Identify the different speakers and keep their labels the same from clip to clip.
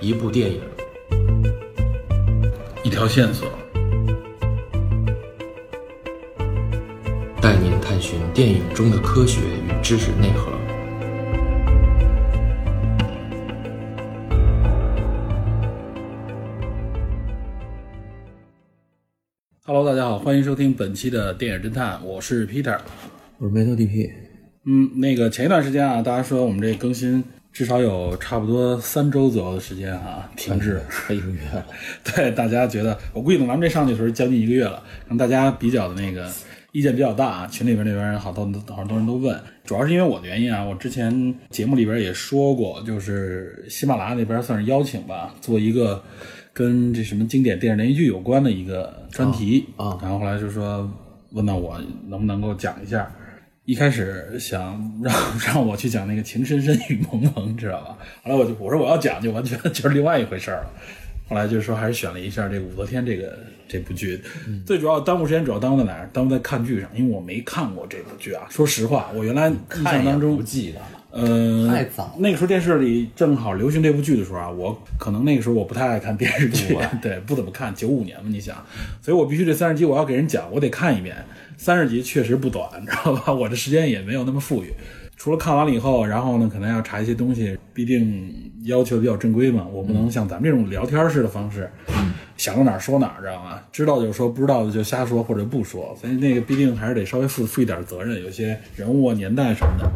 Speaker 1: 一部电影，
Speaker 2: 一条线索，
Speaker 1: 带您探寻电影中的科学与知识内核。
Speaker 2: Hello，大家好，欢迎收听本期的电影侦探，我是 Peter。
Speaker 3: 我是梅头 DP，
Speaker 2: 嗯，那个前一段时间啊，大家说我们这更新至少有差不多三周左右的时间啊停滞，
Speaker 3: 快一个月了，
Speaker 2: 对大家觉得，我估计等咱们这上去的时候将近一个月了，让大家比较的那个意见比较大啊，群里边那边好多好多人都问，主要是因为我的原因啊，我之前节目里边也说过，就是喜马拉雅那边算是邀请吧，做一个跟这什么经典电视连续剧有关的一个专题
Speaker 3: 啊啊
Speaker 2: 然后后来就说问到我能不能够讲一下。一开始想让 让我去讲那个《情深深雨蒙蒙》，知道吧？后来我就我说我要讲，就完全 就是另外一回事儿了。后来就是说还是选了一下这个武则天这个这部剧，
Speaker 3: 嗯
Speaker 2: 最主要耽误时间主要耽误在哪儿？耽误在看剧上，因为我没看过这部剧啊。说实话，我原来印象当中
Speaker 3: 不记得了。
Speaker 2: 呃，
Speaker 3: 太早了
Speaker 2: 那个时候电视里正好流行这部剧的时候啊，我可能那个时候我不太爱看电视剧，对，不怎么看。九五年嘛，你想，所以我必须这三十集我要给人讲，我得看一遍。三十集确实不短，你知道吧？我这时间也没有那么富裕。除了看完了以后，然后呢，可能要查一些东西，必定要求比较正规嘛。我不能像咱们这种聊天式的方式，想到哪儿说哪儿，知道吗？知道就说，不知道的就瞎说或者不说。所以那个必定还是得稍微负负一点责任，有些人物啊、年代什么的。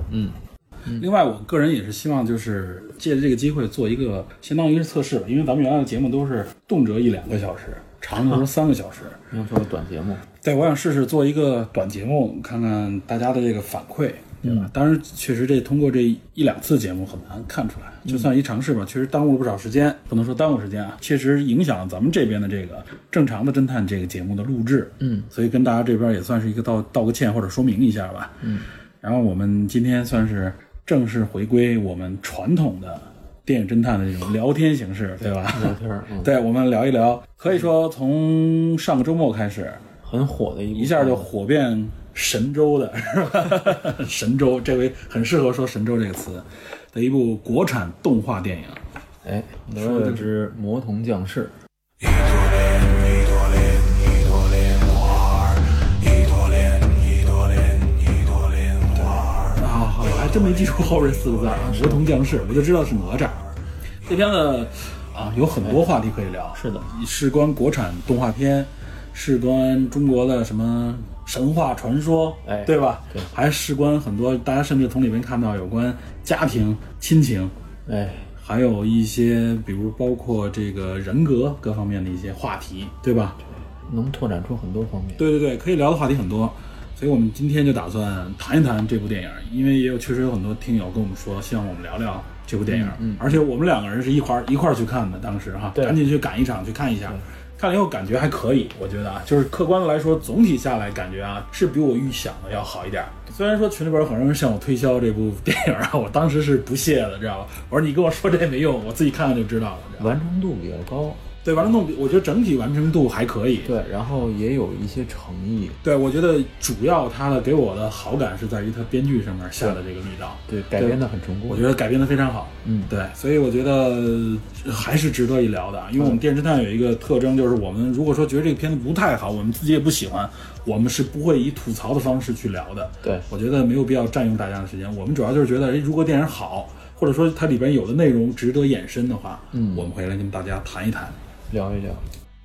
Speaker 2: 另外，我个人也是希望就是借着这个机会做一个相当于是测试吧，因为咱们原来的节目都是动辄一两个小时，长的时候三个小时。
Speaker 3: 你要说短节目，
Speaker 2: 对，我想试试做一个短节目，看看大家的这个反馈，对
Speaker 3: 嗯
Speaker 2: 吧？当然，确实这通过这一两次节目很难看出来，
Speaker 3: 嗯
Speaker 2: 就算一尝试吧，确实耽误了不少时间，不能说耽误时间啊，确实影响了咱们这边的这个正常的侦探这个节目的录制，嗯，所以跟大家这边也算是一个道道个歉或者说明一下吧，嗯，然后我们今天算是正式回归我们传统的电影侦探的这种聊天形式，对吧？
Speaker 3: 聊天儿嗯，
Speaker 2: 对，我们聊一聊，可以说从上个周末开始，
Speaker 3: 很火的一部
Speaker 2: 一下就火遍神州的，是吧？ 神州这回很适合说“神州”这个词的一部国产动画电影。
Speaker 3: 哎，哪吒之魔童降世，
Speaker 2: 啊，我还真没记住后边四个字儿啊，魔童降世，我就知道是哪吒。这片子啊，有很多话题可以聊，
Speaker 3: 哎是的，
Speaker 2: 事关国产动画片，事关中国的什么神话传说，
Speaker 3: 哎
Speaker 2: 对吧？对，还事关很多，大家甚至从里面看到有关家庭、亲情，
Speaker 3: 哎，
Speaker 2: 还有一些，比如包括这个人格各方面的一些话题，对吧？
Speaker 3: 能拓展出很多方面。
Speaker 2: 对对对，可以聊的话题很多，所以我们今天就打算谈一谈这部电影，因为也有确实有很多听友跟我们说，希望我们聊聊这部电影，嗯，而且我们两个人是一块儿一块儿去看的，当时哈，
Speaker 3: 对
Speaker 2: 赶紧去赶一场去看一下。看了以后感觉还可以，我觉得啊，就是客观的来说，总体下来感觉啊是比我预想的要好一点儿。虽然说群里边有很多人向我推销这部电影啊， 我当时是不屑的，知道吧？我说你跟我说这没用，我自己看看就知道了。知道吧
Speaker 3: 完成度比较高，
Speaker 2: 对，完成度，我觉得整体完成度还可以。
Speaker 3: 对，然后也有一些诚意，
Speaker 2: 对，我觉得主要他的给我的好感是在于他编剧上面下的这个力道，
Speaker 3: 对，改编的很成功
Speaker 2: 我觉。得改编的非常好。
Speaker 3: 嗯
Speaker 2: 对，所以我觉得呃还是值得一聊的啊，因为我们电视探有一个特征，就是我们如果说觉得这个片子不太好，我们自己也不喜欢，我们是不会以吐槽的方式去聊的。
Speaker 3: 对
Speaker 2: 我觉得没有必要占用大家的时间。我们主要就是觉得，哎，如果电影好，或者说它里边有的内容值得延伸的话，嗯，我们会来跟大家谈一谈。
Speaker 3: 聊一聊，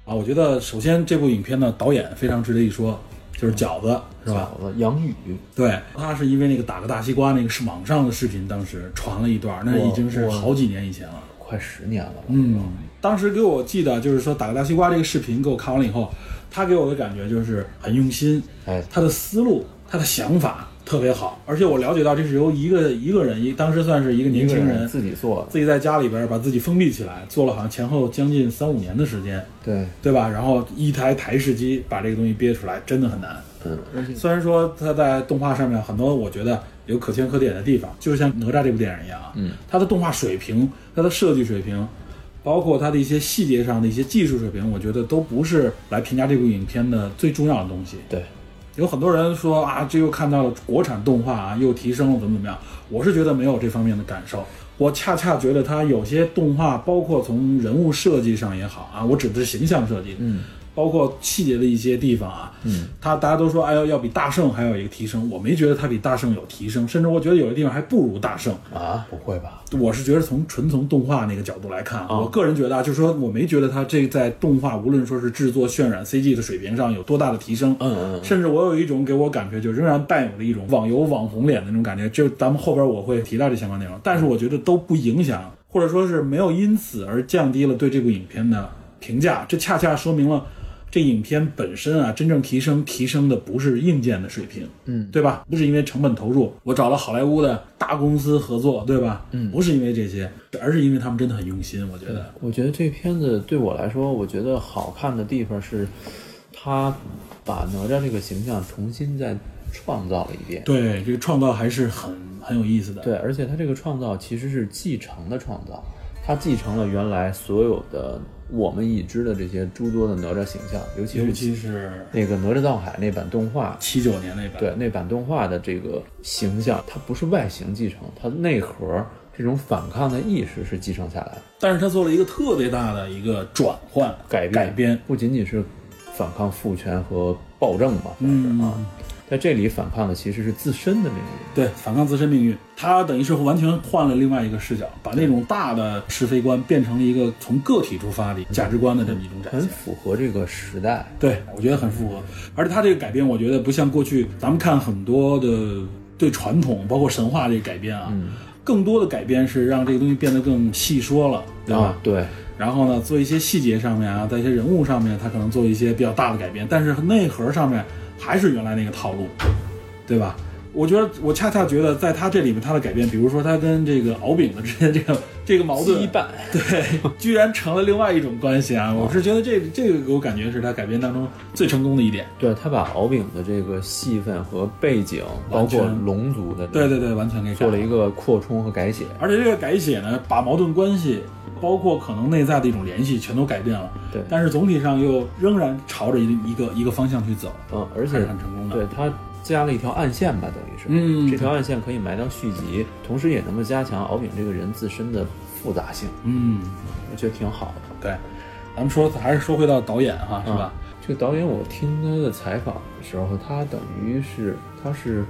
Speaker 2: 啊，我觉得首先这部影片呢，导演非常值得一说，就是饺子，是吧？
Speaker 3: 饺子杨宇，
Speaker 2: 对，他是因为那个打个大西瓜那个是网上的视频，当时传了一段，那已经是
Speaker 3: 我
Speaker 2: 好几年以前了。
Speaker 3: 快十年了吧？
Speaker 2: 嗯，当时给我记得就是说打个大西瓜这个视频给我看完了以后，他给我的感觉就是很用心，
Speaker 3: 哎
Speaker 2: 他的思路、他的想法特别好，而且我了解到这是由一个一个人，一当时算是一个年
Speaker 3: 一个
Speaker 2: 轻
Speaker 3: 人
Speaker 2: 人
Speaker 3: 自己做的，
Speaker 2: 自己在家里边把自己封闭起来，做了好像前后将近三五年的时间。
Speaker 3: 对，
Speaker 2: 对吧？然后一台台式机把这个东西憋出来，真的很难。
Speaker 3: 嗯，而且
Speaker 2: 虽然说它在动画上面很多，我觉得有可圈可点的地方，就像哪吒这部电影一样啊，嗯，它的动画水平、它的设计水平，包括它的一些细节上的一些技术水平，我觉得都不是来评价这部影片的最重要的东西。
Speaker 3: 对，
Speaker 2: 有很多人说啊，这又看到了国产动画啊，又提升了，怎么怎么样？我是觉得没有这方面的感受，我恰恰觉得它有些动画，包括从人物设计上也好啊，我指的是形象设计，嗯，包括细节的一些地方啊，嗯，它大家都说哎呦要比大圣还有一个提升，我没觉得它比大圣有提升，甚至我觉得有些地方还不如大圣，
Speaker 1: 啊，不会吧？
Speaker 2: 我是觉得从纯从动画那个角度来看，我个人觉得啊，就是说我没觉得它这在动画无论说是制作、渲染、CG 的水平上有多大的提升，
Speaker 1: 嗯嗯嗯
Speaker 2: 甚至我有一种给我感觉就仍然伴有着一种网游网红脸的那种感觉，就咱们后边我会提到这相关内容，
Speaker 1: 嗯
Speaker 2: 但是我觉得都不影响，或者说是没有因此而降低了对这部影片的评价，这恰恰说明了。这影片本身啊，真正提升提升的不是硬件的水平，嗯，对吧？不是因为成本投入，我找了好莱坞的大公司合作，对吧？嗯，不是因为这些，而是因为他们真的很用心，我觉得。
Speaker 1: 我觉得这片子对我来说，我觉得好看的地方是，他把哪吒这个形象重新再创造了一遍。
Speaker 2: 对，这个创造还是很很有意思的。
Speaker 1: 对，而且他这个创造其实是继承的创造，他继承了原来所有的我们已知的这些诸多的哪吒形象，尤其
Speaker 2: 尤
Speaker 1: 是
Speaker 2: 其是
Speaker 1: 那个哪吒闹海那版动画，
Speaker 2: 七九年那版，
Speaker 1: 对那版动画的这个形象，它不是外形继承，它内核这种反抗的意识是继承下来的，
Speaker 2: 但是他做了一个特别大的一个转换
Speaker 1: 改变
Speaker 2: 改编，
Speaker 1: 不仅仅是反抗父权和暴政嘛，算
Speaker 2: 嗯
Speaker 1: 是啊，在这里反抗的其实是自身的命运，
Speaker 2: 对，反抗自身命运，他等于是完全换了另外一个视角，把那种大的是非观变成了一个从个体出发的价值观的这么一种展现
Speaker 1: 很。符合这个时代。
Speaker 2: 对，我觉得很符合。而且他这个改编，我觉得不像过去咱们看很多的对传统，包括神话这个改编啊，更多的改编是让这个东西变得更细说了，对吧？
Speaker 1: 啊，对，
Speaker 2: 然后呢，做一些细节上面啊，在一些人物上面，他可能做一些比较大的改变，但是内核上面还是原来那个套路，对吧？我觉得，我恰恰觉得，在他这里面，他的改变，比如说他跟这个敖丙的之间这个这个矛盾
Speaker 1: 羁绊，
Speaker 2: 对，居然成了另外一种关系啊！
Speaker 1: 哦
Speaker 2: 我是觉得这个这个给我感觉是他改编当中最成功的一点。
Speaker 1: 对他把敖丙的这个戏份和背景，包
Speaker 2: 完全
Speaker 1: 括龙族的，
Speaker 2: 对对，对，完全给改
Speaker 1: 做
Speaker 2: 了
Speaker 1: 了一个扩充和改写。
Speaker 2: 而且这个改写呢，把矛盾关系，包括可能内在的一种联系，全都改变了。
Speaker 1: 对
Speaker 2: 但是总体上又仍然朝着一一个一个方向去走，
Speaker 1: 嗯，而
Speaker 2: 还
Speaker 1: 且
Speaker 2: 是很成功的。
Speaker 1: 对它加了一条暗线吧，等于是，
Speaker 2: 嗯
Speaker 1: 这条暗线可以埋到续集，同时也能够加强敖丙这个人自身的复杂性，
Speaker 2: 嗯，
Speaker 1: 我觉得挺好的，
Speaker 2: 对，咱们说还是说回到导演哈，
Speaker 1: 啊
Speaker 2: 是吧？
Speaker 1: 这个导演我听他的采访的时候，他等于是他是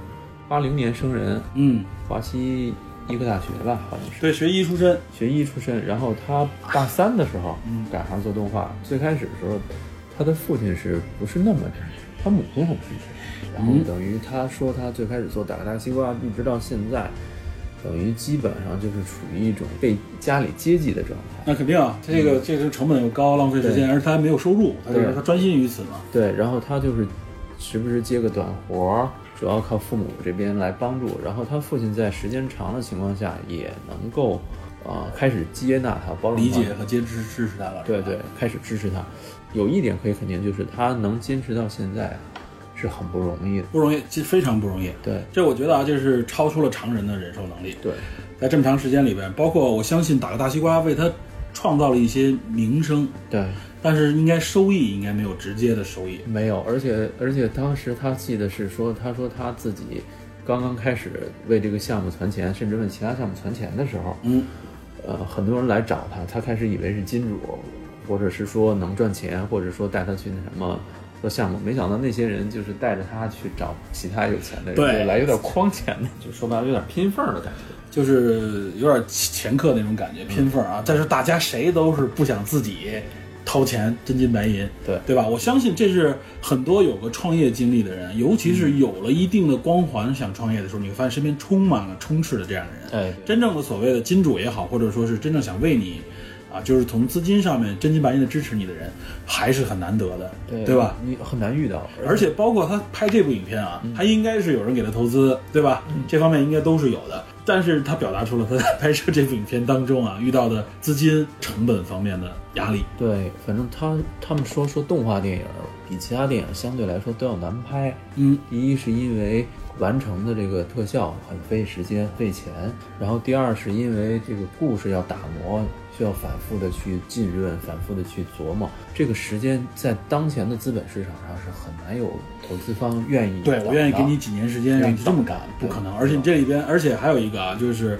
Speaker 1: 八零年生人，
Speaker 2: 嗯，
Speaker 1: 华西医科大学吧，好像是。
Speaker 2: 对，学医出身，
Speaker 1: 学医出身，然后他大三的时候
Speaker 2: 嗯
Speaker 1: 改行做动画。最开始的时候，他的父亲是不是那么支持？他母亲很支持。然后等于他说他最开始做打个大西瓜，一直到现在，等于基本上就是处于一种被家里接济的状态。
Speaker 2: 那肯定啊，这个这个成本又高，浪费时间，而且他还没有收入，他就是
Speaker 1: 嗯对
Speaker 2: 他专心于此嘛。
Speaker 1: 对，然后他就是时不时接个短活儿，主要靠父母这边来帮助。然后他父亲在时间长的情况下，也能够啊、呃开始接纳他，包容他
Speaker 2: 理解和接支支持他了，
Speaker 1: 对
Speaker 2: 是吧
Speaker 1: 对，开始支持他。有一点可以肯定，就是他能坚持到现在，是很不容易的。
Speaker 2: 不容易，这非常不容易。
Speaker 1: 对
Speaker 2: 这我觉得啊，就是超出了常人的忍受能力。
Speaker 1: 对，
Speaker 2: 在这么长时间里边，包括我相信打个大西瓜为他创造了一些名声，
Speaker 1: 对，
Speaker 2: 但是应该收益应该没有直接的收益。
Speaker 1: 没有，而且而且当时他记得是说，他说他自己刚刚开始为这个项目存钱，甚至为其他项目存钱的时候，
Speaker 2: 嗯，
Speaker 1: 呃，很多人来找他，他开始以为是金主，或者是说能赚钱，或者说带他去那什么。做项目，没想到那些人就是带着他去找其他有钱的人，
Speaker 2: 对
Speaker 1: 就来有点诓钱的，就说白了有点拼缝儿的感觉。
Speaker 2: 就是有点前客那种感觉，拼缝儿啊！但是大家谁都是不想自己掏钱真金白银，
Speaker 1: 对
Speaker 2: 对吧？我相信这是很多有个创业经历的人，尤其是有了一定的光环想创业的时候，你会发现身边充满了充斥的这样的人。
Speaker 1: 哎，
Speaker 2: 真正的所谓的金主也好，或者说是真正想为你，啊，就是从资金上面真金白银的支持你的人，还是很难得的，对吧？？
Speaker 1: 你很难遇到，
Speaker 2: 而且包括他拍这部影片啊，他应该是有人给他投资，对吧？这方面应该都是有的。但是他表达出了他在拍摄这部影片当中啊遇到的资金成本方面的压力。
Speaker 1: 对，反正他他们说说动画电影比其他电影相对来说都要难拍。
Speaker 2: 嗯，
Speaker 1: 第一是因为完成的这个特效很费时间、费钱。然后第二是因为这个故事要打磨，需要反复的去浸润、反复的去琢磨。这个时间在当前的资本市场上是很难有投资方愿意
Speaker 2: 对
Speaker 1: 找
Speaker 2: 我愿意
Speaker 1: 到
Speaker 2: 给你几年时间
Speaker 1: 愿
Speaker 2: 让
Speaker 1: 意
Speaker 2: 你这么
Speaker 1: 找
Speaker 2: 干
Speaker 1: 到，
Speaker 2: 不可
Speaker 1: 对
Speaker 2: 能。而且你这里边，而且还有一个啊，就是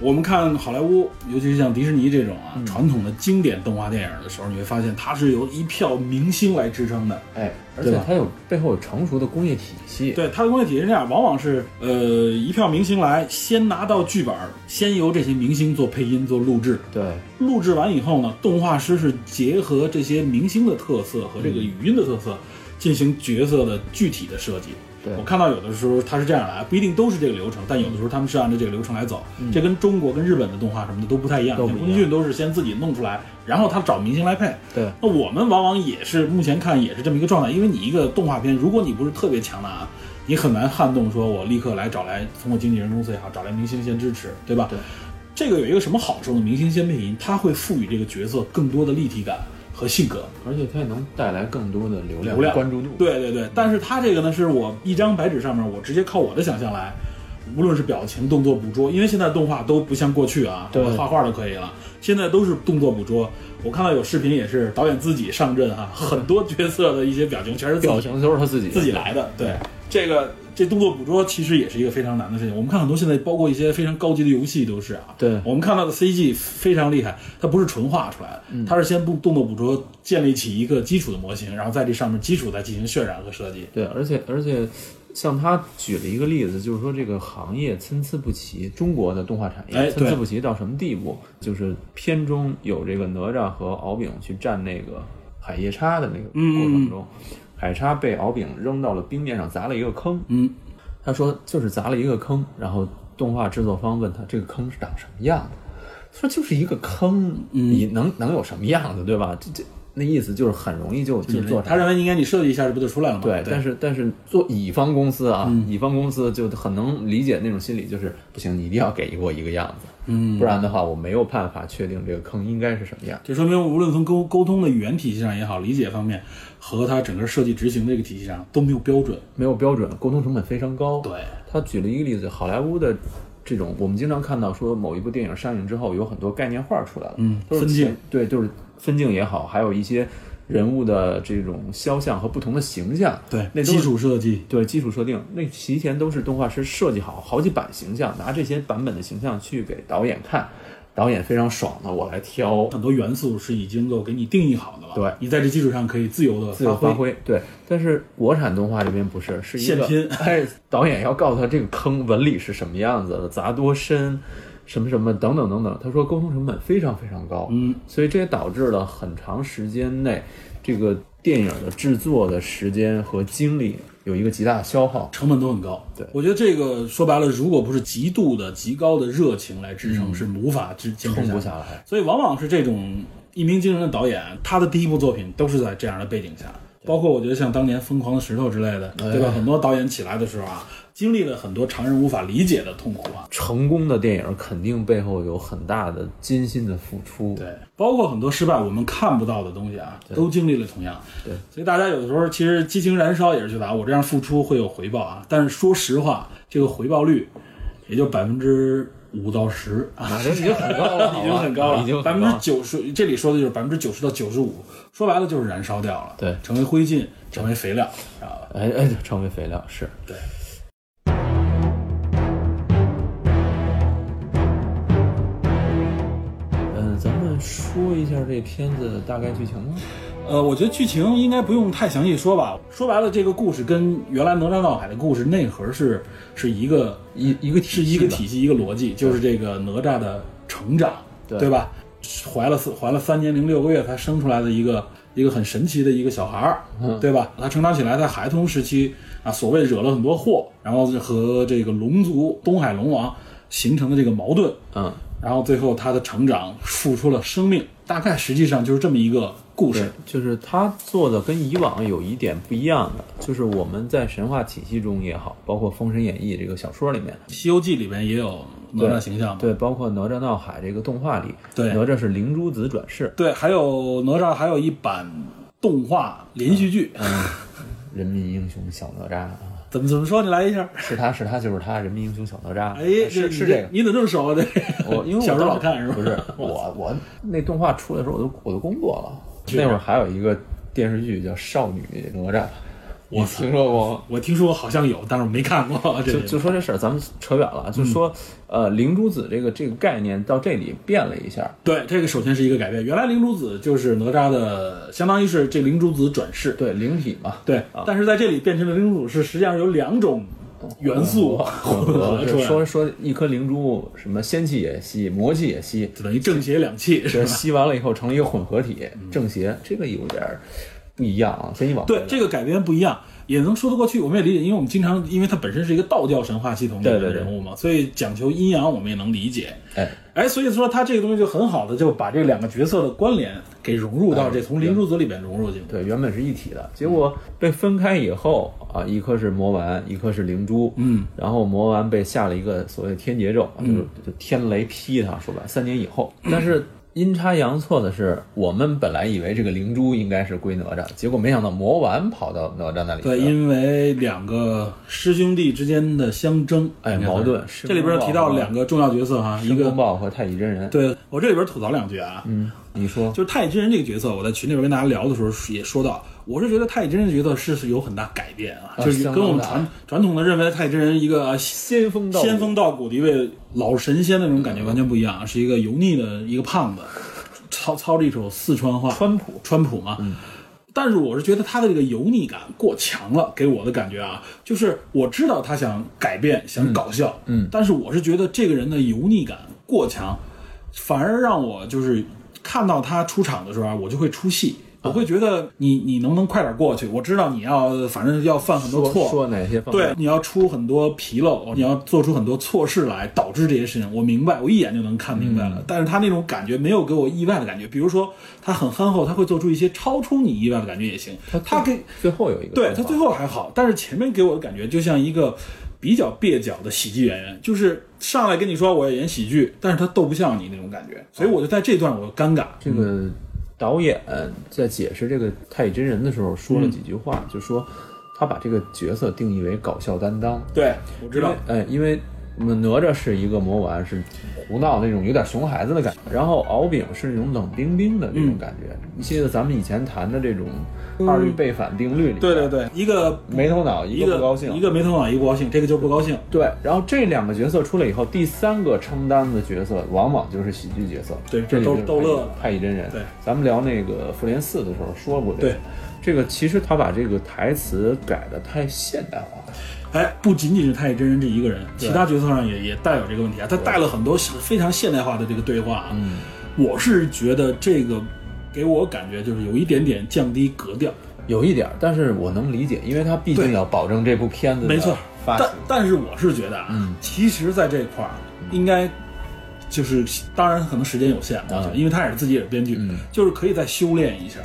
Speaker 2: 我们看好莱坞，尤其是像迪士尼这种啊、传统的经典动画电影的时候，你会发现它是由一票明星来支撑的。
Speaker 1: 哎，而
Speaker 2: 对
Speaker 1: 且
Speaker 2: 吧
Speaker 1: 它有背后有成熟的工业体系。
Speaker 2: 对，它的工业体系是这样，往往是呃一票明星来，先拿到剧本，先由这些明星做配音、做录制。
Speaker 1: 对
Speaker 2: 录制完以后呢，动画师是结合这些明星的特色和这个语音的特色，进行角色的具体的设计。
Speaker 1: 对
Speaker 2: 我看到有的时候它是这样来，不一定都是这个流程，但有的时候他们是按照这个流程来走。这跟中国跟日本的动画什么的都不太一样，
Speaker 1: 嗯都
Speaker 2: 像
Speaker 1: 不一样
Speaker 2: 宫崎骏都是先自己弄出来，然后他找明星来配。
Speaker 1: 对
Speaker 2: 那我们往往也是目前看也是这么一个状态，因为你一个动画片，如果你不是特别强大啊，你很难撼动说我立刻来找来通过经纪人公司也好，找来明星先支持，对吧？
Speaker 1: 对。
Speaker 2: 这个有一个什么好处呢？明星先配音，它会赋予这个角色更多的立体感和性格。
Speaker 1: 而且它也能带来更多的流量、
Speaker 2: 流量
Speaker 1: 关注度。
Speaker 2: 对对对，但是它这个呢，是我一张白纸上面，我直接靠我的想象来，无论是表情、动作捕捉，因为现在动画都不像过去啊，
Speaker 1: 对
Speaker 2: 画画都可以了，现在都是动作捕捉。我看到有视频也是导演自己上阵哈、很多角色的一些表情全是自己
Speaker 1: 表情都是他自己
Speaker 2: 自己来的。对，这个这动作捕捉其实也是一个非常难的事情。我们看很多现在包括一些非常高级的游戏都是啊，
Speaker 1: 对
Speaker 2: 我们看到的 CG 非常厉害，它不是纯画出来的，
Speaker 1: 嗯
Speaker 2: 它是先不动作捕捉建立起一个基础的模型，然后在这上面基础再进行渲染和设计。
Speaker 1: 对，而且而且，像他举了一个例子，就是说这个行业参差不齐，中国的动画产
Speaker 2: 哎
Speaker 1: 业参
Speaker 2: 对
Speaker 1: 差不齐到什么地步？就是片中有这个哪吒和敖丙去战那个海夜叉的那
Speaker 2: 嗯
Speaker 1: 个过程中，海叉被敖丙扔到了冰面上，砸了一个坑。
Speaker 2: 嗯，
Speaker 1: 他说就是砸了一个坑，然后动画制作方问他这个坑是长什么样的，他说就是一个坑，
Speaker 2: 嗯
Speaker 1: 你能能有什么样子，对吧？这这那意思就是很容易就就做
Speaker 2: 他
Speaker 1: 成。
Speaker 2: 认为你应该你设计一下，这不就出来了吗？
Speaker 1: 对，但
Speaker 2: 是
Speaker 1: 是但是做乙方公司啊，
Speaker 2: 嗯
Speaker 1: 乙方公司就很能理解那种心理，就是不行，你一定要给我一个样子，嗯，不然的话我没有办法确定这个坑应该是什么样。
Speaker 2: 这说明无论从沟沟通的语言体系上也好，理解方面和它整个设计执行这个体系上都没有标准。
Speaker 1: 没有标准，沟通成本非常高。
Speaker 2: 对，
Speaker 1: 他举了一个例子，好莱坞的这种，我们经常看到说某一部电影上映之后，有很多概念画出来了，嗯都是
Speaker 2: 分镜
Speaker 1: 前，对，就是分镜也好，还有一些人物的这种肖像和不同的形象，
Speaker 2: 对，
Speaker 1: 那都
Speaker 2: 基
Speaker 1: 是
Speaker 2: 础设计，
Speaker 1: 对基础设定，那提前都是动画师设计好好几版形象，拿这些版本的形象去给导演看，导演非常爽的，我来挑，
Speaker 2: 很多元素是已经够给你定义好的了。
Speaker 1: 对
Speaker 2: 你在这基础上可以自由的
Speaker 1: 自由发
Speaker 2: 挥。
Speaker 1: 挥。对，但是国产动画这边不是，是一个
Speaker 2: 现拼
Speaker 1: 哎，导演要告诉他这个坑纹理是什么样子的，砸多深，什么什么等等等等。他说沟通成本非常非常高，嗯，所以这也导致了很长时间内这个电影的制作的时间和精力有一个极大的消耗。
Speaker 2: 成本都很高，
Speaker 1: 对
Speaker 2: 我觉得这个说白了，如果不是极度的、极高的热情来支撑，是无法支坚持
Speaker 1: 撑不
Speaker 2: 下
Speaker 1: 下
Speaker 2: 来。
Speaker 1: 来，
Speaker 2: 所以往往是这种一鸣惊人的导演，他的第一部作品都是在这样的背景下，包括我觉得像当年《疯狂的石头》之类的，对
Speaker 1: 哎
Speaker 2: 吧？很多导演起来的时候啊，经历了很多常人无法理解的痛苦啊，
Speaker 1: 成功的电影肯定背后有很大的精心的付出。
Speaker 2: 对，包括很多失败我们看不到的东西啊，都经历了同样。
Speaker 1: 对，
Speaker 2: 所以大家有的时候其实激情燃烧也是觉得啊，我这样付出会有回报啊，但是说实话，这个回报率也就百分之五到 十啊，
Speaker 1: 啊，这已经很高 了，
Speaker 2: 哦已经很高了，
Speaker 1: 已经很
Speaker 2: 百分
Speaker 1: 高
Speaker 2: 之
Speaker 1: 了
Speaker 2: 九十，这里说的就是百分之九十到九十五，说白了就是燃烧掉了，
Speaker 1: 对
Speaker 2: 成为灰烬，成为肥料，知道吧？
Speaker 1: 哎哎，成为肥料是。
Speaker 2: 对。
Speaker 1: 嗯，咱们说一下这片子的大概剧情吗？
Speaker 2: 呃，我觉得剧情应该不用太详细说吧。说白了，这个故事跟原来哪吒闹海的故事内核是是一个
Speaker 1: 一一个体
Speaker 2: 是一个
Speaker 1: 系吧
Speaker 2: 体系一个逻辑，就是这个哪吒的成长，
Speaker 1: 对
Speaker 2: 吧？怀了四怀了三年零六个月才生出来的一个一个很神奇的一个小孩儿，
Speaker 1: 嗯
Speaker 2: 对吧？他成长起来，在孩童时期啊，所谓惹了很多祸，然后和这个龙族东海龙王形成的这个矛盾，
Speaker 1: 嗯，
Speaker 2: 然后最后他的成长付出了生命，大概实际上就是这么一个故事。
Speaker 1: 就是他做的跟以往有一点不一样的，就是我们在神话体系中也好，包括《封神演义》这个小说里面，
Speaker 2: 《西游记》里面也有哪吒形象嘛，
Speaker 1: 对，包括哪吒闹海这个动画里，
Speaker 2: 啊对
Speaker 1: 哪吒是灵珠子转世，
Speaker 2: 对，还有哪吒，还有一版动画连续剧，
Speaker 1: 嗯人民英雄小哪吒啊，
Speaker 2: 怎么怎么说？你来一下。
Speaker 1: 是他是他就是他，人民英雄小哪吒，啊
Speaker 2: 哎，
Speaker 1: 是
Speaker 2: 你
Speaker 1: 是这个。
Speaker 2: 你怎么这么熟 啊？这
Speaker 1: 我因为我
Speaker 2: 小时候
Speaker 1: 当
Speaker 2: 老看是吧
Speaker 1: 不是我我那动画出来的时候，我都我都工作了。那会儿还有一个电视剧叫《少女哪吒》，你听说过？
Speaker 2: 我听说好像有，但是我没看 过。这
Speaker 1: 就就说这事儿，咱们扯远了。
Speaker 2: 嗯
Speaker 1: 就说，呃，灵珠子这个这个概念到这里变了一下，
Speaker 2: 对，这个首先是一个改变。原来灵珠子就是哪吒的，相当于是这灵珠子转世。
Speaker 1: 对灵体 嘛，
Speaker 2: 对，但是在这里变成了灵珠子是实际上有两种元素混合出
Speaker 1: 就
Speaker 2: 来，
Speaker 1: 说说一颗灵珠，什么仙气也吸，魔气也吸，
Speaker 2: 就等于正邪两气是
Speaker 1: 这
Speaker 2: 吧？嗯
Speaker 1: 吸完了以后成了一个混合体，正邪这个有点儿不一样啊。先你往回
Speaker 2: 对
Speaker 1: 来，
Speaker 2: 这个改编不一样，也能说得过去。我们也理解，因为我们经常，因为它本身是一个道教神话系统里面
Speaker 1: 对
Speaker 2: 的
Speaker 1: 对对
Speaker 2: 人物嘛，所以讲求阴阳，我们也能理解。
Speaker 1: 哎，
Speaker 2: 哎，所以说它这个东西就很好的就把这两个角色的关联给融入到这从灵珠子里边融入进去。
Speaker 1: 对，原本是一体的，结果被分开以后啊，一颗是魔丸，一颗是灵珠，
Speaker 2: 嗯，
Speaker 1: 然后魔丸被下了一个所谓天劫咒，就是就天雷劈他，说白了，三年以后，但是。阴差阳错的是，我们本来以为这个灵珠应该是归哪吒，结果没想到魔丸跑到哪吒那里去了。
Speaker 2: 对，因为两个师兄弟之间的相争，
Speaker 1: 哎
Speaker 2: 应该算是
Speaker 1: 矛盾
Speaker 2: 这里边提到两个重要角色哈，一
Speaker 1: 申公
Speaker 2: 个
Speaker 1: 豹和太乙真人。，
Speaker 2: 对我这里边吐槽两句啊，嗯，
Speaker 1: 你说
Speaker 2: 就是太乙真人这个角色，我在群里边跟大家聊的时候也说到，我是觉得太乙真人这个角色是是有很大改变啊，
Speaker 1: 啊
Speaker 2: 就是跟我
Speaker 1: 相当
Speaker 2: 们
Speaker 1: 大
Speaker 2: 传传统的认为太乙真人一个
Speaker 1: 仙风道骨
Speaker 2: 仙风道骨的一位老神仙的那种感觉完全不一样啊，是一个油腻的一个胖子，操操着一首四川话，
Speaker 1: 川普嗯
Speaker 2: 川普嘛。但是我是觉得他的这个油腻感过强了，给我的感觉啊，就是我知道他想改变，想搞笑，
Speaker 1: 嗯
Speaker 2: 但是我是觉得这个人的油腻感过强，反而让我就是看到他出场的时候啊，我就会出戏。我
Speaker 1: 啊
Speaker 2: 会觉得你你能不能快点过去？我知道你要反正要犯很多
Speaker 1: 说
Speaker 2: 错，
Speaker 1: 说哪些方面？
Speaker 2: 对，你要出很多纰漏，你要做出很多错事来，导致这些事情。我明白，我一眼就能看明白了。但是他那种感觉没有给我意外的感觉，比如说他很憨厚，他会做出一些超出你意外的感觉也行。他给
Speaker 1: 最后有一个
Speaker 2: 对
Speaker 1: 方
Speaker 2: 他
Speaker 1: 法
Speaker 2: 最后还好，但是前面给我的感觉就像一个比较蹩脚的喜剧演员，就是上来跟你说我要演喜剧，但是他逗不笑你那种感觉。所以我就在这段我就尴尬。
Speaker 1: 这个导演在解释这个太乙真人的时候
Speaker 2: 嗯
Speaker 1: 说了几句话，就说他把这个角色定义为搞笑担当。
Speaker 2: 对，我知道。
Speaker 1: 哎，因为我们哪吒是一个魔丸，是胡闹那种有点熊孩子的感觉，然后敖丙是那种冷冰冰的
Speaker 2: 嗯
Speaker 1: 那种感觉。你记得咱们以前谈的这种二律背反定律里、
Speaker 2: 对对，对，一个
Speaker 1: 没头脑，
Speaker 2: 一
Speaker 1: 个不高兴，
Speaker 2: 一个没头脑，一个不高兴，这个就不高兴。
Speaker 1: 对，然后这两个角色出来以后，第三个承担的角色往往就是喜剧角色，
Speaker 2: 对
Speaker 1: 这里
Speaker 2: 逗
Speaker 1: 就是
Speaker 2: 逗乐
Speaker 1: 太乙真人。
Speaker 2: 对，
Speaker 1: 咱们聊那个复联四的时候说过这个。
Speaker 2: 对，
Speaker 1: 这个其实他把这个台词改的太现代化了。
Speaker 2: 哎，不仅仅是太乙真人这一个人，其他角色上也也带有这个问题啊。他带了很多非常现代化的这个对话啊。嗯，我是觉得这个给我感觉就是有一点点降低格调。
Speaker 1: 有一点儿，但是我能理解，因为他毕竟
Speaker 2: 对
Speaker 1: 要保证这部片子的
Speaker 2: 没错，
Speaker 1: 发行
Speaker 2: 但。但是我是觉得啊，其实在这块儿应该就是，当然可能时间有限，我觉得，因为他也是自己也是编剧，就是可以再修炼一下。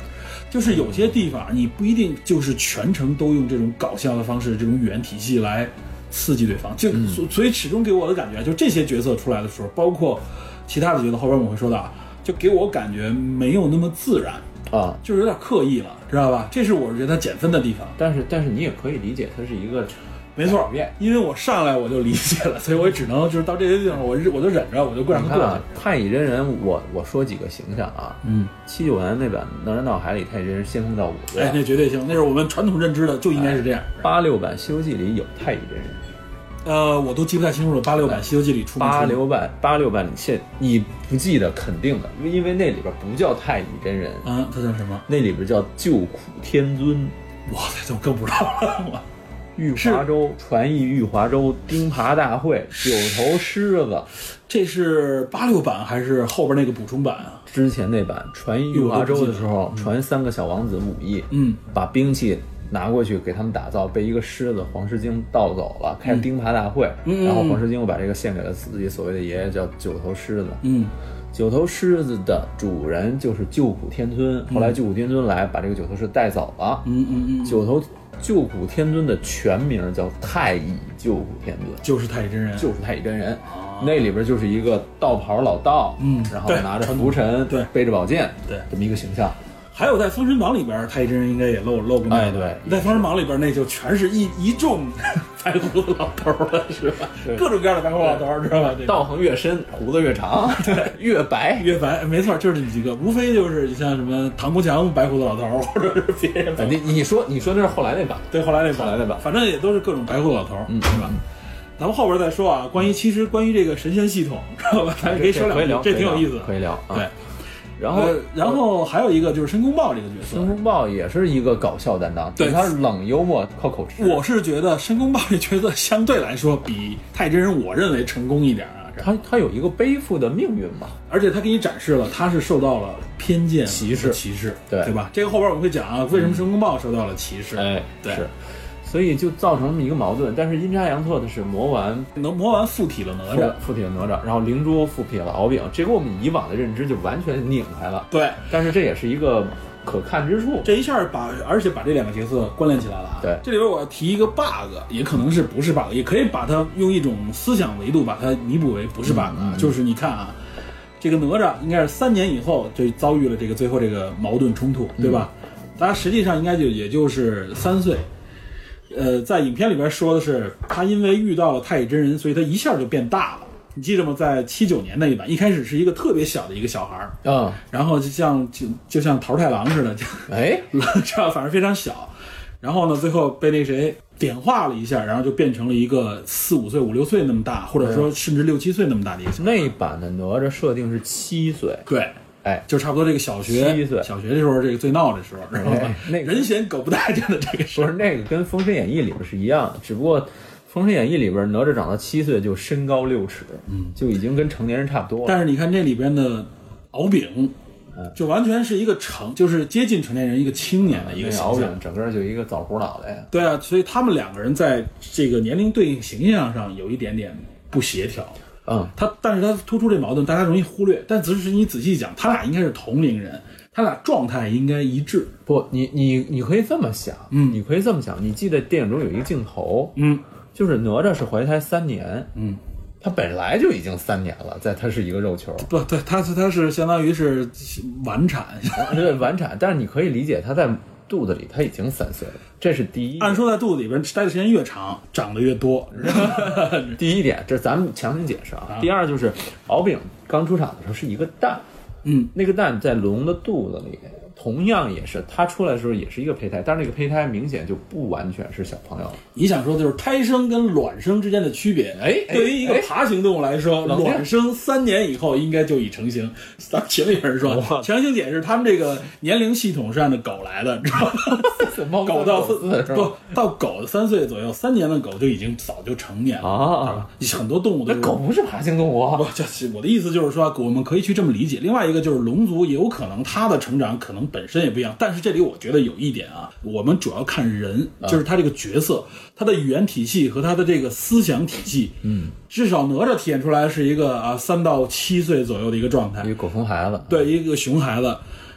Speaker 2: 就是有些地方你不一定就是全程都用这种搞笑的方式、这种语言体系来刺激对方，就、所所以始终给我的感觉，就这些角色出来的时候，包括其他的角色，后边我会说到啊，就给我感觉没有那么自然，
Speaker 1: 啊，
Speaker 2: 就是有点刻意了，知道吧？这是我觉得他减分的地方。
Speaker 1: 但是但是你也可以理解，它是一个
Speaker 2: 没错
Speaker 1: 改变，
Speaker 2: 因为我上来我就理解了，所以我也只能就是到这些地方，我忍我就忍着，我就过让
Speaker 1: 你
Speaker 2: 他
Speaker 1: 看
Speaker 2: 过
Speaker 1: 啊
Speaker 2: 去。，
Speaker 1: 太乙真人，我我说几个形象啊，
Speaker 2: 嗯，
Speaker 1: 七九年那版《哪吒闹海》里太乙真人仙风道骨，对吧
Speaker 2: 哎，那绝对行，那是我们传统认知的，就应该是这样。
Speaker 1: 八六版《西游记》里有太乙真人，
Speaker 2: 呃，我都记不太清楚了，八六版《西游记》里出没出
Speaker 1: 八六版八六版里现你不记得肯定的，因为那里边不叫太乙真人，
Speaker 2: 啊，他叫什么？
Speaker 1: 那里边叫救苦天尊。
Speaker 2: 哇塞，这我更不知道了。
Speaker 1: 玉华州传艺玉华州钉耙大会九头狮子，
Speaker 2: 这是八六版还是后边那个补充版啊？
Speaker 1: 之前那版传艺玉华州的时候，传三个小王子武艺，
Speaker 2: 嗯，
Speaker 1: 把兵器拿过去给他们打造，被一个狮子黄狮精盗走了，开钉耙大会，
Speaker 2: 嗯嗯嗯
Speaker 1: 然后黄狮精又把这个献给了自己所谓的爷爷，叫九头狮子。
Speaker 2: 嗯，
Speaker 1: 九头狮子的主人就是救苦天尊，后来救苦天尊来把这个九头狮带走了。
Speaker 2: 嗯嗯嗯，
Speaker 1: 九头救苦天尊的全名叫太乙救苦天尊，
Speaker 2: 就是太乙真人。
Speaker 1: 就是太乙真人。那里边就是一个道袍老道，
Speaker 2: 啊嗯
Speaker 1: 然后
Speaker 2: 对
Speaker 1: 拿着
Speaker 2: 传
Speaker 1: 拂尘，
Speaker 2: 对
Speaker 1: 背着宝剑，
Speaker 2: 对
Speaker 1: 这么一个形象。
Speaker 2: 还有在《封神榜》里边，太乙真人应该也露露过面。
Speaker 1: 哎对
Speaker 2: 在《封神榜》里边，那就全是一一众 白胡子老头儿了，是吧？各种各样的白胡子老头儿，知道吧？这个
Speaker 1: 道行越深，胡子越长，对， 越白。
Speaker 2: 岳白，没错，就是这么几个，无非就是像什么唐国强白胡子老头儿，或者是别人白胡子
Speaker 1: 哎你你说你说那是后来那版，
Speaker 2: 对，后来那版，
Speaker 1: 后来那版
Speaker 2: 反正也都是各种白胡子老头儿，嗯，是吧？咱们后边再说啊，关于其实关于这个神仙系统，知道吧？咱们可以说
Speaker 1: 嗯啊可以
Speaker 2: 两
Speaker 1: 聊，
Speaker 2: 句，这挺有意思的。
Speaker 1: 可以聊。啊
Speaker 2: 对，，
Speaker 1: 然
Speaker 2: 然
Speaker 1: 后
Speaker 2: 后然后还有一个就是申公豹这个角色
Speaker 1: 申，公豹也是一个搞笑担当，
Speaker 2: 对
Speaker 1: 但他是冷幽默靠口吃。
Speaker 2: 我是觉得申公豹这角色相对来说比太乙真人，我认为成功一点啊。这
Speaker 1: 他他有一个背负的命运嘛，
Speaker 2: 而且他给你展示了他是受到了偏见、
Speaker 1: 歧视
Speaker 2: 歧视，
Speaker 1: 对嗯
Speaker 2: 对吧？这个后边我们会讲啊，为什么申公豹受到了歧视？
Speaker 1: 哎，
Speaker 2: 对
Speaker 1: 是，所以就造成这么一个矛盾。但是阴差阳错的是，魔丸
Speaker 2: 能魔丸附体了哪
Speaker 1: 附
Speaker 2: 吒，
Speaker 1: 附体了哪吒，然后灵珠附体了敖丙，这跟我们以往的认知就完全拧开了。
Speaker 2: 对，
Speaker 1: 但是这也是一个可看之处。
Speaker 2: 这一下把，而且把这两个角色关联起来了啊。
Speaker 1: 对
Speaker 2: 这里边我要提一个 bug，也可能是不是 bug，也可以把它用一种思想维度把它弥补为不是 bug，啊、就是你看啊，这个哪吒应该是三年以后就遭遇了这个最后这个矛盾冲突，对吧？他实际上应该就也就是三岁。呃，在影片里边说的是，他因为遇到了太乙真人，所以他一下就变大了。你记着吗？在七九年那一版，一开始是一个特别小的一个小孩儿，
Speaker 1: 嗯，
Speaker 2: 然后就像就就像桃太郎似的，就
Speaker 1: 哎，
Speaker 2: 知道，反正非常小。然后呢，最后被那谁点化了一下，然后就变成了一个四五岁、五六岁那么大，或者说甚至六七岁那么大的一个小孩。
Speaker 1: 嗯那版的哪吒设定是七岁，
Speaker 2: 对，
Speaker 1: 哎，
Speaker 2: 就差不多这个小学
Speaker 1: 七岁
Speaker 2: 小学的时候，这个最闹的时候，知道吧
Speaker 1: 哎？那个
Speaker 2: 人嫌狗不待见的这个事
Speaker 1: 不
Speaker 2: 儿，
Speaker 1: 是那个跟《封神演义》里边是一样的，只不过《封神演义》里边哪吒长到七岁就身高六尺，嗯，就已经跟成年人差不嗯多了。
Speaker 2: 但是你看这里边的敖丙，就完全是一个成，就是接近成年人一个青年的一个
Speaker 1: 嗯那
Speaker 2: 形
Speaker 1: 敖
Speaker 2: 象。
Speaker 1: 丙整个就一个枣核脑袋呀。
Speaker 2: 对啊，所以他们两个人在这个年龄对应形象上有一点点不协调。
Speaker 1: 嗯，
Speaker 2: 他，但是他突出这矛盾，大家容易忽略。但只是你仔细讲，他俩应该是同龄人，他俩状态应该一致。
Speaker 1: 不，你你你可以这么想，嗯，你可以这么想。你记得电影中有一个镜头，
Speaker 2: 嗯，
Speaker 1: 就是哪吒是怀胎三年，嗯，他本来就已经三年了，在他是一个肉球，
Speaker 2: 不，对，他是他是相当于是晚产。
Speaker 1: 呃对，晚产。但是你可以理解他在肚子里他已经三岁了，这是第一。
Speaker 2: 按说在肚子里边待的时间越长，长得越 多。
Speaker 1: 第一点，这咱们强行解释啊。第二就是敖丙刚出场的时候是一个蛋，
Speaker 2: 嗯，
Speaker 1: 那个蛋在龙的肚子里，同样也是它出来的时候也是一个胚胎，但是那个胚胎明显就不完全是小朋友了。
Speaker 2: 你想说的就是胎生跟卵生之间的区别？
Speaker 1: 哎哎
Speaker 2: 对于一个
Speaker 1: 哎
Speaker 2: 爬行动物来说，
Speaker 1: 冷静
Speaker 2: 卵生三年以后应该就已成型。咱们群里有人说，强行解释他们这个年龄系统是按照狗来的，你知道吗？
Speaker 1: 猫
Speaker 2: 狗到
Speaker 1: 四
Speaker 2: 四
Speaker 1: 是吧？
Speaker 2: 不到狗三岁左右，三年的狗就已经早就成年了
Speaker 1: 啊，
Speaker 2: 你很多动物都
Speaker 1: 那
Speaker 2: 是
Speaker 1: 狗。不是爬行动物啊
Speaker 2: 不，就是 我的意思就是说，我们可以去这么理解。另外一个就是龙族也有可能它的成长可能本身也不一样，但是这里我觉得有一点啊，我们主要看人，
Speaker 1: 啊
Speaker 2: 就是他这个角色，他的语言体系和他的这个思想体系，嗯，至少哪吒体现出来是一个啊三到七岁左右的一个状态
Speaker 1: 一，个狗熊孩子。
Speaker 2: 对一个熊孩子，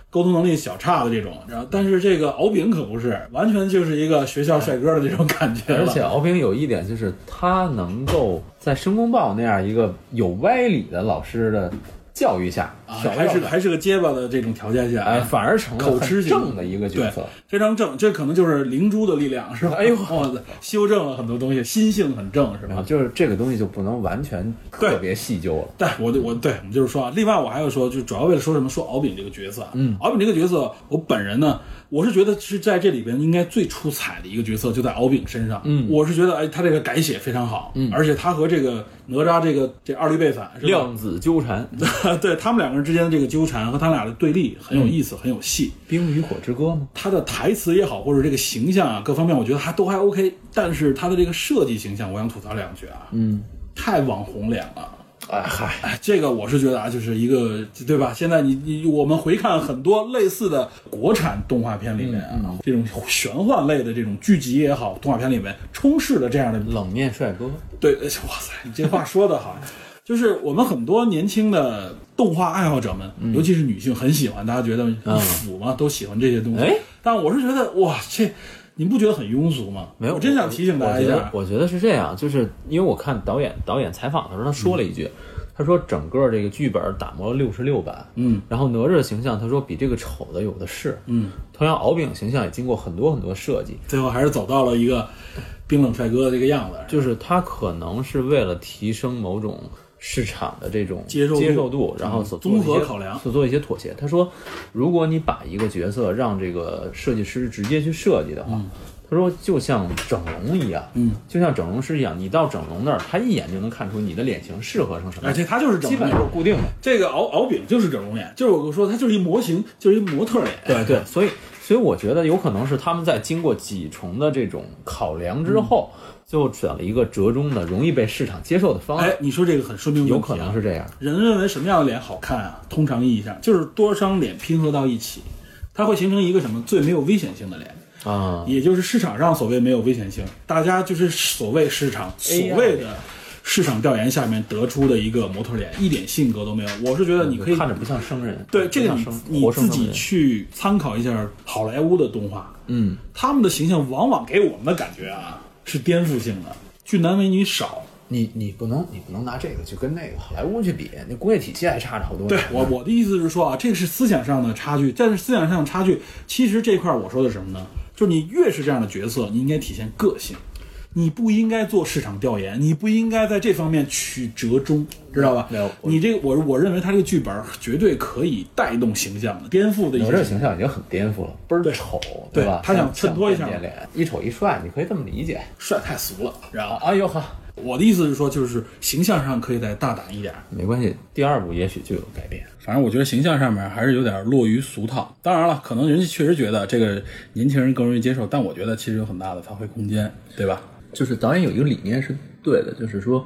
Speaker 2: 沟通能力小差的这种，然后但是这个敖丙可不是，完全就是一个学校帅哥的那种感觉了
Speaker 1: 而且敖丙有一点就是他能够在申公豹那样一个有歪理的老师的教育下，
Speaker 2: 啊，
Speaker 1: 小
Speaker 2: 还是
Speaker 1: 老师
Speaker 2: 还是个结巴的这种条件下，
Speaker 1: 哎，反而成了
Speaker 2: 口吃
Speaker 1: 很
Speaker 2: 型
Speaker 1: 正的一个角
Speaker 2: 对
Speaker 1: 色。，
Speaker 2: 非常正，这可能就是灵珠的力量是吧？
Speaker 1: 哎呦嗯
Speaker 2: 我的修正了很多东西，心性很正是
Speaker 1: 然
Speaker 2: 吧
Speaker 1: 后？就是这个东西就不能完全特别细究了。
Speaker 2: 对，我我对我们就是说啊，另外我还要说，就主要为了说什么？说敖丙这个角色，嗯，敖丙这个角色，我本人呢，我是觉得是在这里边应该最出彩的一个角色，就在敖丙身上，嗯，我是觉得哎，他这个改写非常好，嗯，而且他和这个哪吒这个这二律背反是吧
Speaker 1: 量子纠缠，
Speaker 2: 对他们两个人之间的这个纠缠和他俩的对立很
Speaker 1: 嗯
Speaker 2: 有意思，很有戏。
Speaker 1: 冰与火之歌吗？
Speaker 2: 他的台词也好，或者这个形象啊，各方面我觉得还都还 OK，但是他的这个设计形象，我想吐槽两句啊，嗯，太网红脸了。
Speaker 1: 哎嗨，
Speaker 2: 哎，这个我是觉得啊，就是一个对吧？现在你你我们回看很多类似的国产动画片里面
Speaker 1: 嗯
Speaker 2: 啊，这种玄幻类的这种剧集也好，动画片里面充斥了这样的
Speaker 1: 冷面帅哥，
Speaker 2: 对，哎哇塞，你这话说的好，就是我们很多年轻的动画爱好者们，尤其是女性，很喜欢，大家觉得腐嘛，都喜欢这些东西
Speaker 1: 哎。
Speaker 2: 但我是觉得，哇，这您不觉得很庸俗吗？
Speaker 1: 没有，
Speaker 2: 我真想提醒大家
Speaker 1: 我
Speaker 2: 一
Speaker 1: 觉得
Speaker 2: 下，啊
Speaker 1: 我觉得是这样，就是因为我看导演导演采访的时候，他说了一句，他说整个这个剧本打磨了六十六版，
Speaker 2: 嗯
Speaker 1: 然后哪吒的形象他说比这个丑的有的是，
Speaker 2: 嗯，
Speaker 1: 同样敖丙形象也经过很多很多设计，
Speaker 2: 最后还是走到了一个冰冷帅哥的这个样子，
Speaker 1: 就是他可能是为了提升某种市场的这种
Speaker 2: 接受度嗯
Speaker 1: 接受度，然后所做
Speaker 2: 综合
Speaker 1: 一些
Speaker 2: 考量
Speaker 1: 所做一些妥协。他说，如果你把一个角色让这个设计师直接去设计的话，他说就像整容一样，
Speaker 2: 嗯，
Speaker 1: 就像整容师一样，你到整容那儿，他一眼就能看出你的脸型适合成什么
Speaker 2: 而
Speaker 1: 样，
Speaker 2: 且他就是哎整
Speaker 1: 基
Speaker 2: 容
Speaker 1: 本就是
Speaker 2: 脸，
Speaker 1: 固定的。
Speaker 2: 这个敖敖丙就是整容脸，就是我说他就是一模型，就是一模特脸，
Speaker 1: 对对，所以所以我觉得有可能是他们在经过几重的这种考量
Speaker 2: 嗯
Speaker 1: 之后，最后选了一个折中的、容易被市场接受的方案，
Speaker 2: 哎，你说这个很说明问题啊
Speaker 1: 有可能是这样。
Speaker 2: 人认为什么样的脸好看啊？通常意义上就是多张脸拼合到一起，它会形成一个什么最没有危险性的脸，
Speaker 1: 啊、
Speaker 2: 也就是市场上所谓没有危险性，大家就是所谓市场所谓的市场调研下面得出的一个模特脸，一点性格都没有。我是觉得你可以
Speaker 1: 嗯看着不像生人。
Speaker 2: 对这个
Speaker 1: 不
Speaker 2: 你
Speaker 1: 像生
Speaker 2: 你
Speaker 1: 活生
Speaker 2: 自
Speaker 1: 生
Speaker 2: 己
Speaker 1: 人
Speaker 2: 去参考一下好莱坞的动画，
Speaker 1: 嗯，
Speaker 2: 他们的形象往往给我们的感觉啊是颠覆性的，俊男美女少。
Speaker 1: 你你不能你不能拿这个去跟那个好莱坞去比，那工业体系还差着好多呢。
Speaker 2: 对我我的意思是说啊，这个是思想上的差距，但是思想上的差距，其实这块儿我说的是什么呢？就是你越是这样的角色，你应该体现个性，你不应该做市场调研，你不应该在这方面取折中，知道吧
Speaker 1: 没有？我
Speaker 2: 你这个我我认为他这个剧本绝对可以带动形象的，颠覆的一
Speaker 1: 哪
Speaker 2: 些
Speaker 1: 吒形象已经很颠覆了，倍儿丑，
Speaker 2: 对
Speaker 1: 吧？
Speaker 2: 他想衬托一下
Speaker 1: 像变脸，一丑一帅，你可以这么理解。
Speaker 2: 帅太俗了，知道
Speaker 1: 啊
Speaker 2: 吧？
Speaker 1: 哎呦呵，
Speaker 2: 我的意思是说，就是形象上可以再大胆一点儿，
Speaker 1: 没关系，第二部也许就有改变。
Speaker 2: 反正我觉得形象上面还是有点落于俗套。当然了，可能人家确实觉得这个年轻人更容易接受，但我觉得其实有很大的发挥空间，对吧？
Speaker 1: 就是导演有一个理念是对的，就是说，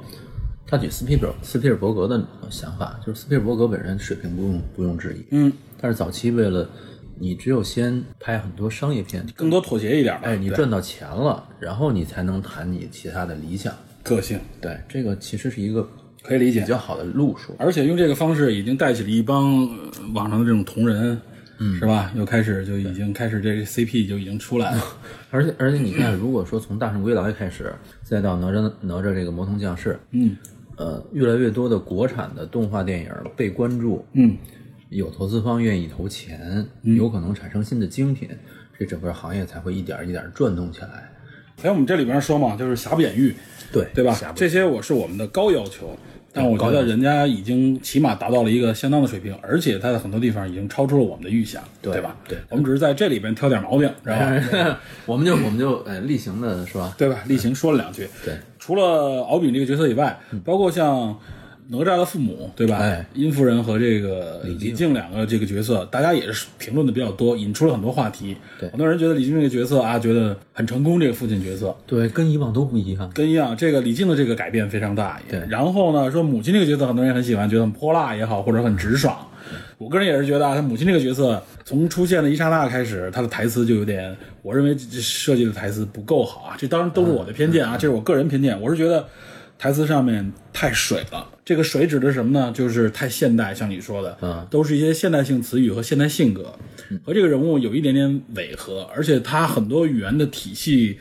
Speaker 1: 他举斯皮尔斯皮尔伯格的想法，就是斯皮尔伯格本人水平不用不用质疑，
Speaker 2: 嗯，
Speaker 1: 但是早期为了你只有先拍很多商业片，
Speaker 2: 更多妥协一点吧。
Speaker 1: 哎，你
Speaker 2: 对
Speaker 1: 赚到钱了，然后你才能谈你其他的理想。
Speaker 2: 个性
Speaker 1: 对，这个其实是一个
Speaker 2: 可以理
Speaker 1: 比
Speaker 2: 解，
Speaker 1: 较好的路数。
Speaker 2: 而且用这个方式已经带起了一帮呃网上的这种同人，嗯，是吧？又开始就已经开始这个 CP 就已经出来了，
Speaker 1: 而且而且你看，如果说从《大圣归来》开始，再到哪吒哪吒这个魔童降世，
Speaker 2: 嗯
Speaker 1: 呃，越来越多的国产的动画电影被关注，
Speaker 2: 嗯，
Speaker 1: 有投资方愿意投钱，有可能产生新的精品，这整个行业才会一点儿一点儿转动起来。
Speaker 2: 哎，我们这里边说嘛，就是瑕不掩瑜，
Speaker 1: 对
Speaker 2: 对吧
Speaker 1: 下？部
Speaker 2: 这些我是我们的高要求，但我觉得人家已经起码达到了一个相当的水平，而且他在很多地方已经超出了我们的预想，对
Speaker 1: 对
Speaker 2: 吧？
Speaker 1: 对
Speaker 2: 我们只是在这里边挑点毛病，然后
Speaker 1: 我们就我们就呃例行的是吧？
Speaker 2: 对吧？例行说了两句，
Speaker 1: 对，嗯
Speaker 2: 除了敖丙这个角色以外，包括像。哪吒的父母，对吧？
Speaker 1: 哎
Speaker 2: 殷夫人和这个李靖两个这个角色，大家也是评论的比较多，引出了很多话题。
Speaker 1: 对
Speaker 2: 很多人觉得李靖这个角色啊，觉得很成功，这个父亲角色。
Speaker 1: 对，跟以往都不一样。
Speaker 2: 跟一样，这个李靖的这个改变非常大。
Speaker 1: 啊对
Speaker 2: 然后呢，说母亲这个角色，很多人也很喜欢，觉得很泼辣也好，或者很直爽。我个人也是觉得啊，他母亲这个角色从出现的一刹那开始，他的台词就有点，我认为这这设计的台词不够好啊。这当然都是我的偏见啊，这是我个人偏见。我是觉得台词上面太水了。这个水指的是什么呢？就是太现代，像你说的，
Speaker 1: 嗯
Speaker 2: 都是一些现代性词语和现代性格，和这个人物有一点点违和，而且他很多语言的体系。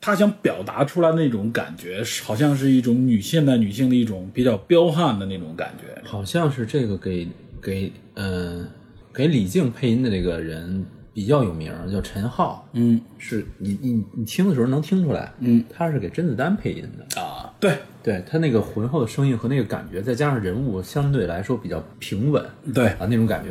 Speaker 2: 他想表达出来那种感觉，是好像是一种女现代女性的一种比较彪悍的那种感觉。
Speaker 1: 好像是这个给给呃给李靖配音的这个人比较有名儿，叫陈浩。
Speaker 2: 嗯
Speaker 1: 是你你你听的时候能听出来，
Speaker 2: 嗯，
Speaker 1: 他是给甄子丹配音的，
Speaker 2: 啊，对
Speaker 1: 对他那个浑厚的声音和那个感觉，再加上人物相对来说比较平稳
Speaker 2: 对，
Speaker 1: 啊那种感觉，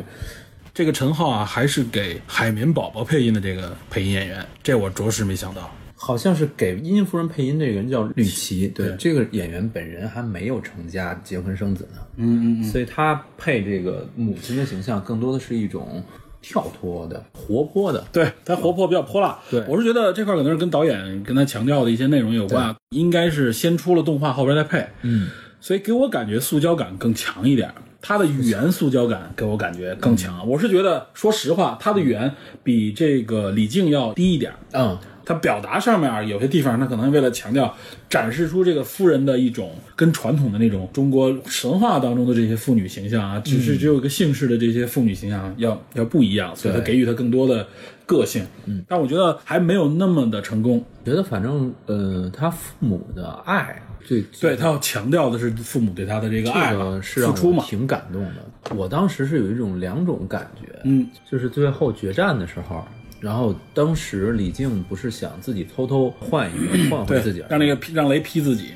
Speaker 2: 这个陈浩啊，还是给海绵宝宝配音的这个配音演员，这我着实没想到。
Speaker 1: 好像是给殷夫人配音这个人叫吕琦，对
Speaker 2: 对
Speaker 1: 这个演员本人还没有成家结婚生子呢，
Speaker 2: 嗯嗯
Speaker 1: 所以他配这个母亲的形象更多的是一种跳脱的、活泼的，
Speaker 2: 对他活泼比较泼辣，
Speaker 1: 对
Speaker 2: 我是觉得这块可能是跟导演跟他强调的一些内容有关啊，应该是先出了动画，后边再配，
Speaker 1: 嗯，
Speaker 2: 所以给我感觉塑胶感更强一点，他的语言塑胶感给我感觉更强。我是觉得，说实话，他的语言比这个李靖要低一点，
Speaker 1: 嗯，
Speaker 2: 他表达上面啊，有些地方他可能为了强调展示出这个夫人的一种跟传统的那种中国神话当中的这些妇女形象啊，只
Speaker 1: 嗯
Speaker 2: 是只有一个姓氏的这些妇女形象啊要要不一样，所以他
Speaker 1: 对
Speaker 2: 给予她更多的个性。嗯，但我觉得还没有那么的成功。
Speaker 1: 觉得反正呃他父母的爱
Speaker 3: 最
Speaker 2: 对他要强调的是父母对他的这个爱
Speaker 1: 这个是
Speaker 2: 付
Speaker 1: 让
Speaker 2: 出
Speaker 1: 我
Speaker 2: 嘛，
Speaker 1: 挺感动的。我当时是有一种两种感觉，
Speaker 2: 嗯，
Speaker 1: 就是最后决战的时候，然后当时李靖不是想自己偷偷换 一个换回
Speaker 2: 对
Speaker 1: 自己儿子，啊
Speaker 2: 让那个劈让雷劈 自己，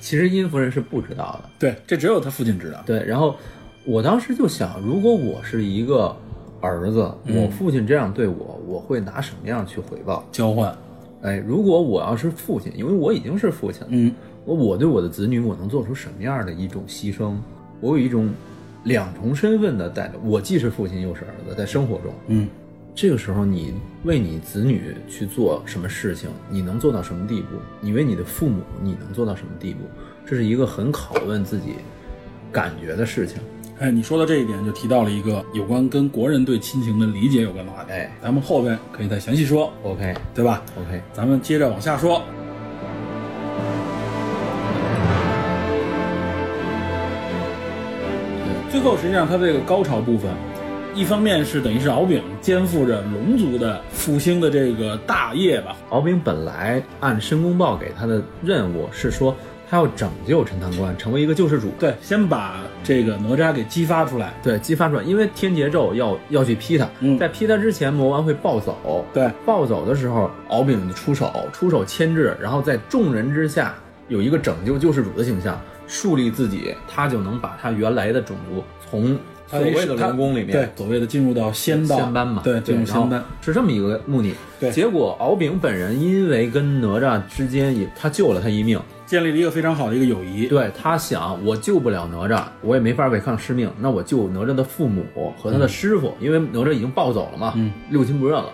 Speaker 1: 其实殷夫人是不知道的，
Speaker 2: 对，这只有他父亲知道，
Speaker 1: 对，然后我当时就想，如果我是一个儿子，
Speaker 2: 嗯
Speaker 1: 我父亲这样对我，我会拿什么样去回报？
Speaker 2: 交换，
Speaker 1: 哎，如果我要是父亲，因为我已经是父亲了，
Speaker 2: 嗯，
Speaker 1: 我我对我的子女，我能做出什么样的一种牺牲？我有一种两重身份的带着，我既是父亲又是儿子，在生活中，
Speaker 2: 嗯，
Speaker 1: 这个时候你为你子女去做什么事情，你能做到什么地步？你为你的父母，你能做到什么地步？这是一个很拷问自己感觉的事情。
Speaker 2: 哎，你说到这一点，就提到了一个有关跟国人对亲情的理解有关的话题，
Speaker 1: 哎
Speaker 2: 咱们后边可以再详细说，
Speaker 1: OK
Speaker 2: 对吧？
Speaker 1: OK，
Speaker 2: 咱们接着往下说。最后，实际上它这个高潮部分，一方面是等于是敖丙肩负着龙族的复兴的这个大业吧，
Speaker 1: 敖丙本来按申公豹给他的任务是说，他要拯救陈塘关，成为一个救世主。
Speaker 2: 对，先把这个哪吒给激发出来，
Speaker 1: 对，激发出来，因为天劫咒要要去劈他，
Speaker 2: 嗯
Speaker 1: 在劈他之前，魔丸会暴走。
Speaker 2: 对，
Speaker 1: 暴走的时候，敖丙出手，出手牵制，然后在众人之下有一个拯救救世主的形象，树立自己，他就能把他原来的种族从所谓的龙宫里面
Speaker 2: 对，所谓的进入到仙道
Speaker 1: 仙班嘛，
Speaker 2: 对，进入
Speaker 1: 然后
Speaker 2: 仙班，
Speaker 1: 是这么一个目的。
Speaker 2: 对
Speaker 1: 结果敖丙本人因为跟哪吒之间也，他救了他一命，
Speaker 2: 建立了一个非常好的一个友谊，
Speaker 1: 对他想，我救不了哪吒，我也没法违抗师命，那我救哪吒的父母和他的师傅，因为哪吒已经暴走了嘛，
Speaker 2: 嗯
Speaker 1: 六亲不认了。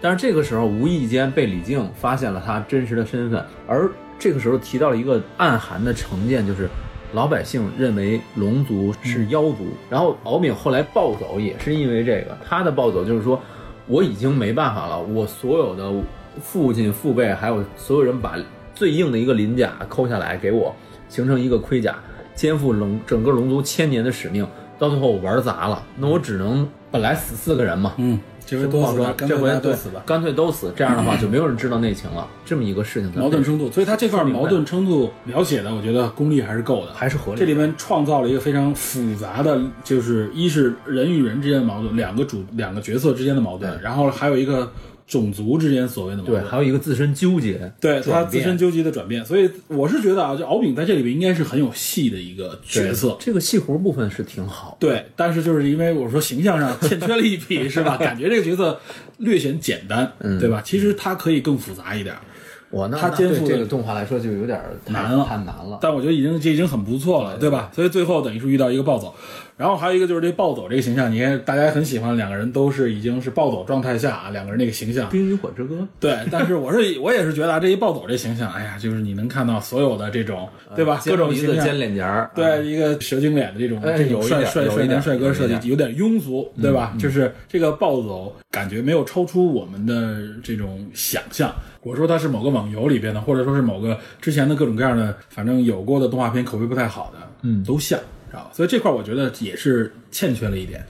Speaker 1: 但是这个时候无意间被李靖发现了他真实的身份，而这个时候提到了一个暗含的成见，就是老百姓认为龙族是妖族，然后敖丙后来暴走也是因为这个，他的暴走就是说我已经没办法了，我所有的父亲父辈还有所有人把最硬的一个鳞甲抠下来给我，形成一个盔甲，肩负龙整个龙族千年的使命。到最后我玩砸了，那我只能本来死四个人嘛，
Speaker 2: 嗯，这回
Speaker 1: 不
Speaker 2: 多
Speaker 1: 好
Speaker 2: 死
Speaker 1: 说
Speaker 2: 吧，，干脆
Speaker 1: 这回
Speaker 2: 大家
Speaker 1: 对
Speaker 2: 多死吧。嗯
Speaker 1: 干脆都死，这样的话就没有人知道内情了。这么一个事情，
Speaker 2: 矛盾程度，所以他这块矛盾程度描写的，我觉得功力还是够的。
Speaker 1: 还是合理
Speaker 2: 这
Speaker 1: 的。
Speaker 2: 里面创造了一个非常复杂的，就是一是人与人之间的矛盾，两个主两个角色之间的矛盾，然后还有一个种族之间所谓的矛
Speaker 1: 对，
Speaker 2: 盾。
Speaker 1: 还有一个自身纠结，
Speaker 2: 对
Speaker 1: 转
Speaker 2: 他
Speaker 1: 变
Speaker 2: 自身纠结的转变，所以我是觉得啊，就敖丙在这里面应该是很有戏的一个角色，
Speaker 1: 这个戏活部分是挺好。
Speaker 2: 对，但是就是因为我说形象上欠缺了一笔， 是吧？感觉这个角色略显简单，
Speaker 1: 嗯
Speaker 2: 对吧？其实他可以更复杂一点，
Speaker 1: 我呢，
Speaker 2: 他
Speaker 1: 那
Speaker 2: 肩
Speaker 1: 对
Speaker 2: 负的
Speaker 1: 这个动画来说就有点儿太
Speaker 2: 难了啊
Speaker 1: 嗯太难了。
Speaker 2: 但我觉得已经这已经很不错了，对吧？所以最后等于是遇到一个暴走，然后还有一个就是这暴走这个形象，你看大家也很喜欢，两个人都是已经是暴走状态下啊，两个人那个形象
Speaker 1: 《冰与火之歌》
Speaker 2: 对，但是我是 我也是觉得啊，这一暴走这形象，哎呀，就是你能看到所有的这种，对吧？各种
Speaker 1: 一
Speaker 2: 形
Speaker 1: 个
Speaker 2: 象，
Speaker 1: 呃尖脸颊儿，啊
Speaker 2: 对一个蛇精脸的这种
Speaker 1: 哎
Speaker 2: 这种
Speaker 1: 有一
Speaker 2: 帅
Speaker 1: 点
Speaker 2: 帅
Speaker 1: 有一
Speaker 2: 帅男
Speaker 1: 点
Speaker 2: 帅哥
Speaker 1: 有一
Speaker 2: 设计
Speaker 1: 点
Speaker 2: 有点庸俗，对吧？就是这个暴走感觉没有超出我们的这种想象。我说它是某个网游里边的，或者说是某个之前的各种各样的，反正有过的动画片口碑不太好的，嗯，都像，知道吧？所以这块我觉得也是欠缺了一点。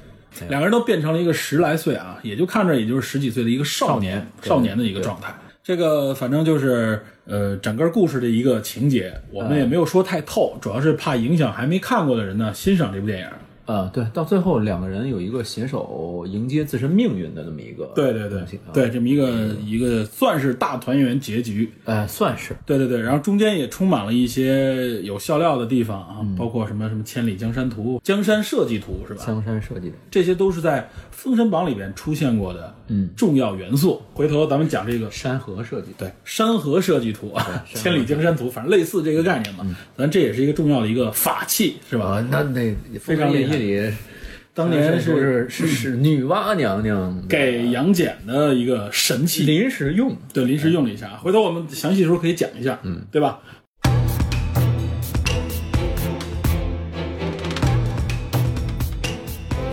Speaker 2: 两个人都变成了一个十来岁啊，也就看着也就是十几岁的一个少年少年的一个状态。这个反正就是呃，整个故事的一个情节，我们也没有说太透，主要是怕影响还没看过的人呢欣赏这部电影。
Speaker 1: 呃，对，到最后两个人有一个携手迎接自身命运的那么一个
Speaker 2: 对对对
Speaker 1: 东西啊，
Speaker 2: 对，这么一个一个算是大团圆结局。
Speaker 1: 呃，算是
Speaker 2: 对对对，然后中间也充满了一些有笑料的地方啊，
Speaker 1: 嗯
Speaker 2: 包括什么什么《千里江山图》《江山设计图》是吧？
Speaker 1: 香山设计的。
Speaker 2: 这些都是在《封神榜》里边出现过的
Speaker 1: 嗯
Speaker 2: 重要元素。回头咱们讲这个
Speaker 1: 山河设计的，
Speaker 2: 对山河设计图啊，《
Speaker 1: 对嗯
Speaker 2: 千里江山图》，反正类似这个概念嘛。咱这也是一个重要的一个法器，是吧？
Speaker 1: 啊，那那
Speaker 2: 非常
Speaker 1: 夜
Speaker 2: 厉害
Speaker 1: 里，哎
Speaker 2: 当年是嗯
Speaker 1: 是是是女娲娘娘
Speaker 2: 给杨戬的一个神器，
Speaker 1: 临时用，
Speaker 2: 对，临时用了一下。回头我们详细的时候可以讲一下，哎嗯，对吧？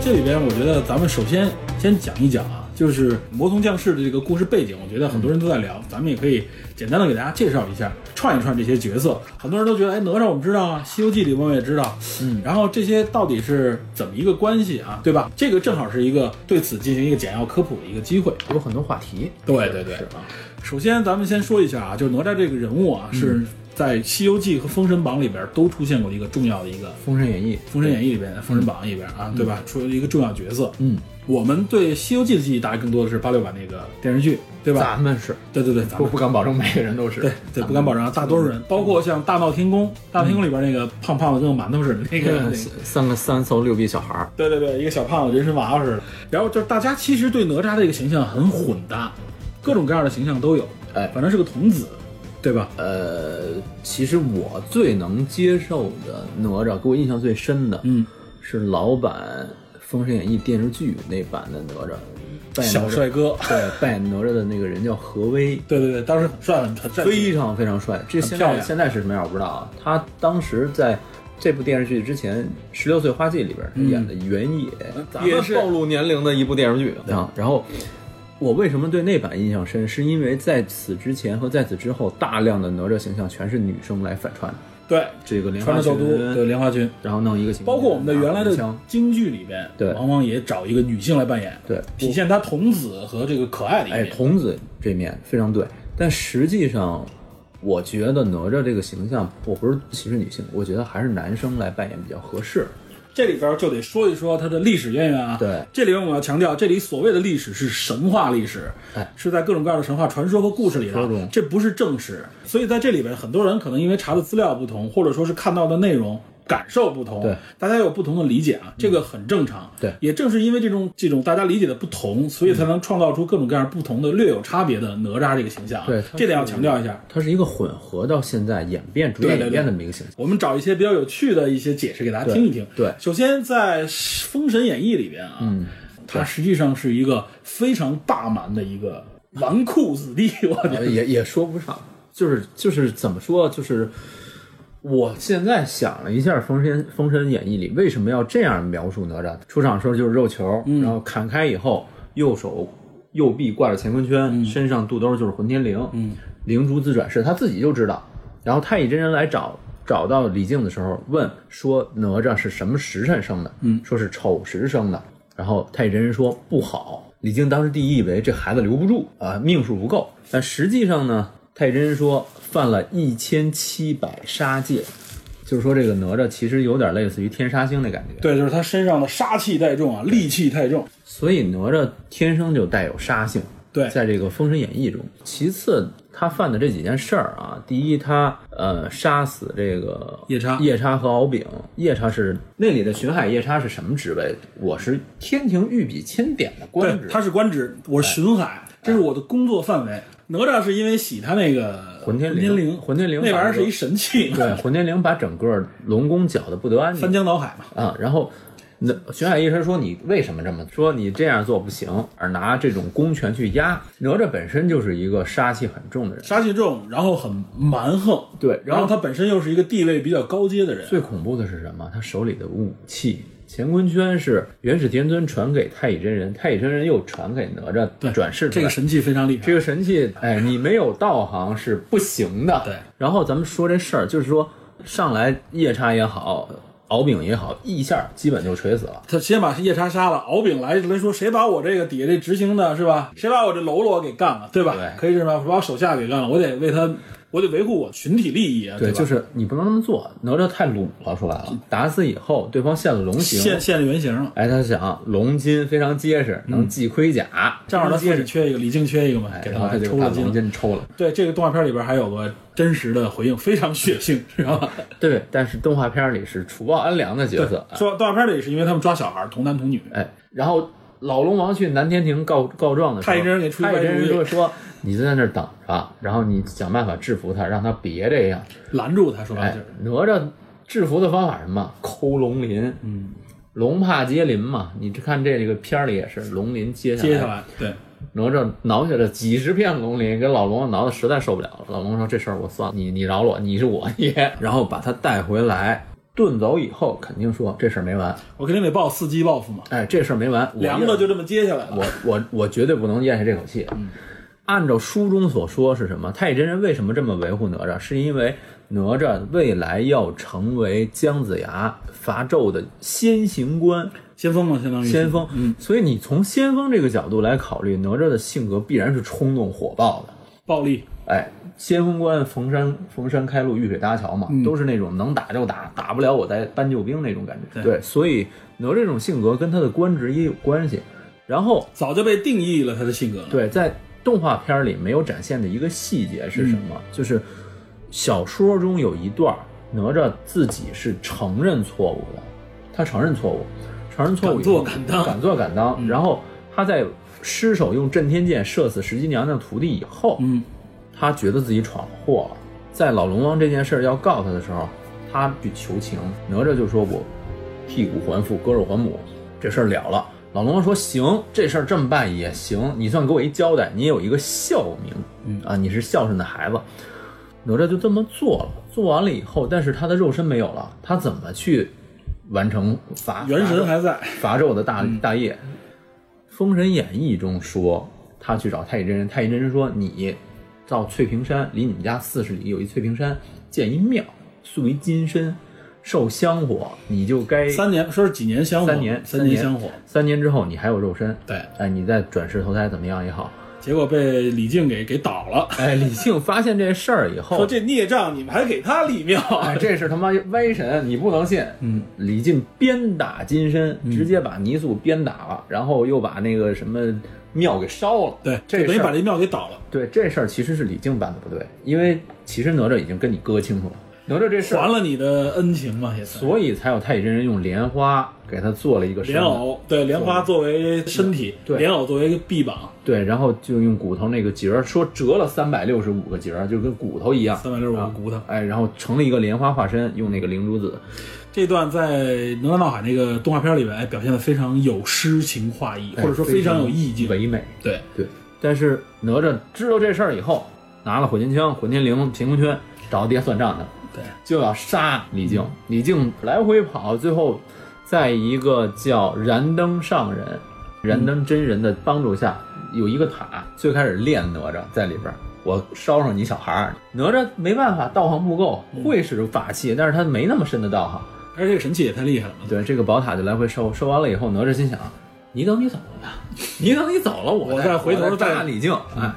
Speaker 2: 这里边我觉得咱们首先先讲一讲啊，就是《魔童降世》的这个故事背景，我觉得很多人都在聊，咱们也可以简单的给大家介绍一下，串一串这些角色。很多人都觉得，哎，哪吒我们知道 啊，《西游记》里我们也知道，嗯，然后这些到底是怎么一个关系啊，对吧？这个正好是一个对此进行一个简要科普的一个机会。
Speaker 1: 有很多话题。
Speaker 2: 对对对
Speaker 1: 是啊，嗯
Speaker 2: 首先，咱们先说一下啊，就是哪吒这个人物啊，是在《西游记》和《封神榜》里边都出现过一个重要的一个《
Speaker 1: 封神演义》，
Speaker 2: 封神演义》里边，《封神榜》里边啊，对吧？出了一个重要角色。
Speaker 1: 嗯，
Speaker 2: 我们对《西游记》的记忆，大家更多的是八六版那个电视剧，对吧？
Speaker 1: 咱们是
Speaker 2: 对对对，咱
Speaker 1: 不
Speaker 2: 们
Speaker 1: 不敢保证每个人都是嗯
Speaker 2: 对对不敢保证啊，大多数人，包括像《大闹天宫》，《大闹天宫》里边那个胖胖的跟个馒头似的那个那
Speaker 1: 嗯
Speaker 2: 个
Speaker 1: 三三个三头六臂小孩儿，
Speaker 2: 对对对，一个小胖子人参娃娃似的。然后就是大家其实对哪吒这个形象很混搭，各种各样的形象都有。
Speaker 1: 哎
Speaker 2: 反正是个童子，对吧？
Speaker 1: 呃，其实我最能接受的哪吒，给我印象最深的，
Speaker 2: 嗯，
Speaker 1: 是老版《封神演义》电视剧那版的哪吒，扮演
Speaker 2: 小
Speaker 1: 哪吒
Speaker 2: 帅哥。
Speaker 1: 对，扮演哪吒的那个人叫何威，
Speaker 2: 对对对，当时很帅，很很帅气。
Speaker 1: 非常非常帅。这现
Speaker 2: 漂
Speaker 1: 在
Speaker 2: 亮
Speaker 1: 现在是什么样我不知道啊。他当时在这部电视剧之前，《十六岁花季》里边他演的原野，咱
Speaker 2: 嗯
Speaker 1: 们
Speaker 2: 也是
Speaker 1: 暴露年龄的一部电视剧啊。然后我为什么对那版印象深，是因为在此之前和在此之后，大量的哪吒形象全是女生来反穿，
Speaker 2: 对，
Speaker 1: 这个莲
Speaker 2: 穿
Speaker 1: 花
Speaker 2: 着斗都，对
Speaker 1: 裙，
Speaker 2: 莲花裙。
Speaker 1: 然后弄一个形象
Speaker 2: 包括我们的原来
Speaker 1: 拿着
Speaker 2: 的
Speaker 1: 枪
Speaker 2: 京剧里边，
Speaker 1: 对
Speaker 2: 往往也找一个女性来扮演，
Speaker 1: 对
Speaker 2: 体现她童子和这个可爱的一
Speaker 1: 哎，
Speaker 2: 面。
Speaker 1: 童子这面非常对，但实际上，我觉得哪吒这个形象，我不是歧视女性，我觉得还是男生来扮演比较合适。
Speaker 2: 这里边就得说一说它的历史渊源啊。
Speaker 1: 对
Speaker 2: 这里边我们要强调，这里所谓的历史是神话历史，
Speaker 1: 哎
Speaker 2: 是在各种各样的神话传说和故事里
Speaker 1: 说
Speaker 2: 的
Speaker 1: 中，
Speaker 2: 这不是正史。所以在这里边，很多人可能因为查的资料不同，或者说是看到的内容。感受不同，
Speaker 1: 对，嗯
Speaker 2: 大家有不同的理解啊，这个很正常。
Speaker 1: 对
Speaker 2: 也正是因为这种这种大家理解的不同，所以才能创造出各种各样不同的、略有差别的哪吒这个形象啊。
Speaker 1: 对它
Speaker 2: 这点要强调一下。
Speaker 1: 它是一个混合到现在演变逐渐
Speaker 2: 对对对
Speaker 1: 演变的这么一个形象。
Speaker 2: 我们找一些比较有趣的一些解释给大家听一听。
Speaker 1: 对对
Speaker 2: 首先在《封神演义》里边啊，他实际上是一个非常霸蛮的一个纨绔子弟， 我觉得。
Speaker 1: 呃也也说不上，就是就是怎么说，就是我现在想了一下《封神封神演义》里为什么要这样描述哪吒？出场的时候就是肉球，然后砍开以后，右手右臂挂着乾坤圈，身上肚兜就是混天绫，嗯，灵珠自转世他自己就知道。然后太乙真人来找找到李靖的时候，问说哪吒是什么时辰生的？嗯，说是丑时生的。然后太乙真人说不好。李靖当时第一以为这孩子留不住啊、命数不够，但实际上呢，太乙真人说犯了一千七百杀戒，就是说这个哪吒其实有点类似于天杀星的感觉。
Speaker 2: 对，就是他身上的杀气太重啊，戾气太重。
Speaker 1: 所以哪吒天生就带有杀性。
Speaker 2: 对
Speaker 1: 在这个《封神演义》中，其次他犯的这几件事儿啊，第一他呃杀死这个
Speaker 2: 夜叉
Speaker 1: 夜叉和敖丙，夜叉是那里的巡海夜叉是什么职位？我是天庭御笔钦点的官职，
Speaker 2: 对，他是官职，哎我是巡海，这是我的工作范围。哪吒是因为喜他那个
Speaker 1: 混天绫
Speaker 2: 绫，
Speaker 1: 混天绫
Speaker 2: 那玩意儿
Speaker 1: 反正
Speaker 2: 是
Speaker 1: 就
Speaker 2: 一神器，
Speaker 1: 对，混天绫把整个龙宫搅得不得安宁
Speaker 2: 翻，江倒海嘛。
Speaker 1: 啊，然后那玄海医生说你为什么这么说？你这样做不行，而拿这种公权去压哪吒本身就是一个杀气很重的人，
Speaker 2: 杀气重，然后很蛮横，
Speaker 1: 对然
Speaker 2: 然
Speaker 1: 后
Speaker 2: 后他本身又是一个地位比较高阶的人，
Speaker 1: 最恐怖的是什么？他手里的武器乾坤圈是元始天尊传给太乙真人，太乙真人又传给哪
Speaker 2: 对
Speaker 1: 吒转世出
Speaker 2: 这
Speaker 1: 来
Speaker 2: 个神器非常厉害。
Speaker 1: 这个神器，哎，你没有道行是不行的。
Speaker 2: 对。
Speaker 1: 然后咱们说这事儿，就是说上来夜叉也好，敖丙也好，一下基本就锤死了。
Speaker 2: 他先把夜叉杀了，敖丙来来说，谁把我这个底下这执行的是吧？谁把我这喽啰给干了，对吧？
Speaker 1: 对
Speaker 2: 可以是吧？把我手下给干了，我得为他，我得维护我群体利益啊，
Speaker 1: 对，
Speaker 2: 吧？嗯
Speaker 1: 就是你不能那么做。哪吒太鲁了，说白了，打死以后，对方现了龙
Speaker 2: 现
Speaker 1: 形，
Speaker 2: 现了原形了，
Speaker 1: 哎，他想龙筋非常结实，能系盔甲，
Speaker 2: 嗯正好他
Speaker 1: 结
Speaker 2: 自己
Speaker 1: 实，
Speaker 2: 缺一个，李靖缺一个嘛，
Speaker 1: 哎
Speaker 2: 给
Speaker 1: 然
Speaker 2: 他
Speaker 1: 后他就
Speaker 2: 抽
Speaker 1: 把
Speaker 2: 了筋
Speaker 1: 龙
Speaker 2: 了。
Speaker 1: 筋抽了。
Speaker 2: 对，这个动画片里边还有个真实的回应，非常血腥，知道 吧？
Speaker 1: 对，但是动画片里是除暴安良的角色，啊
Speaker 2: 说动画片里是因为他们抓小孩，童男童女，
Speaker 1: 哎，然后老龙王去南天庭告告状的时候，
Speaker 2: 太乙真人给出一
Speaker 1: 太乙真
Speaker 2: 歪主
Speaker 1: 人
Speaker 2: 意
Speaker 1: 就说你就在那儿等着，然后你想办法制服他，让他别这样。
Speaker 2: 拦住他，说白了
Speaker 1: 哎
Speaker 2: 就是。，
Speaker 1: 哪吒制服的方法是什么？抠龙鳞，嗯，龙怕接鳞嘛。你这看这个片儿里也是，龙鳞接下来，
Speaker 2: 接下来，对，
Speaker 1: 哪吒挠下了几十片龙鳞，给老龙挠的实在受不了了。老龙说：“这事儿我算了，你你饶了我，你是我爹。” 然后把他带回来。遁走以后，肯定说这事儿没完。
Speaker 2: 我肯定得报伺机报复嘛，
Speaker 1: 哎，这事儿没完。我
Speaker 2: 凉的就这么接下来了。
Speaker 1: 我我我绝对不能咽下这口气。啊按照书中所说是什么？太乙真人为什么这么维护哪吒？是因为哪吒未来要成为姜子牙伐纣的先行官、
Speaker 2: 先锋嘛，相当于是
Speaker 1: 哎先锋。所以你从先锋这个角度来考虑，哪吒的性格必然是冲动火爆的。
Speaker 2: 暴力，
Speaker 1: 哎，先锋官逢山逢山开路，遇水搭桥嘛，都是那种能打就打，打不了我再搬救兵那种感觉。
Speaker 2: 对
Speaker 1: 所以哪吒这种性格跟他的官职也有关系。然后
Speaker 2: 早就被定义了他的性格了。，
Speaker 1: 对，在动画片里没有展现的一个细节是什么？
Speaker 2: 嗯
Speaker 1: 就是小说中有一段儿哪吒自己是承认错误的，他承认错误，承认错误以
Speaker 2: 敢做
Speaker 1: 后
Speaker 2: 敢当嗯
Speaker 1: 敢做敢当。然后他在失手用震天剑射死石矶娘娘徒弟以后，
Speaker 2: 嗯，
Speaker 1: 他觉得自己闯祸了。在老龙王这件事儿要告他的时候，他去求情，哪吒就说：“我剔骨还父，割肉还母，这事儿了了。”老龙王说：“行，这事儿这么办也行，你算给我一交代，你也有一个孝名，嗯啊，你是孝顺的孩子。”哪吒就这么做了，做完了以后，但是他的肉身没有了，他怎么去完成伐？
Speaker 2: 元神
Speaker 1: 还。
Speaker 2: 还在，
Speaker 1: 伐纣的大
Speaker 2: 嗯
Speaker 1: 大业，封神演义》中说他去找太乙真人，太乙真人说你到翠屏山，离你们家四十里有一翠屏山，建一庙，塑一金身，受香火，你就该
Speaker 2: 三年说是几年香火？
Speaker 1: 哎三年
Speaker 2: 三年
Speaker 1: 三年
Speaker 2: 香火。
Speaker 1: 三年之后你还有肉身，
Speaker 2: 对，
Speaker 1: 哎，你再转世投胎怎么样也好。
Speaker 2: 结果被李靖给给倒了，
Speaker 1: 哎，李靖发现这事儿以后，
Speaker 2: 说这孽障你们还给他立庙，
Speaker 1: 哎，这是他妈歪神，你不能信。嗯，李靖鞭打金身，直接把泥塑鞭打了，然后又把那个什么庙给烧了。
Speaker 2: 对，
Speaker 1: 这
Speaker 2: 就等于
Speaker 1: 事儿
Speaker 2: 把这庙给倒了，
Speaker 1: 对这事儿其实是李靖办的不对，因为其实哪吒已经跟你哥清楚了，哪吒这事
Speaker 2: 还
Speaker 1: 儿，
Speaker 2: 了你的恩情嘛，也算。
Speaker 1: 所以才有太乙真人用莲花给他做了一个身
Speaker 2: 莲
Speaker 1: 份，
Speaker 2: 藕对莲花作为身体，
Speaker 1: 对
Speaker 2: 莲藕作为臂膀，
Speaker 1: 对，然后就用骨头那个节儿，说折了三百六十五个节儿，就跟骨头一样，
Speaker 2: 三百六十五个骨头。
Speaker 1: 哎，然后成了一个莲花化身，用那个灵珠子，
Speaker 2: 这段在《哪吒闹海》那个动画片里边，哎，表现的非常有诗情画意，或者说非常有意境。
Speaker 1: 哎唯美。
Speaker 2: 对，
Speaker 1: 对，但是哪吒知道这事儿以后，拿了火尖枪、混天绫、乾坤圈找爹算账去了，
Speaker 2: 对，
Speaker 1: 就要杀李
Speaker 2: 嗯
Speaker 1: 靖。李靖来回跑，最后在一个叫燃灯上人、燃灯真人的帮助下，有一个塔，最开始练哪吒在里边儿。我烧上你小孩儿，哪吒没办法，道行不够，会使法
Speaker 2: 嗯
Speaker 1: 器，但是他没那么深的道行。
Speaker 2: 而且这个神器也太厉害了嘛。
Speaker 1: 对，这个宝塔就来回收，收完了以后，哪吒心想：你等你走了吧，你等你走了，
Speaker 2: 我
Speaker 1: 我
Speaker 2: 再回头
Speaker 1: 我
Speaker 2: 再嗯
Speaker 1: 炸李靖。哎，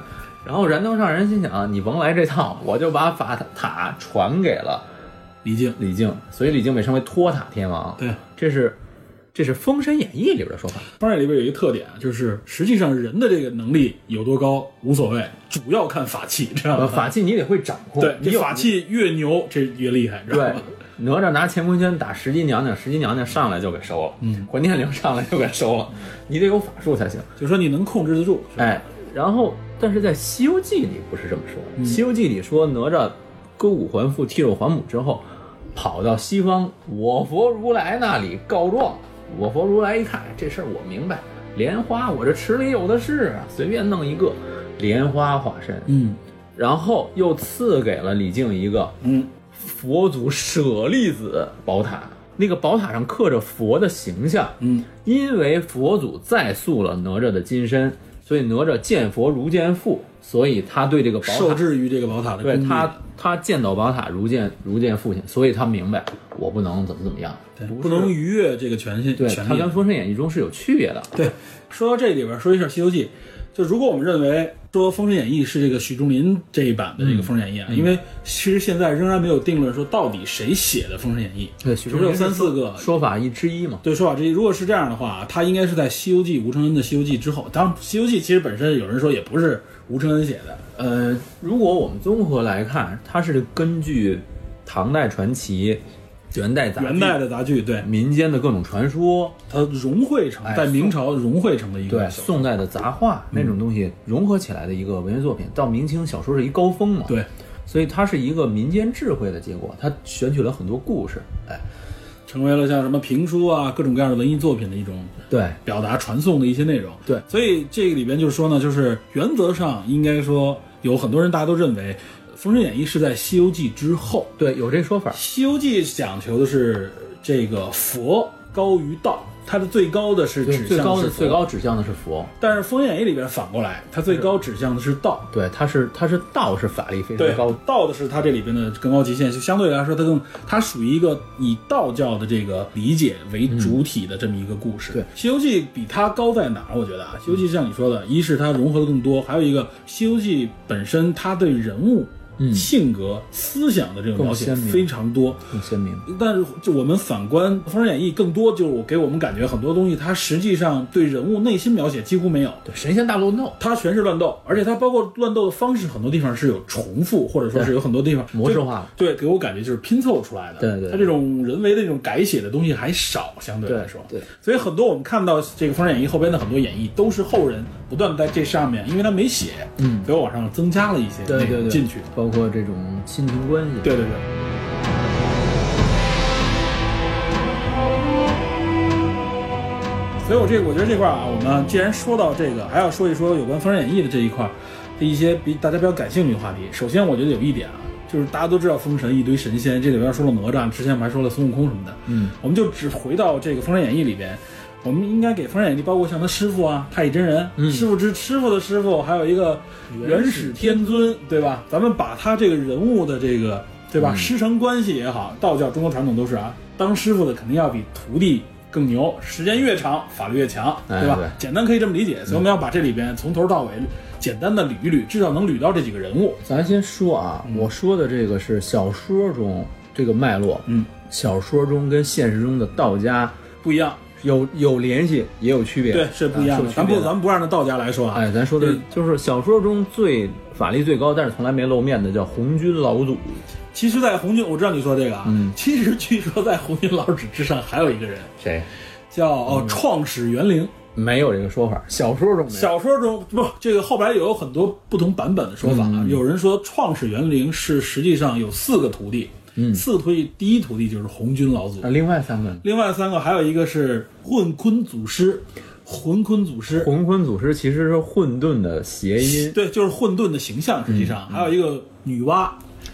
Speaker 1: 然后燃灯上人心想：你甭来这套，我就把法塔传给了
Speaker 2: 李靖，
Speaker 1: 李靖，所以李靖被称为托塔天王。
Speaker 2: 对，
Speaker 1: 这是这是《封神演义》里边的 说法。
Speaker 2: 方眼里边有一个特点啊，就是实际上人的这个能力有多高无所谓，主要看法器，知道
Speaker 1: 呃，
Speaker 2: 吗？
Speaker 1: 法器你得会掌控，
Speaker 2: 对，
Speaker 1: 嗯你
Speaker 2: 这
Speaker 1: 有
Speaker 2: 法器越牛，这越厉害，知道
Speaker 1: 对
Speaker 2: 吗？。
Speaker 1: 哪吒拿乾坤圈打石矶娘娘，石矶娘娘上来就给收了， 嗯，混天绫上来就给收了，你得有法术才行。
Speaker 2: 就说你能控制得住，是吧
Speaker 1: 哎，然后但是在《西游记》里不是这么说，
Speaker 2: 嗯
Speaker 1: 西游记》里说哪吒割骨还父、剔肉还母之后，跑到西方我佛如来那里告状。我佛如来一看这事儿我明白，莲花我这池里有的是啊，随便弄一个莲花化身，
Speaker 2: 嗯
Speaker 1: 然后又赐给了李靖一个
Speaker 2: 嗯，
Speaker 1: 佛祖舍利子宝塔，那个宝塔上刻着佛的形象。
Speaker 2: 嗯，
Speaker 1: 因为佛祖再塑了哪吒的金身，所以哪吒见佛如见父，所以他对这个宝
Speaker 2: 受
Speaker 1: 塔，
Speaker 2: 制于这个宝塔的
Speaker 1: 对
Speaker 2: 功力
Speaker 1: 他他见到宝塔如见如见父亲，所以他明白我不能怎么怎么样，
Speaker 2: 对
Speaker 1: 不
Speaker 2: 不
Speaker 1: 是
Speaker 2: 能。逾越这个权限
Speaker 1: 对
Speaker 2: 权
Speaker 1: 他
Speaker 2: 力
Speaker 1: 跟
Speaker 2: 的
Speaker 1: 《封神演义》中是有区别的，
Speaker 2: 对，说到这里边，说一下《西游记》，就如果我们认为说《封神演义》是这个许仲林这一版的
Speaker 1: 嗯
Speaker 2: 这个《封神演义》啊，因为其实现在仍然没有定论说到底谁写的《封神演义》，
Speaker 1: 对，许
Speaker 2: 只有三四个
Speaker 1: 说法一之一嘛。
Speaker 2: 对，说法之一，如果是这样的话，他应该是在《西游记》吴承恩的《西游记》之后。当然，《西游记》其实本身有人说也不是吴承恩写的，
Speaker 1: 呃，如果我们综合来看，它是根据唐代传奇、元代杂剧
Speaker 2: 元代的杂剧，对，
Speaker 1: 民间的各种传说，
Speaker 2: 它融汇成
Speaker 1: 哎
Speaker 2: 在明朝融汇成的一个
Speaker 1: 对
Speaker 2: 嗯小
Speaker 1: 宋代的杂话那种东西融合起来的一个文学作品，到明清小说是一高峰嘛，，
Speaker 2: 对
Speaker 1: 所以它是一个民间智慧的结果，它选取了很多故事，哎，
Speaker 2: 成为了像什么评书啊各种各样的文艺作品的一种
Speaker 1: 对
Speaker 2: 表达传送的一些内容。
Speaker 1: 对
Speaker 2: 所以这个里边就是说呢，就是原则上应该说有很多人大家都认为《封神演义》是在《西游记》之后，
Speaker 1: 对，有这说法
Speaker 2: 《，西游记》讲求的是这个佛高于道，它的最高的是
Speaker 1: 对，
Speaker 2: 指
Speaker 1: 最
Speaker 2: 向
Speaker 1: 高
Speaker 2: 是
Speaker 1: 的
Speaker 2: 佛
Speaker 1: 最。高指向的是佛，
Speaker 2: 但是《封神演义》里边反过来，它最高指向的是道。
Speaker 1: 对，它是它是道是法力非
Speaker 2: 对
Speaker 1: 常高，，
Speaker 2: 道的是它这里边的更高极限，就相对来说，它更它属于一个以道教的这个理解为主体的这么一个故事。
Speaker 1: 对
Speaker 2: 西游记》比它高在哪儿？我觉得啊，《西游记》像你说的，一是它融合的更多，还有一个《西游记》本身它对人物
Speaker 1: 嗯
Speaker 2: 性格、思想的这种描写
Speaker 1: 更鲜明
Speaker 2: 非常多。
Speaker 1: 更鲜明。
Speaker 2: 但是就我们反观《封神演义》，更多就是我给我们感觉很多东西，它实际上对人物内心描写几乎没有。
Speaker 1: 对，神仙大乱斗，
Speaker 2: 它全是乱斗，而且它包括乱斗的方式，很多地方是有重复，或者说是有很多地方
Speaker 1: 模式化了。
Speaker 2: 对，给我感觉就是拼凑出来的。
Speaker 1: 对对
Speaker 2: 它这种人为的这种改写的东西还少，相对来说。
Speaker 1: 对对
Speaker 2: 所以很多我们看到这个《封神演义》后边的很多演绎，都是后人不断地在这上面，因为他没写，
Speaker 1: 嗯
Speaker 2: 所以往上增加了一些
Speaker 1: 对
Speaker 2: 内
Speaker 1: 对
Speaker 2: 容
Speaker 1: 对，
Speaker 2: 进去。，
Speaker 1: 包括这种亲情关系。
Speaker 2: 对对对，所以我这个我觉得这块儿啊，我们既然说到这个，还要说一说有关《封神演义》的这一块儿的一些比大家比较感兴趣的话题。首先，我觉得有一点啊，就是大家都知道封神一堆神仙，这里边说了哪吒，之前我们还说了孙悟空什么的，
Speaker 1: 嗯，
Speaker 2: 我们就只回到这个《封神演义》里边。我们应该给《封神演义》包括像他师傅啊，太乙真人，
Speaker 1: 嗯
Speaker 2: 师傅之师傅的师傅，还有一个元始天尊，对吧？咱们把他这个人物的这个，对
Speaker 1: 嗯
Speaker 2: 吧？师承关系也好，道教中国传统都是啊，当师傅的肯定要比徒弟更牛，时间越长，法律越强，
Speaker 1: 哎
Speaker 2: 对吧？
Speaker 1: 对嗯
Speaker 2: 简单可以这么理解，所以我们要把这里边从头到尾简单的捋一捋，至少能捋到这几个人物。
Speaker 1: 咱先说啊，
Speaker 2: 嗯
Speaker 1: 我说的这个是小说中这个脉络，
Speaker 2: 嗯，
Speaker 1: 小说中跟现实中的道家
Speaker 2: 不一样，
Speaker 1: 有有联系，也有区别，
Speaker 2: 对，是不一样
Speaker 1: 啊
Speaker 2: 的。
Speaker 1: 是
Speaker 2: 咱
Speaker 1: 有区别
Speaker 2: 不
Speaker 1: 的
Speaker 2: 咱们不按照道家来说啊，
Speaker 1: 哎，咱说的
Speaker 2: 对
Speaker 1: 就是小说中最法力最高，但是从来没露面的叫红军老祖，
Speaker 2: 其实，在红军，我知道你说这个啊，
Speaker 1: 嗯
Speaker 2: 其实据说在红军老师之上还有一个人
Speaker 1: 谁？
Speaker 2: 叫、
Speaker 1: 嗯
Speaker 2: 哦、创始元灵，
Speaker 1: 没有这个说法，小说中没有。
Speaker 2: 小说中不，这个后边有很多不同版本的说法啊。
Speaker 1: 嗯
Speaker 2: 有人说创始元灵是实际上有四个徒弟，
Speaker 1: 嗯哎
Speaker 2: 四个徒弟，第一徒弟就是红军老祖，
Speaker 1: 那另外三个呢？
Speaker 2: 另外三个还有一个是混坤祖师，混坤祖师，
Speaker 1: 混坤祖师其实是混沌的谐音，嗯
Speaker 2: 对，就是混沌的形象，实际上、还有一个女娲，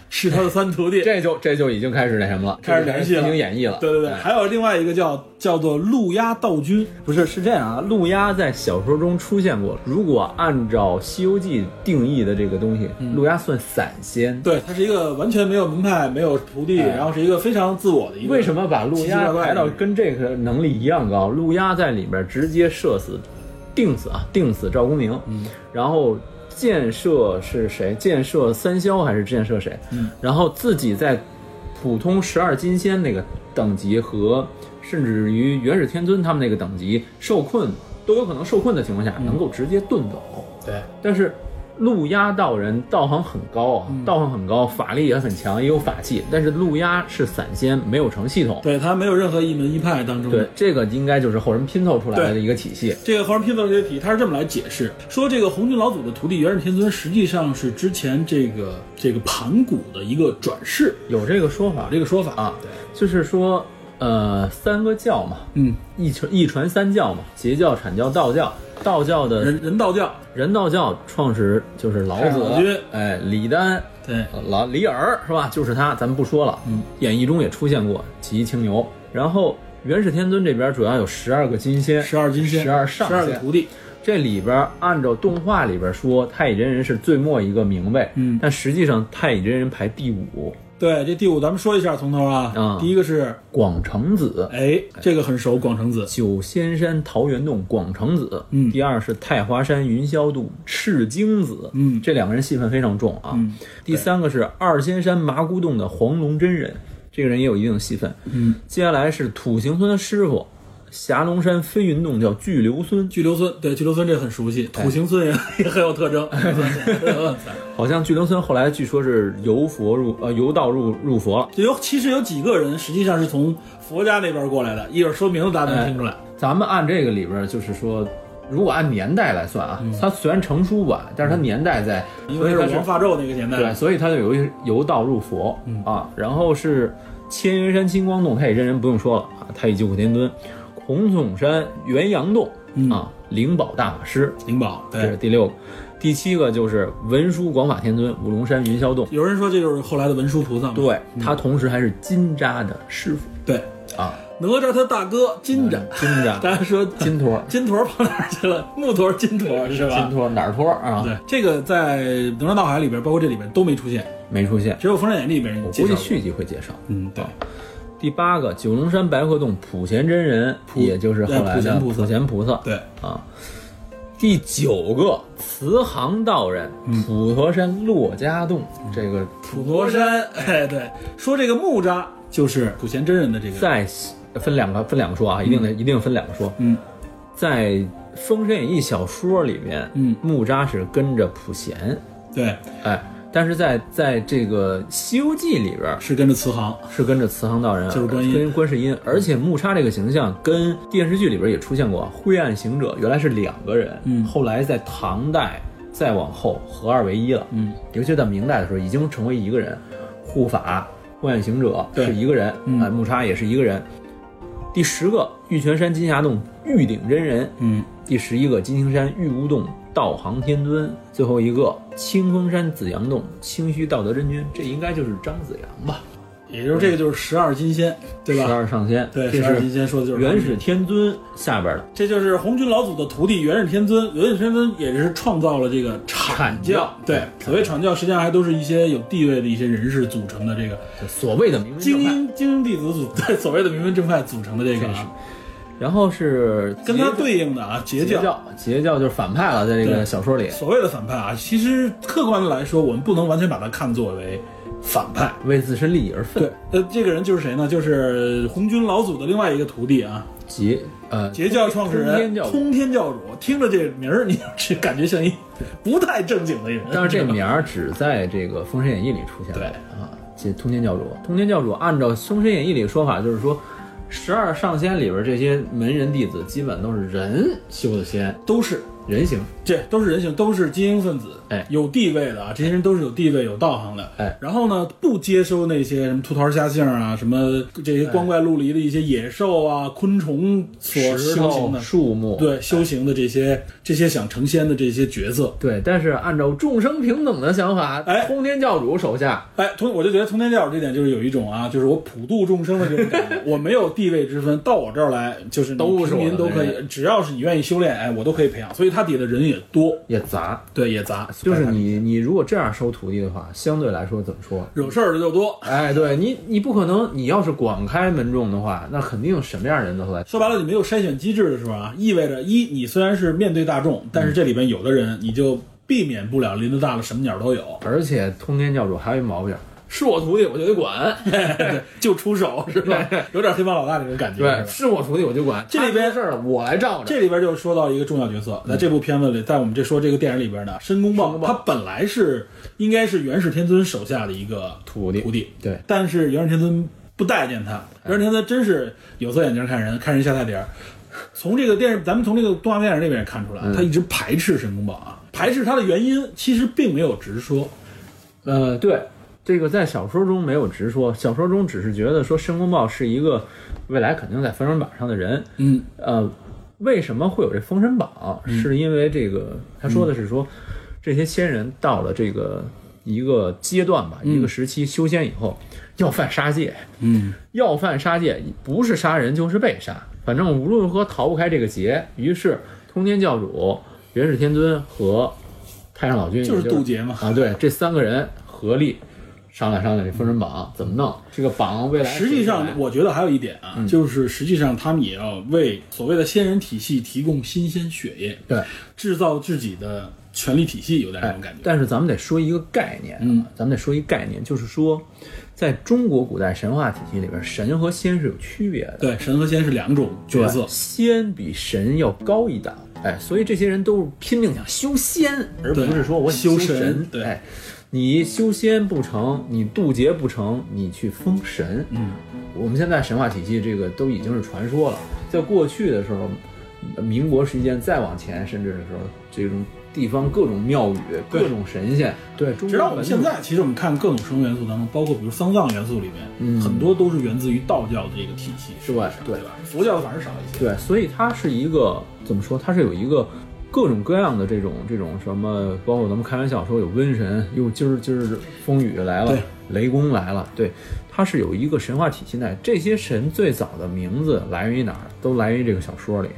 Speaker 2: 是他的三徒 弟。
Speaker 1: 这就这就已经开始那什么了，
Speaker 2: 开始联系了
Speaker 1: 这就已经演绎了。
Speaker 2: 对对对，
Speaker 1: 哎
Speaker 2: 还有另外一个叫叫做陆压道君，
Speaker 1: 不是，是这样啊，路压在小说中出现过。如果按照《西游记》定义的这个东西，路压算散仙。
Speaker 2: 嗯对，他是一个完全没有门派、没有徒弟，然后是一个非常自我的一个。
Speaker 1: 哎为什？么把路
Speaker 2: 奇奇怪
Speaker 1: 压
Speaker 2: 怪
Speaker 1: 排到
Speaker 2: 的
Speaker 1: 跟这个能力一样高？路压在里面直接射死、定死啊，定死赵公明。嗯，然后建设是谁？建设三霄还是建设谁？
Speaker 2: 嗯，
Speaker 1: 然后自己在普通十二金仙那个等级和甚至于元始天尊他们那个等级受困，都有可能受困的情况下，能够直接遁走。
Speaker 2: 对，
Speaker 1: 但是路压道人道行很高
Speaker 2: 嗯
Speaker 1: 啊，道行很高，法力也很强，也有法器。但是路压是散仙，没有成系统。
Speaker 2: 对他没有任何一门一派当中的
Speaker 1: 对，这个应该就是后人拼凑出来的
Speaker 2: 嗯对
Speaker 1: 一个体系。
Speaker 2: 这个黄人拼凑这些题，他是这么来解释，说这个红军老祖的徒弟元始天尊实际上是之前这个这个盘古的一个转世，
Speaker 1: 有这个说法
Speaker 2: 有，这个说法
Speaker 1: 啊
Speaker 2: 对，
Speaker 1: 就是说，呃，三个教嘛，
Speaker 2: 嗯，
Speaker 1: 一传一传三教嘛，截教、阐教、道教。道教的
Speaker 2: 人人道教，
Speaker 1: 人道教创始就是老
Speaker 2: 太上
Speaker 1: 子
Speaker 2: 老君，
Speaker 1: 哎，李丹，
Speaker 2: 对，
Speaker 1: 呃老李耳是吧？就是他，咱们不说了。
Speaker 2: 嗯，
Speaker 1: 演义中也出现过骑青牛。然后元始天尊这边主要有十二个金仙，
Speaker 2: 十二金仙，
Speaker 1: 十二上
Speaker 2: 十二个
Speaker 1: 仙
Speaker 2: 徒弟，
Speaker 1: 这里边按照动画里边说，太乙真人是最末一个明位，
Speaker 2: 嗯
Speaker 1: 但实际上太乙真人排第五，
Speaker 2: 对，这第五咱们说一下从头啊，
Speaker 1: 啊
Speaker 2: 第一个是，
Speaker 1: 广成子。
Speaker 2: 哎，这个很熟，广成子，
Speaker 1: 九仙山桃源洞广成子，
Speaker 2: 嗯
Speaker 1: 第二是太华山云霄渡赤精子，
Speaker 2: 嗯
Speaker 1: 这两个人戏份非常重啊。
Speaker 2: 嗯
Speaker 1: 第三个是二仙山麻姑洞的黄龙真人，这个人也有一定的戏份。
Speaker 2: 嗯，
Speaker 1: 接下来是土行孙的师傅，霞龙山飞云洞叫巨留孙，
Speaker 2: 巨留孙，对，巨留孙这个很熟悉，土行孙也 也很有特 征， 嗯
Speaker 1: 好像巨留孙后来据说是由佛入呃由道入入佛了。
Speaker 2: 就有其实有几个人实际上是从佛家那边过来的，一会儿说名字大
Speaker 1: 哎
Speaker 2: 家能听出来。
Speaker 1: 咱们按这个里边儿就是说，如果按年代来算啊，它虽然成书晚，但是它年代在，
Speaker 2: 嗯因
Speaker 1: 所
Speaker 2: 为
Speaker 1: 以
Speaker 2: 是
Speaker 1: 它
Speaker 2: 王
Speaker 1: 是
Speaker 2: 发胄那个年代，
Speaker 1: 对，所以它就由于由道入佛、
Speaker 2: 嗯
Speaker 1: 啊。然后是千云山青光洞，太乙真人不用说了啊，太乙救苦天尊，孔总山元阳洞、
Speaker 2: 嗯
Speaker 1: 啊，灵宝大法师，
Speaker 2: 灵宝
Speaker 1: 这是第六个。第七个就是文殊广法天尊，五龙山云霄洞，
Speaker 2: 有人说这就是后来的文殊菩萨嘛。
Speaker 1: 对他同时还是金吒的师傅
Speaker 2: 对，
Speaker 1: 啊，呃
Speaker 2: 哪吒他大哥金吒，
Speaker 1: 金 吒
Speaker 2: 大家说
Speaker 1: 金托
Speaker 2: 金坨跑哪儿去了？木坨金坨是
Speaker 1: 金
Speaker 2: 吧？
Speaker 1: 托哪儿托啊？
Speaker 2: 对，这个在《哪吒闹海》里边，包括这里边都没出现，
Speaker 1: 没出现。
Speaker 2: 只有《封神演义》里边
Speaker 1: 我
Speaker 2: 人介
Speaker 1: 估
Speaker 2: 绍
Speaker 1: 计
Speaker 2: 过。
Speaker 1: 续集会介绍。
Speaker 2: 嗯，对，
Speaker 1: 第八个，九龙山白鹤洞普贤真人，也就是后来
Speaker 2: 呃普
Speaker 1: 的
Speaker 2: 贤菩萨
Speaker 1: 普贤菩萨
Speaker 2: 对，
Speaker 1: 啊。第九个慈航道人，普陀山骆家洞，这个
Speaker 2: 嗯普陀山，哎，对，说这个木吒就是普贤真人的这个，
Speaker 1: 在分两个分两个说啊，一定得一定分两个说。
Speaker 2: 嗯，
Speaker 1: 在《封神演义》小说里面，
Speaker 2: 嗯
Speaker 1: 木吒是跟着普贤，
Speaker 2: 对，
Speaker 1: 哎，但是在在这个《西游记》里边
Speaker 2: 是跟着慈航，
Speaker 1: 是跟着慈航道人，
Speaker 2: 就是观嗯音
Speaker 1: 跟观世音，而且木叉这个形象跟电视剧里边也出现过，灰暗行者原来是两个人，
Speaker 2: 嗯
Speaker 1: 后来在唐代再往后合二为一了，
Speaker 2: 嗯，
Speaker 1: 尤其到明代的时候已经成为一个人，护法、灰暗行者
Speaker 2: 对
Speaker 1: 是一个人，
Speaker 2: 嗯
Speaker 1: 哎木叉也是一个人。第十个玉泉山金霞洞玉鼎真人，
Speaker 2: 嗯，
Speaker 1: 第十一个金星山玉乌洞道行天尊，最后一个清风山紫阳洞清虚道德真君，这应该就是张子阳吧？
Speaker 2: 也就是这个就是十二金仙，对
Speaker 1: 十
Speaker 2: 吧？
Speaker 1: 二上仙，
Speaker 2: 对，
Speaker 1: 这
Speaker 2: 十二金
Speaker 1: 是
Speaker 2: 仙说的就是
Speaker 1: 元始天尊下边的
Speaker 2: 这就是红军老祖的徒弟元始天尊，元始天尊也是创造了这个阐
Speaker 1: 阐
Speaker 2: 教
Speaker 1: 教。
Speaker 2: 对，所谓阐教，实际上还都是一些有地位的一些人士组成的这个
Speaker 1: 所谓的明文
Speaker 2: 精
Speaker 1: 正派。
Speaker 2: 英精英弟子组， 对，所谓的名门正派组成的这个
Speaker 1: 这
Speaker 2: 啊，
Speaker 1: 然后是
Speaker 2: 跟他
Speaker 1: 截
Speaker 2: 对应的啊，截
Speaker 1: 截
Speaker 2: 教。
Speaker 1: 教，截教就是反派了，在这
Speaker 2: 对
Speaker 1: 个小说里，
Speaker 2: 所谓的反派啊，其实客观的来说，我们不能完全把它看作为反派。
Speaker 1: 为自身利益而
Speaker 2: 对
Speaker 1: 奋。，
Speaker 2: 呃，这个人就是谁呢？就是红军老祖的另外一个徒弟 啊，
Speaker 1: 截呃
Speaker 2: 截教创始
Speaker 1: 通
Speaker 2: 人
Speaker 1: 天教主
Speaker 2: 通天教主。听着这名儿，你是感觉像一 不太正经的人。
Speaker 1: 但是这
Speaker 2: 吧
Speaker 1: 名儿只在这个《封神演义》里出现过
Speaker 2: 对
Speaker 1: 啊，这通天教主，通天教主按照《封神演义》里的说法，就是说十二上仙里边这些门人弟子，基本都是人修的仙，
Speaker 2: 都是
Speaker 1: 人形。
Speaker 2: 这都是人性，都是精英分子，
Speaker 1: 哎
Speaker 2: 有地位的啊，这些人都是有地位、有道行的，
Speaker 1: 哎。
Speaker 2: 然后呢，不接收那些什么兔桃虾杏啊，什么这些光怪陆离的一些野兽啊、昆虫所
Speaker 1: 石
Speaker 2: 修行
Speaker 1: 头、
Speaker 2: 的，
Speaker 1: 树木，
Speaker 2: 对修行的这些这些想成仙的这些角色。
Speaker 1: 对，但是按照众生平等的想法，
Speaker 2: 哎
Speaker 1: 通天教主手下
Speaker 2: 哎，同我就觉得通天教主这点就是有一种啊，就是我普度众生的这种感觉，我没有地位之分，到我这儿来就是你
Speaker 1: 都是
Speaker 2: 平
Speaker 1: 我的
Speaker 2: 民都可
Speaker 1: 对
Speaker 2: 以，只要是你愿意修炼，哎，我都可以培养，所以他底下的人也多，
Speaker 1: 也杂，
Speaker 2: 对，也杂，
Speaker 1: 就是
Speaker 2: 哎
Speaker 1: 你你如果这样收徒弟的话，相对来说怎么说？
Speaker 2: 惹事儿的就多，
Speaker 1: 哎，对你你不可能，你要是广开门众的话，那肯定什么样的人都来。
Speaker 2: 说白了，你没有筛选机制的时候啊，意味着一，你虽然是面对大众，但是这里边有的人你就避免不了林子大了，什么鸟都有，
Speaker 1: 而且通天教主还有一毛病，是我徒弟我就得管，
Speaker 2: 对就出手是吧？ 有点黑帮老大那种感觉。
Speaker 1: 对，
Speaker 2: 是吧
Speaker 1: 是我徒弟我就管，
Speaker 2: 这里边
Speaker 1: 他出事儿了我来罩着。
Speaker 2: 这里边就说到一个重要角色，
Speaker 1: 嗯
Speaker 2: 在这部片子里，在我们这说这个电影里边呢，申公
Speaker 1: 申
Speaker 2: 豹
Speaker 1: 公豹
Speaker 2: 他本来是应该是元始天尊手下的一个
Speaker 1: 徒弟哎
Speaker 2: 徒弟，
Speaker 1: 对，
Speaker 2: 但是元始天尊不待见他，元始天尊真是有色眼镜看人，看人下菜碟儿。从这个电视，咱们从这个动画电影里面也看出
Speaker 1: 嗯
Speaker 2: 来，他一直排斥申公豹啊，排斥他的原因其实并没有直说，
Speaker 1: 呃，对，这个在小说中没有直说，小说中只是觉得说申公豹是一个未来肯定在封神榜上的人，
Speaker 2: 嗯，
Speaker 1: 呃，为什么会有这封神榜？是因为这个，他说的是说，这些仙人到了这个一个阶段吧，一个时期修仙以后，要犯杀戒，
Speaker 2: 嗯，
Speaker 1: 要犯杀戒，不是杀人就是被杀，反正无论如何逃不开这个劫。于是，通天教主、元始天尊和太上老君，
Speaker 2: 就是
Speaker 1: 也
Speaker 2: 渡劫嘛。
Speaker 1: 啊，对，这三个人合力商量商量这封神榜怎么弄，这个榜未来
Speaker 2: 嗯实际
Speaker 1: 谁
Speaker 2: 上
Speaker 1: 来，
Speaker 2: 我觉得还有一点啊，
Speaker 1: 嗯
Speaker 2: 就是实际上他们也要为所谓的仙人体系提供新鲜血液，
Speaker 1: 对。
Speaker 2: 制造自己的权力体系，有点那种感觉。
Speaker 1: 哎但是咱们得说一个概念啊，
Speaker 2: 嗯
Speaker 1: 咱们得说一个概念，就是说，在中国古代神话体系里边，神和仙是有区别的。
Speaker 2: 对，神和仙是两种角色，
Speaker 1: 仙比神要高一档，哎，所以这些人都是拼命想修仙，而不
Speaker 2: 对
Speaker 1: 是说我想
Speaker 2: 修神
Speaker 1: 神。
Speaker 2: 对
Speaker 1: 哎，你修仙不成，你渡劫不成，你去封神。嗯，我们现在神话体系这个都已经是传说了，在过去的时候，呃民国时间再往前，甚至的时候，这种地方各种庙宇、
Speaker 2: 对
Speaker 1: 各种神仙，对，中
Speaker 2: 直到
Speaker 1: 国
Speaker 2: 我们
Speaker 1: 文
Speaker 2: 现
Speaker 1: 明
Speaker 2: 在，其实我们看各种生物元素当中，包括比如丧葬元素里面，
Speaker 1: 嗯
Speaker 2: 很多都是源自于道教的这个体系，
Speaker 1: 是吧
Speaker 2: 对吧？佛教的反而少一些。
Speaker 1: 对，所以它是一个怎么说？它是有一个各种各样的这种这种什么，包括咱们开玩笑说有瘟神，又今儿今儿风雨来了
Speaker 2: 对，
Speaker 1: 雷公来了，对，它是有一个神话体系在。这些神最早的名字来源于哪儿？都来源于这个小说里，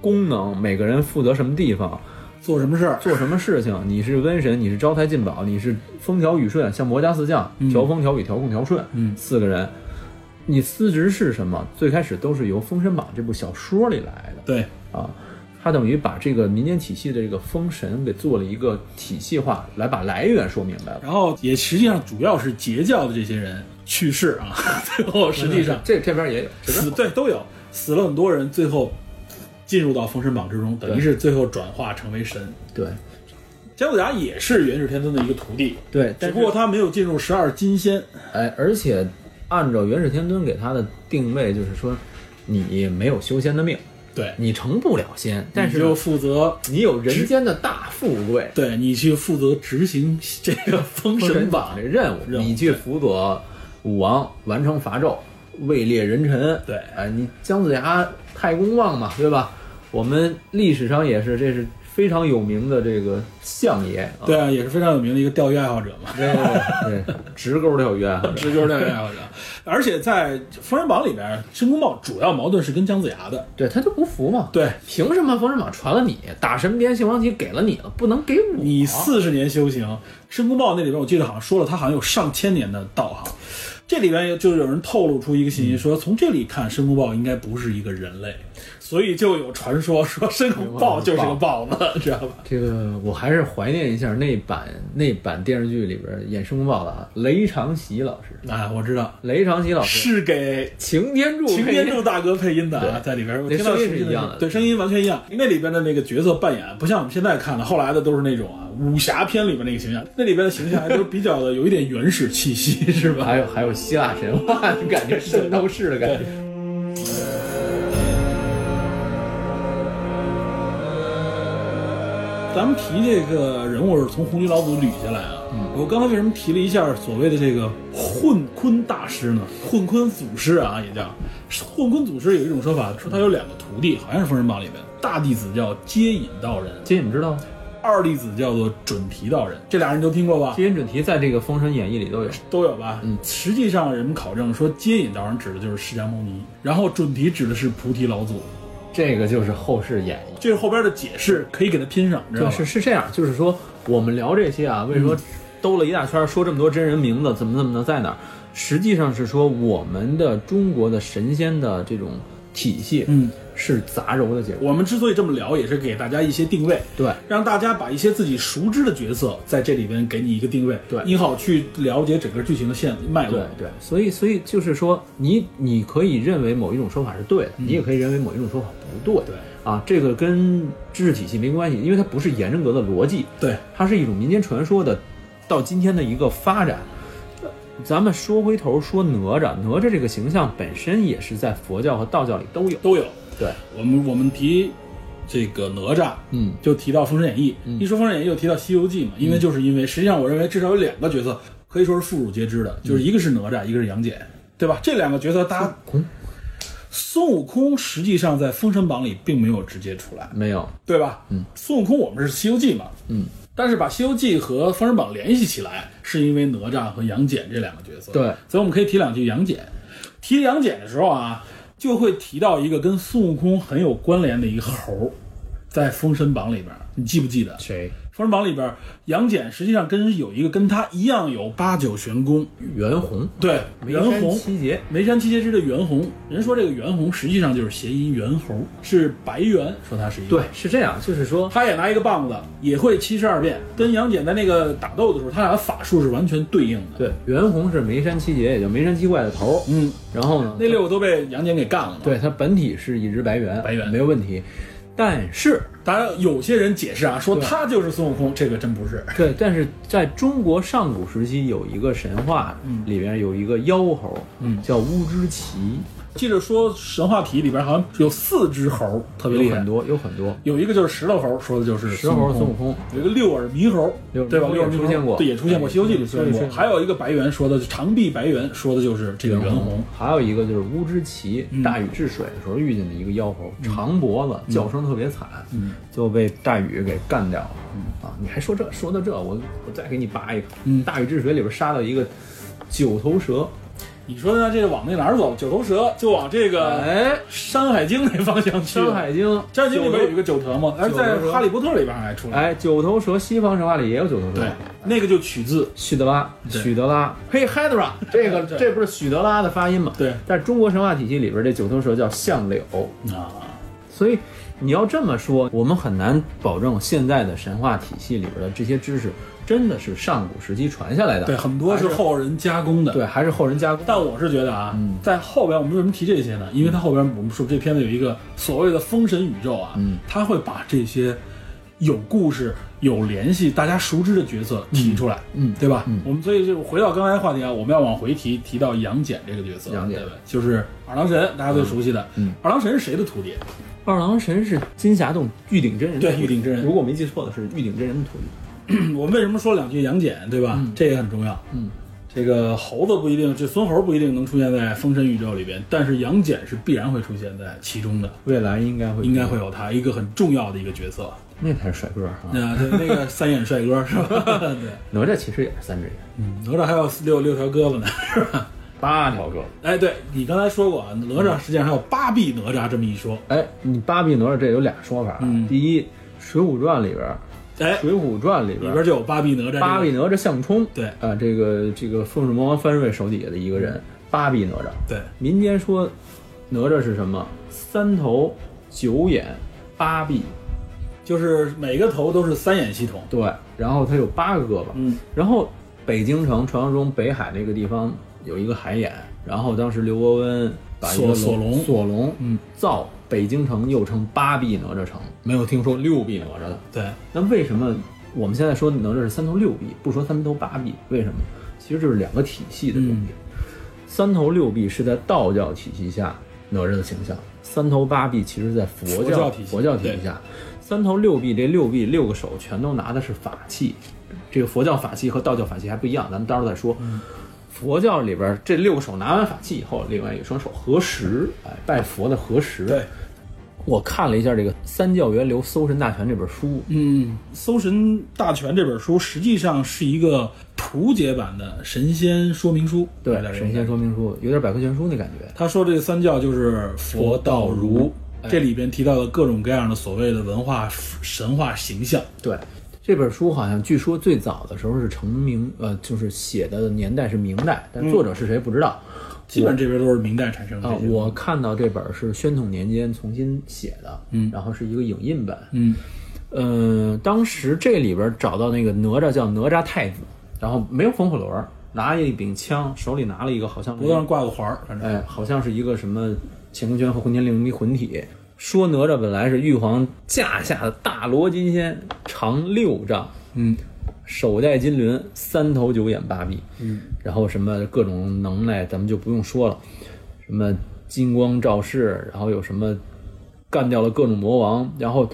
Speaker 1: 功能每个人负责什么地方。
Speaker 2: 做什么事儿？
Speaker 1: 做什么事情，你是瘟神，你是招财进宝，你是风调雨顺，像魔家四将，调风、调雨、调控、调顺，
Speaker 2: 嗯
Speaker 1: 四个人，你司职是什么？最开始都是由《封神榜》这部小说里来的
Speaker 2: 对，
Speaker 1: 啊。他等于把这个民间体系的这个封神给做了一个体系化，来把来源说明白了。
Speaker 2: 然后也实际上主要是截教的这些人去世啊， 最后实际上
Speaker 1: 这这边也有，这边
Speaker 2: 死对都有死了很多人，最后进入到封神榜之中，等于
Speaker 1: 对
Speaker 2: 是最后转化成为神。
Speaker 1: 对
Speaker 2: 姜子牙也是元始天尊的一个徒弟，
Speaker 1: 对，
Speaker 2: 只
Speaker 1: 但
Speaker 2: 不
Speaker 1: 是
Speaker 2: 过他没有进入十二金仙。
Speaker 1: 哎，而且按照元始天尊给他的定位，就是说你没有修仙的命，
Speaker 2: 对，
Speaker 1: 你成不了仙，但是
Speaker 2: 你就
Speaker 1: 呢
Speaker 2: 负责，
Speaker 1: 你有人间的大富贵。
Speaker 2: 对你去负责执行这个封神榜
Speaker 1: 的。任务，
Speaker 2: 任务
Speaker 1: 你去辅佐武王完成伐纣，位列人臣。
Speaker 2: 对
Speaker 1: 哎，你姜子牙太公望嘛，对吧？我们历史上也是，这是非常有名的这个相爷啊。
Speaker 2: 对啊，也是非常有名的一个钓鱼爱好 者嘛。
Speaker 1: 对对对，直钩钓鱼爱好者。
Speaker 2: 直钩钓鱼爱好者， 而且在《封神榜》里边，申公豹主要矛盾是跟姜子牙的。
Speaker 1: 对，他就不服嘛。，
Speaker 2: 对
Speaker 1: 凭什么封神榜传了你，打神鞭杏王旗给了你了，不能给我？
Speaker 2: 你四十年修行，申公豹那里边我记得好像说了，他好像有上千年的道行。这里边就有人透露出一个信息，说从这里看，申公豹应该不是一个人类，所以就有传说说申公豹就是个豹子，知道吧？
Speaker 1: 这个我还是怀念一下那版那版电视剧里边演申公豹的啊，雷长喜老师，
Speaker 2: 啊，我知道
Speaker 1: 雷长喜老师，
Speaker 2: 是给
Speaker 1: 擎天柱，
Speaker 2: 擎天柱大哥配音的啊，在里边我
Speaker 1: 那
Speaker 2: 听到
Speaker 1: 声音
Speaker 2: 熟悉
Speaker 1: 是一样的
Speaker 2: 对，声音完全一样。那里边的那个角色扮演，不像我们现在看的，后来的都是那种啊武侠片里边那个形象，那里边的形象还都是比较的有一点原始气息，是吧？
Speaker 1: 还有还有希腊神话的感觉，圣斗士的感觉。
Speaker 2: 咱们提这个人物是从红军老祖捋下来啊。我刚才为什么提了一下所谓的这个混坤大师呢？混坤祖师啊，也叫混坤祖师。有一种说法说他有两个徒弟，好像是《封神榜》里面，大弟子叫接引道人，
Speaker 1: 其实你们知道，
Speaker 2: 二弟子叫做准提道人，这俩人你都听过吧？
Speaker 1: 基因准题在这个《封神演义》里都有。
Speaker 2: 都有吧？嗯，实际上人们考证说，接引道人指的就是释迦牟尼，然后准提指的是菩提老祖，
Speaker 1: 这个就是后世演绎。
Speaker 2: 这是后边的解释，可以给它拼上，知道
Speaker 1: 对，
Speaker 2: 吧？
Speaker 1: 是是这样，就是说我们聊这些啊，为什么兜了一大圈，说这么多真人名字，怎么怎么的在哪儿？实际上是说我们的中国的神仙的这种体系，
Speaker 2: 嗯，
Speaker 1: 是杂糅的结果。
Speaker 2: 我们之所以这么聊，也是给大家一些定位，
Speaker 1: 对，
Speaker 2: 让大家把一些自己熟知的角色在这里边给你一个定位，
Speaker 1: 对
Speaker 2: 你好去了解整个剧情的线脉络
Speaker 1: 对。对，所以所以就是说，你你可以认为某一种说法是对的，你也可以认为某一种说法不对。
Speaker 2: 对
Speaker 1: 啊，这个跟知识体系没关系，因为它不是严正格的逻辑，
Speaker 2: 对，
Speaker 1: 它是一种民间传说的到今天的一个发展。呃咱们说回头说哪吒，哪吒这个形象本身也是在佛教和道教里都有。
Speaker 2: 都有。
Speaker 1: 对，
Speaker 2: 我们我们提这个哪吒，
Speaker 1: 嗯，
Speaker 2: 就提到《封神演义》一说《封神演义》，就提到《西游记》嘛，因为就是因为实际上我认为至少有两个角色可以说是妇孺皆知的，就是一个是哪吒，一个是杨戬，对吧？这两个角色，大家
Speaker 1: 空
Speaker 2: 孙悟空实际上在《封神榜》里并没有直接出来，
Speaker 1: 没有，
Speaker 2: 对吧？嗯，孙悟空我们是《西游记》嘛，
Speaker 1: 嗯，
Speaker 2: 但是把《西游记》和《封神榜》联系起来，是因为哪吒和杨戬这两个角色。
Speaker 1: 对
Speaker 2: 所以我们可以提两句杨戬。提杨戬的时候啊，就会提到一个跟孙悟空很有关联的一个猴儿，在《封神榜》里边，你记不记得？《
Speaker 1: 谁？
Speaker 2: 封神榜》里边，杨戬实际上跟有一个跟他一样有八九玄功，
Speaker 1: 袁弘，
Speaker 2: 对，袁
Speaker 1: 眉山
Speaker 2: 弘。
Speaker 1: 七杰，
Speaker 2: 眉山七杰之的袁弘，人说这个袁弘实际上就是谐音猿猴，是白猿，说他是一个
Speaker 1: 对，是这样，就是说
Speaker 2: 他也拿一个棒子，也会七十二变，跟杨戬在那个打斗的时候，他俩的法术是完全对应的。
Speaker 1: 对，袁弘是眉山七杰，也就眉山七怪的头儿。
Speaker 2: 嗯，
Speaker 1: 然后呢，
Speaker 2: 那六个都被杨戬给干了嘛。，
Speaker 1: 对，它本体是一只白猿，
Speaker 2: 啊白猿
Speaker 1: 没有问题。但是，
Speaker 2: 当然有些人解释啊，说他就是孙悟空，这个真不是。
Speaker 1: 对，但是在中国上古时期有一个神话，里边有一个妖猴，
Speaker 2: 嗯
Speaker 1: 叫乌之奇，
Speaker 2: 记着说神话体里边好像有四只猴特别
Speaker 1: 有
Speaker 2: 厉害
Speaker 1: 很，多，有很多。
Speaker 2: 有一个就是石头猴，说的就是
Speaker 1: 石头猴
Speaker 2: 孙
Speaker 1: 孙
Speaker 2: 悟
Speaker 1: 悟空，
Speaker 2: 有一个六耳猕猴，
Speaker 1: 六耳猕猴
Speaker 2: 对吧？
Speaker 1: 也
Speaker 2: 六耳猕猴
Speaker 1: 出现过
Speaker 2: 对，也出现过《
Speaker 1: 哎
Speaker 2: 西游记》里出现
Speaker 1: 对
Speaker 2: 过。
Speaker 1: 是
Speaker 2: 还有一个白猿说的长臂白猿，说的就是这个袁弘。
Speaker 1: 还有一个就是乌之奇，
Speaker 2: 嗯
Speaker 1: 大禹治水的时候遇见的一个妖猴，长脖子，叫声特别惨，
Speaker 2: 嗯
Speaker 1: 就被大禹给干掉了。啊，你还说这说到这，我我再给你拔一个。
Speaker 2: 嗯
Speaker 1: 大禹治水里边杀到一个九头蛇，
Speaker 2: 你说呢？这个往那哪儿走？九头蛇就往这个《
Speaker 1: 哎，
Speaker 2: 山海经》那方向去了。
Speaker 1: 山海经，
Speaker 2: 《战经》里
Speaker 1: 九
Speaker 2: 边
Speaker 1: 头
Speaker 2: 有一个九头嘛，而
Speaker 1: 九头
Speaker 2: 在《
Speaker 1: 蛇
Speaker 2: 哈利波特》里边还出来。
Speaker 1: 哎，九头蛇，西方神话里也有九头蛇。
Speaker 2: 对，那个就取自
Speaker 1: 许德拉，
Speaker 2: 对
Speaker 1: 许德拉，嘿，Hedra，这 个
Speaker 2: 对
Speaker 1: 这不是许德拉的发音吗？
Speaker 2: 对
Speaker 1: 在中国神话体系里边，这九头蛇叫相柳，
Speaker 2: 啊，
Speaker 1: 所以你要这么说，我们很难保证现在的神话体系里边的这些知识真的是上古时期传下来的。
Speaker 2: 对，很多是后人加工的。
Speaker 1: 对，还是后人加工。
Speaker 2: 但我是觉得啊，在后边我们为什么提这些呢？因为它后边我们说这片子有一个所谓的封神宇宙啊，它会把这些有故事、有联系、大家熟知的角色提出来，
Speaker 1: 嗯
Speaker 2: 对吧？我们所以就回到刚才话题啊，我们要往回提，提到杨戬这个角色，
Speaker 1: 杨戬
Speaker 2: 对吧就是二郎神，大家最熟悉的。
Speaker 1: 嗯
Speaker 2: 二郎神是谁的徒弟？
Speaker 1: 二郎神是金霞洞玉鼎真人的徒弟，
Speaker 2: 对玉鼎真人
Speaker 1: 如果我没记错的是玉鼎真人的徒弟。
Speaker 2: 我们为什么说两句杨戬，对吧？这也很重要。
Speaker 1: 嗯，
Speaker 2: 这个猴子不一定，这孙猴不一定能出现在封神宇宙里边，但是杨戬是必然会出现在其中的，
Speaker 1: 未来应该会
Speaker 2: 应该会有他一个很重要的一个角色。
Speaker 1: 那才是帅哥啊！
Speaker 2: 那对那个三眼帅哥是吧？ 对，
Speaker 1: 哪吒其实也是三只眼，
Speaker 2: 哪吒还有四六六条胳膊呢，是 吧？
Speaker 1: 八条胳膊。
Speaker 2: 哎，对你刚才说过啊，哪吒实际上还有八臂哪吒这么一说。
Speaker 1: 哎，你八臂哪吒这有俩说法。啊
Speaker 2: 嗯
Speaker 1: 第一，《水浒传》里边，
Speaker 2: 哎
Speaker 1: 《水浒传》里
Speaker 2: 里
Speaker 1: 边
Speaker 2: 边就有八臂哪吒这个。
Speaker 1: 八臂哪吒项冲，
Speaker 2: 对嗯
Speaker 1: 啊、这个这个风水魔王范瑞手底下的一个人，八臂哪吒。
Speaker 2: 对，
Speaker 1: 民间说哪吒是什么？三头九眼八臂，
Speaker 2: 就是每个头都是三眼系统。
Speaker 1: 对，然后他有八个胳膊，
Speaker 2: 嗯，
Speaker 1: 然后北京城传说中北海那个地方有一个海眼，然后当时刘伯温把一
Speaker 2: 索
Speaker 1: 个
Speaker 2: 索隆
Speaker 1: 索隆，
Speaker 2: 嗯，
Speaker 1: 造北京城又称八臂哪吒城，没有听说六臂哪吒的。
Speaker 2: 对，
Speaker 1: 那为什么我们现在说哪吒是三头六臂，不说三头八臂？为什么？其实就是两个体系的东西。
Speaker 2: 嗯
Speaker 1: 三头六臂是在道教体系下哪吒的形象，三头八臂其实在佛
Speaker 2: 佛
Speaker 1: 教
Speaker 2: 教体系
Speaker 1: 佛教体系下，三头六臂这六臂六个手全都拿的是法器，这个佛教法器和道教法器还不一样，咱们到时候再说。
Speaker 2: 嗯
Speaker 1: 佛教里边这六个手拿完法器以后，另外有一双手合十，哎，拜佛的合十。
Speaker 2: 对，
Speaker 1: 我看了一下这个《三教源流搜神大全》这本书，
Speaker 2: 嗯，《搜神大全》这本书实际上是一个图解版的神仙说明书。
Speaker 1: 对
Speaker 2: 有点，这种
Speaker 1: 神仙
Speaker 2: 感觉。
Speaker 1: 说明书有点百科全书那感觉。
Speaker 2: 他说这三教就是佛、道、儒，
Speaker 1: 哎
Speaker 2: 这里边提到的各种各样的所谓的文化神话形象。
Speaker 1: 对，这本书好像据说最早的时候是成明，呃，就是写的年代是明代，但作者是谁不知道。
Speaker 2: 基本上这边都是明代产生的
Speaker 1: 啊、
Speaker 2: 这些。
Speaker 1: 我看到这本是宣统年间重新写的，嗯，然后是一个影印版，
Speaker 2: 嗯，
Speaker 1: 呃，当时这里边找到那个哪吒叫哪吒太子，然后没有风火轮儿，拿一柄枪，手里拿了一个好像
Speaker 2: 脖子上挂个环儿，反正
Speaker 1: 哎，好像是一个什么乾坤圈和混天绫的混体。说哪吒本来是玉皇驾下的大罗金仙，长六丈，
Speaker 2: 嗯，
Speaker 1: 手戴金轮，三头九眼八臂，嗯，然后什么各种能耐，咱们就不用说了，什么金光照世，然后有什么干掉了各种魔王，然后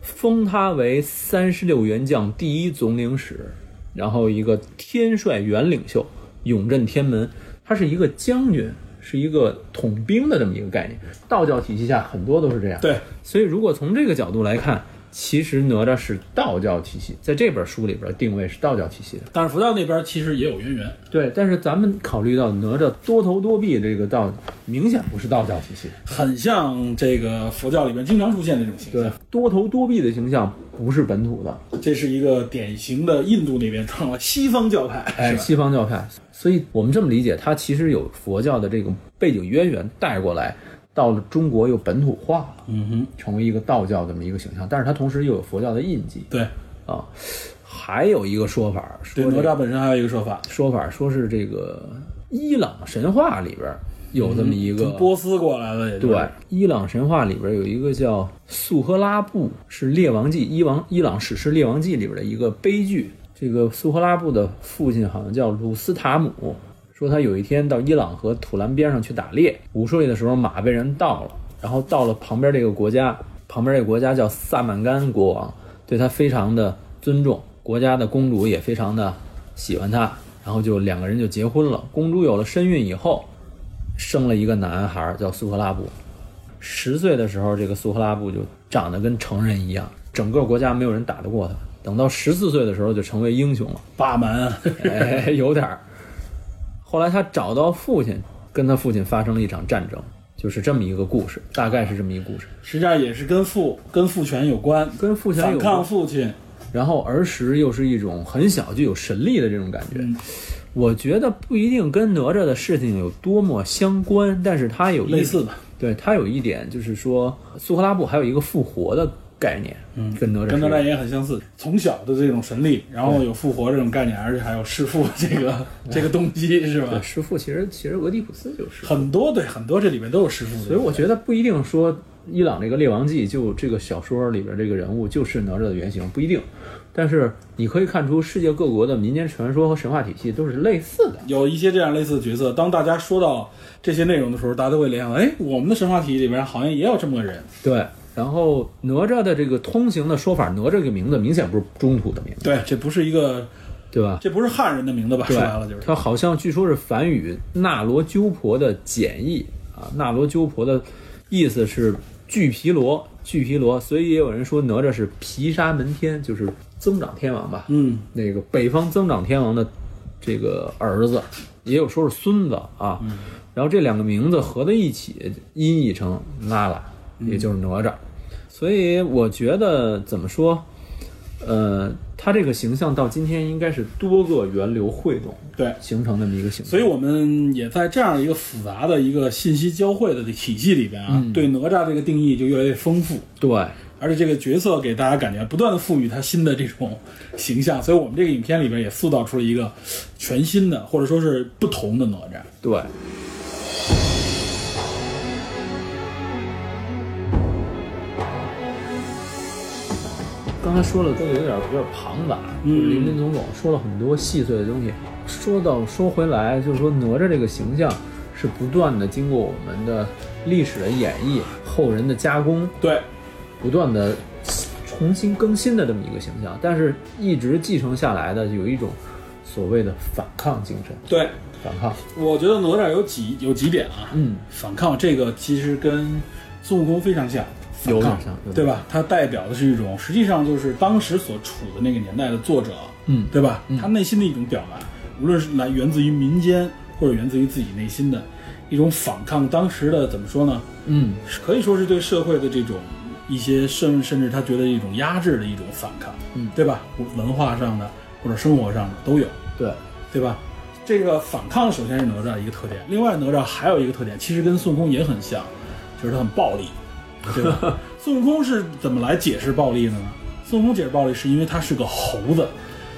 Speaker 1: 封他为三十六员将第一总领使，然后一个天帅元领袖，永镇天门，他是一个将军，是一个统兵的这么一个概念。道教体系下很多都是这样，
Speaker 2: 对，
Speaker 1: 所以如果从这个角度来看，其实哪吒是道教体系，在这本书里边定位是道教体系的。
Speaker 2: 但是佛教那边其实也有渊源。
Speaker 1: 对，但是咱们考虑到哪吒多头多臂这个道，明显不是道教体系。
Speaker 2: 很像这个佛教里面经常出现的这种形象，，
Speaker 1: 多头多臂的形象不是本土的，
Speaker 2: 这是一个典型的印度那边创了西方教派，
Speaker 1: 哎，
Speaker 2: 是吧
Speaker 1: 西方教派。所以我们这么理解，它其实有佛教的这个背景渊源带过来，到了中国又本土化了，
Speaker 2: 嗯哼，
Speaker 1: 成为一个道教这么一个形象，但是它同时又有佛教的印记
Speaker 2: 对
Speaker 1: 啊。还有一个说法，
Speaker 2: 对，
Speaker 1: 说这
Speaker 2: 哪
Speaker 1: 个
Speaker 2: 吒本身还有一个说法，
Speaker 1: 说法说是这个伊朗神话里边有这么一个、
Speaker 2: 从波斯过来的，也就是
Speaker 1: 对，伊朗神话里边有一个叫素赫拉布，是《列王纪》伊王伊朗史诗《列王纪》里边的一个悲剧。这个素赫拉布的父亲好像叫鲁斯塔姆，说他有一天到伊朗河土兰边上去打猎，午睡的时候马被人盗了，然后到了旁边这个国家，旁边这个国家叫萨曼干国王，对他非常的尊重，国家的公主也非常的喜欢他，然后就两个人就结婚了。公主有了身孕以后，生了一个男孩儿叫苏克拉布。十岁的时候，这个苏克拉布就长得跟成人一样，整个国家没有人打得过他。等到十四岁的时候，就成为英雄了，
Speaker 2: 霸蛮啊，
Speaker 1: 哎，有点儿。后来他找到父亲，跟他父亲发生了一场战争，就是这么一个故事，大概是这么一个故事，
Speaker 2: 实际上也是跟父跟父权有关，
Speaker 1: 跟父亲
Speaker 2: 反
Speaker 1: 有
Speaker 2: 抗
Speaker 1: 关。
Speaker 2: 父亲，
Speaker 1: 然后儿时又是一种很小就有神力的这种感觉。
Speaker 2: 嗯
Speaker 1: 我觉得不一定跟哪吒的事情有多么相关，但是它有一
Speaker 2: 类似吧，
Speaker 1: 对他有一点就是说，苏格拉布还有一个复活的概念，嗯，跟哪吒
Speaker 2: 跟
Speaker 1: 是
Speaker 2: 哪吒也很相似，从小的这种神力，然后有复活这种概念，而且还有弑父这个这个东西，是
Speaker 1: 对
Speaker 2: 吧？
Speaker 1: 师傅其实其实俄狄浦斯就是，
Speaker 2: 很多对，很多这里面都有弑父的。
Speaker 1: 所以我觉得不一定说伊朗这个《列王记》就这个小说里边这个人物就是哪吒的原型，不一定。但是你可以看出，世界各国的民间传说和神话体系都是类似的。
Speaker 2: 有一些这样类似的角色，当大家说到这些内容的时候，大家都会联想，哎，我们的神话体系里边好像也有这么个人。
Speaker 1: 对，然后哪吒的这个通行的说法，哪吒这个名字明显不是中土的名字，
Speaker 2: 对，这不是一个，
Speaker 1: 对吧？
Speaker 2: 这不是汉人的名字吧？
Speaker 1: 对
Speaker 2: 说白了就是。
Speaker 1: 它好像据说是梵语那罗鸠婆的简译啊，那罗鸠婆的意思是巨皮罗，巨皮罗，所以也有人说哪吒是毗沙门天，就是增长天王吧，
Speaker 2: 嗯，
Speaker 1: 那个北方增长天王的这个儿子，也有说是孙子啊。
Speaker 2: 嗯
Speaker 1: 然后这两个名字合在一起，音译成拉拉，
Speaker 2: 嗯
Speaker 1: 也就是哪吒。所以我觉得怎么说，呃，他这个形象到今天应该是多个源流汇总
Speaker 2: 对。
Speaker 1: 形成这么一个形象。
Speaker 2: 所以我们也在这样一个复杂的一个信息交汇的体系里边啊，对哪吒这个定义就越来越丰富。
Speaker 1: 对
Speaker 2: 而且这个角色给大家感觉不断的赋予他新的这种形象，所以我们这个影片里边也塑造出了一个全新的，或者说是不同的哪吒。
Speaker 1: 对，刚才说了都有点有点庞杂，
Speaker 2: 嗯
Speaker 1: 林林总总说了很多细碎的东西。说到说回来，就是说哪吒这个形象是不断的经过我们的历史的演绎、后人的加工，
Speaker 2: 对，
Speaker 1: 不断的重新更新的这么一个形象，但是一直继承下来的有一种所谓的反抗精神，
Speaker 2: 对，
Speaker 1: 反抗，
Speaker 2: 我觉得哪吒有几有几点啊，
Speaker 1: 嗯，
Speaker 2: 反抗这个其实跟孙悟空非常像，反
Speaker 1: 有点
Speaker 2: 抗
Speaker 1: 像有点
Speaker 2: 对吧？它代表的是一种，实际上就是当时所处的那个年代的作者，
Speaker 1: 嗯
Speaker 2: 对吧？他内心的一种表达，无论是来源自于民间，或者源自于自己内心的一种反抗当时的怎么说呢？
Speaker 1: 嗯，
Speaker 2: 是可以说是对社会的这种一些甚甚至他觉得一种压制的一种反抗，
Speaker 1: 嗯
Speaker 2: 对吧？文化上的或者生活上的都有，
Speaker 1: 对。
Speaker 2: 对吧？这个反抗首先是哪吒的一个特点，另外哪吒还有一个特点，其实跟孙悟空也很像，就是他很暴力，对吧？ 孙悟空是怎么来解释暴力的呢？孙悟空解释暴力是因为他是个猴子，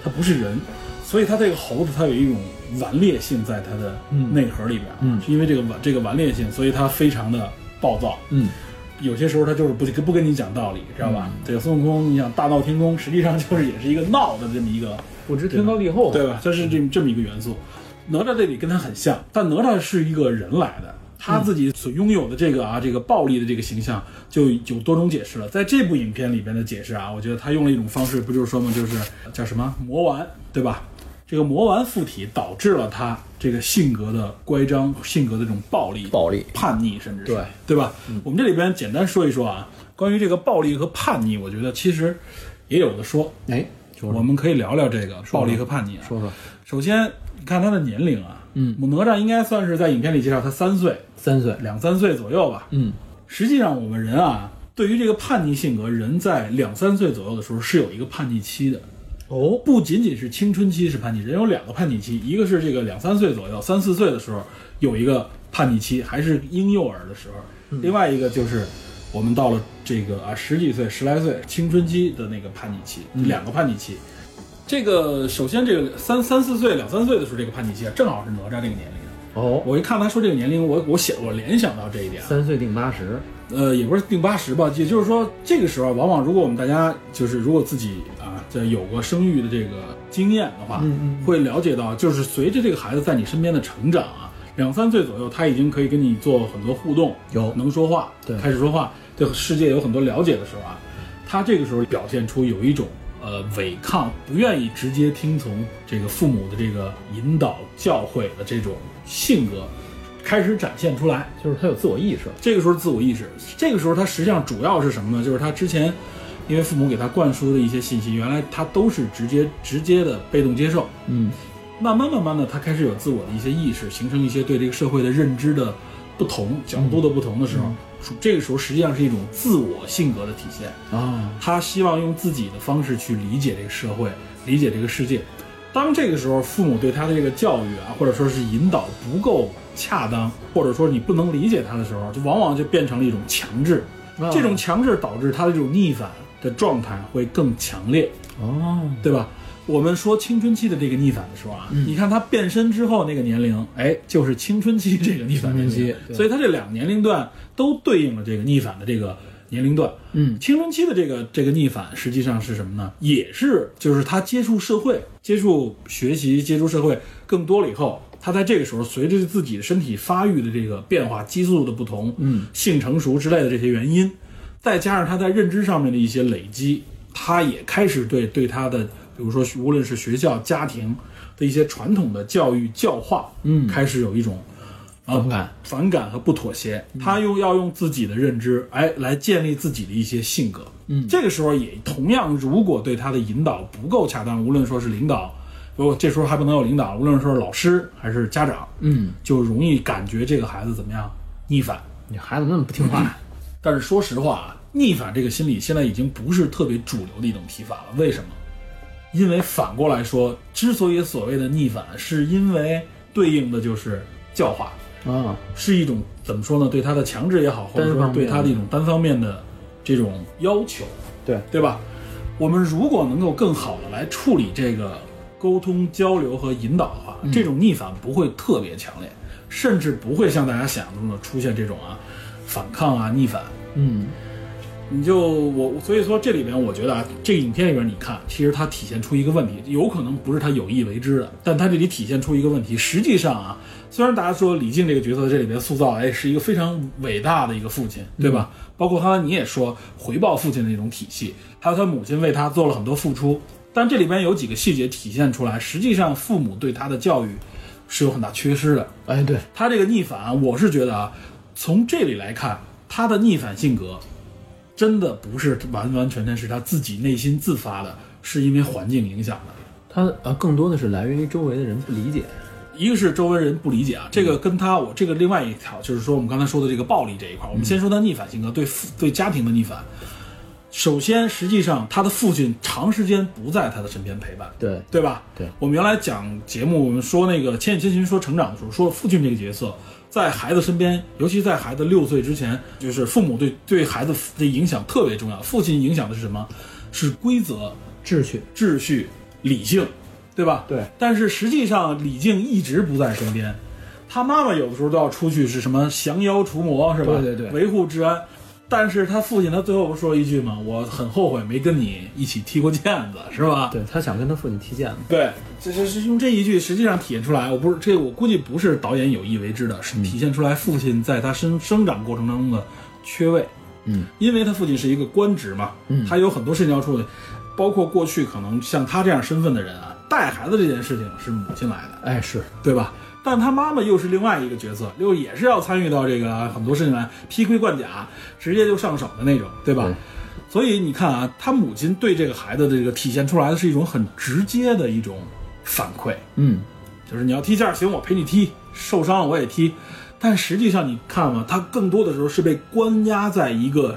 Speaker 2: 他不是人，所以他这个猴子他有一种顽劣性在他的内核里边，
Speaker 1: 嗯
Speaker 2: 是因为这个顽这个顽劣性，所以他非常的暴躁，
Speaker 1: 嗯，
Speaker 2: 有些时候他就是不不跟你讲道理，知道吧？这个孙悟空，你想大闹天宫，实际上就是也是一个闹的这么一个，
Speaker 1: 我知天高地厚，啊
Speaker 2: 对吧？它是这么这么一个元素。哪吒这里跟他很像，但哪吒是一个人来的，他自己所拥有的这个啊，这个暴力的这个形象就有多种解释了。在这部影片里边的解释啊，我觉得他用了一种方式，不就是说嘛，就是叫什么魔丸，对吧？这个魔丸附体导致了他这个性格的乖张，性格的这种暴力，
Speaker 1: 暴力
Speaker 2: 叛逆，甚至是
Speaker 1: 对
Speaker 2: 对嗯吧？我们这里边简单说一说啊，关于这个暴力和叛逆，我觉得其实也有的说，
Speaker 1: 哎，
Speaker 2: 我们可以聊聊这个暴力和叛逆啊。
Speaker 1: 说说
Speaker 2: 首先，你看他的年龄啊，
Speaker 1: 嗯
Speaker 2: 哪吒应该算是在影片里介绍他三岁，
Speaker 1: 三岁，
Speaker 2: 两三岁左右吧。
Speaker 1: 嗯，
Speaker 2: 实际上，我们人啊，对于这个叛逆性格，人在两三岁左右的时候是有一个叛逆期的。
Speaker 1: 哦，
Speaker 2: 不仅仅是青春期是叛逆，人有两个叛逆期，一个是这个两三岁左右、三四岁的时候有一个叛逆期，还是婴幼儿的时候；另外一个就是我们到了这个啊十几岁、十来岁青春期的那个叛逆期，两个叛逆期。这个首先这个三三四岁、两三岁的时候，这个叛逆期啊，正好是哪吒这个年龄。
Speaker 1: 哦，
Speaker 2: 我一看他说这个年龄，我我想我联想到这一点啊，
Speaker 1: 三岁定八十，
Speaker 2: 呃，也不是定八十吧，也就是说，这个时候往往如果我们大家就是如果自己啊，在有过生育的这个经验的话，
Speaker 1: 嗯
Speaker 2: 会了解到，就是随着这个孩子在你身边的成长啊，两三岁左右，他已经可以跟你做很多互动，
Speaker 1: 有
Speaker 2: 能说话，
Speaker 1: 对
Speaker 2: 开始说话，对世界有很多了解的时候啊，他这个时候表现出有一种呃违抗，不愿意直接听从这个父母的这个引导教诲的这种性格，开始展现出来。
Speaker 1: 就是他有自我意识，
Speaker 2: 这个时候自我意识，这个时候他实际上主要是什么呢？就是他之前因为父母给他灌输的一些信息，原来他都是直接直接的被动接受。
Speaker 1: 嗯，
Speaker 2: 慢慢慢慢的，他开始有自我的一些意识，形成一些对这个社会的认知的不同角度的不同的时候，这个时候实际上是一种自我性格的体现。
Speaker 1: 啊，
Speaker 2: 他希望用自己的方式去理解这个社会，理解这个世界。当这个时候，父母对他的这个教育啊，或者说是引导不够恰当，或者说你不能理解它的时候，就往往就变成了一种强制。这种强制导致它的这种逆反的状态会更强烈，
Speaker 1: 哦，
Speaker 2: 对吧？我们说青春期的这个逆反的时候啊，你看他变身之后那个年龄，哎，就是青春期这个逆反年龄，所以他这两个年龄段都对应了这个逆反的这个年龄段。
Speaker 1: 嗯，
Speaker 2: 青春期的这个这个逆反实际上是什么呢？也是就是他接触社会、接触学习、接触社会更多了以后。他在这个时候，随着自己的身体发育的这个变化、激素的不同，
Speaker 1: 嗯，
Speaker 2: 性成熟之类的这些原因，再加上他在认知上面的一些累积，他也开始对对他的，比如说无论是学校、家庭的一些传统的教育教化，嗯，开始有一种啊
Speaker 1: 反感、嗯
Speaker 2: 反感和不妥协。他又要用自己的认知，哎，来建立自己的一些性格。嗯，这个时候也同样，如果对他的引导不够恰当，无论说是领导，如果这时候还不能有领导，无论说是老师还是家长，
Speaker 1: 嗯，
Speaker 2: 就容易感觉这个孩子怎么样逆反。
Speaker 1: 你孩子那么不听话，
Speaker 2: 但是说实话啊，逆反这个心理现在已经不是特别主流的一种提法了。为什么？因为反过来说，之所以所谓的逆反，是因为对应的就是教化，
Speaker 1: 啊，
Speaker 2: 是一种怎么说呢？对他的强制也好，或者
Speaker 1: 单
Speaker 2: 说
Speaker 1: 方面
Speaker 2: 对他的一种单方面的这种要求，
Speaker 3: 对
Speaker 2: 对吧？我们如果能够更好的来处理这个沟通交流和引导的话，
Speaker 1: 嗯
Speaker 2: 这种逆反不会特别强烈，甚至不会像大家想象中的出现这种啊反抗啊逆反。
Speaker 1: 嗯，
Speaker 2: 你就我，所以说这里边我觉得啊，这个影片里边你看，其实它体现出一个问题，有可能不是他有意为之的，但它这里体现出一个问题。实际上啊，虽然大家说李靖这个角色在这里边塑造，哎，是一个非常伟大的一个父亲，对吧？包括刚才你也说回报父亲的那种体系，还有他母亲为他做了很多付出，但这里边有几个细节体现出来，实际上父母对他的教育是有很大缺失的。
Speaker 1: 哎，对，
Speaker 2: 他这个逆反啊，我是觉得啊，从这里来看，他的逆反性格真的不是完完全全是他自己内心自发的，是因为环境影响的。
Speaker 1: 他呃更多的是来源于周围的人不理解，
Speaker 2: 一个是周围人不理解啊，这个跟他我这个另外一条就是说我们刚才说的这个暴力这一块，我们先说他逆反性格对父对家庭的逆反。首先，实际上他的父亲长时间不在他的身边陪伴，
Speaker 1: 对，
Speaker 2: 对吧？
Speaker 1: 对
Speaker 2: 我们原来讲节目，我们说那个《千与千寻》说成长的时候，说父亲这个角色在孩子身边，尤其在孩子六岁之前，就是父母对对孩子的影响特别重要。父亲影响的是什么？是规则、
Speaker 1: 秩序，
Speaker 2: 秩序、理性，对吧？
Speaker 3: 对。
Speaker 2: 但是实际上，李靖一直不在身边，他妈妈有的时候都要出去，是什么降妖除魔，是吧？
Speaker 1: 对对对
Speaker 2: 维护治安。但是他父亲，他最后不是说一句吗？我很后悔没跟你一起踢过毽子，是吧？
Speaker 1: 对他想跟他父亲踢毽子，
Speaker 2: 对，这是是用这一句，实际上体现出来，我不是这，我估计不是导演有意为之的，是体现出来父亲在他生生长过程当中的缺位。
Speaker 1: 嗯，
Speaker 2: 因为他父亲是一个官职嘛，
Speaker 1: 嗯
Speaker 2: 他有很多事情要处理，包括过去可能像他这样身份的人啊，带孩子这件事情是母亲来的，
Speaker 1: 哎，是
Speaker 2: 对吧？但他妈妈又是另外一个角色，又也是要参与到这个很多事情来，披盔贯甲，直接就上手的那种，对吧？
Speaker 1: 对
Speaker 2: 所以你看啊，他母亲对这个孩子的这个体现出来的是一种很直接的一种反馈，
Speaker 1: 嗯，
Speaker 2: 就是你要踢毽儿行，我陪你踢，受伤了我也踢。但实际上你看嘛，他更多的时候是被关押在一个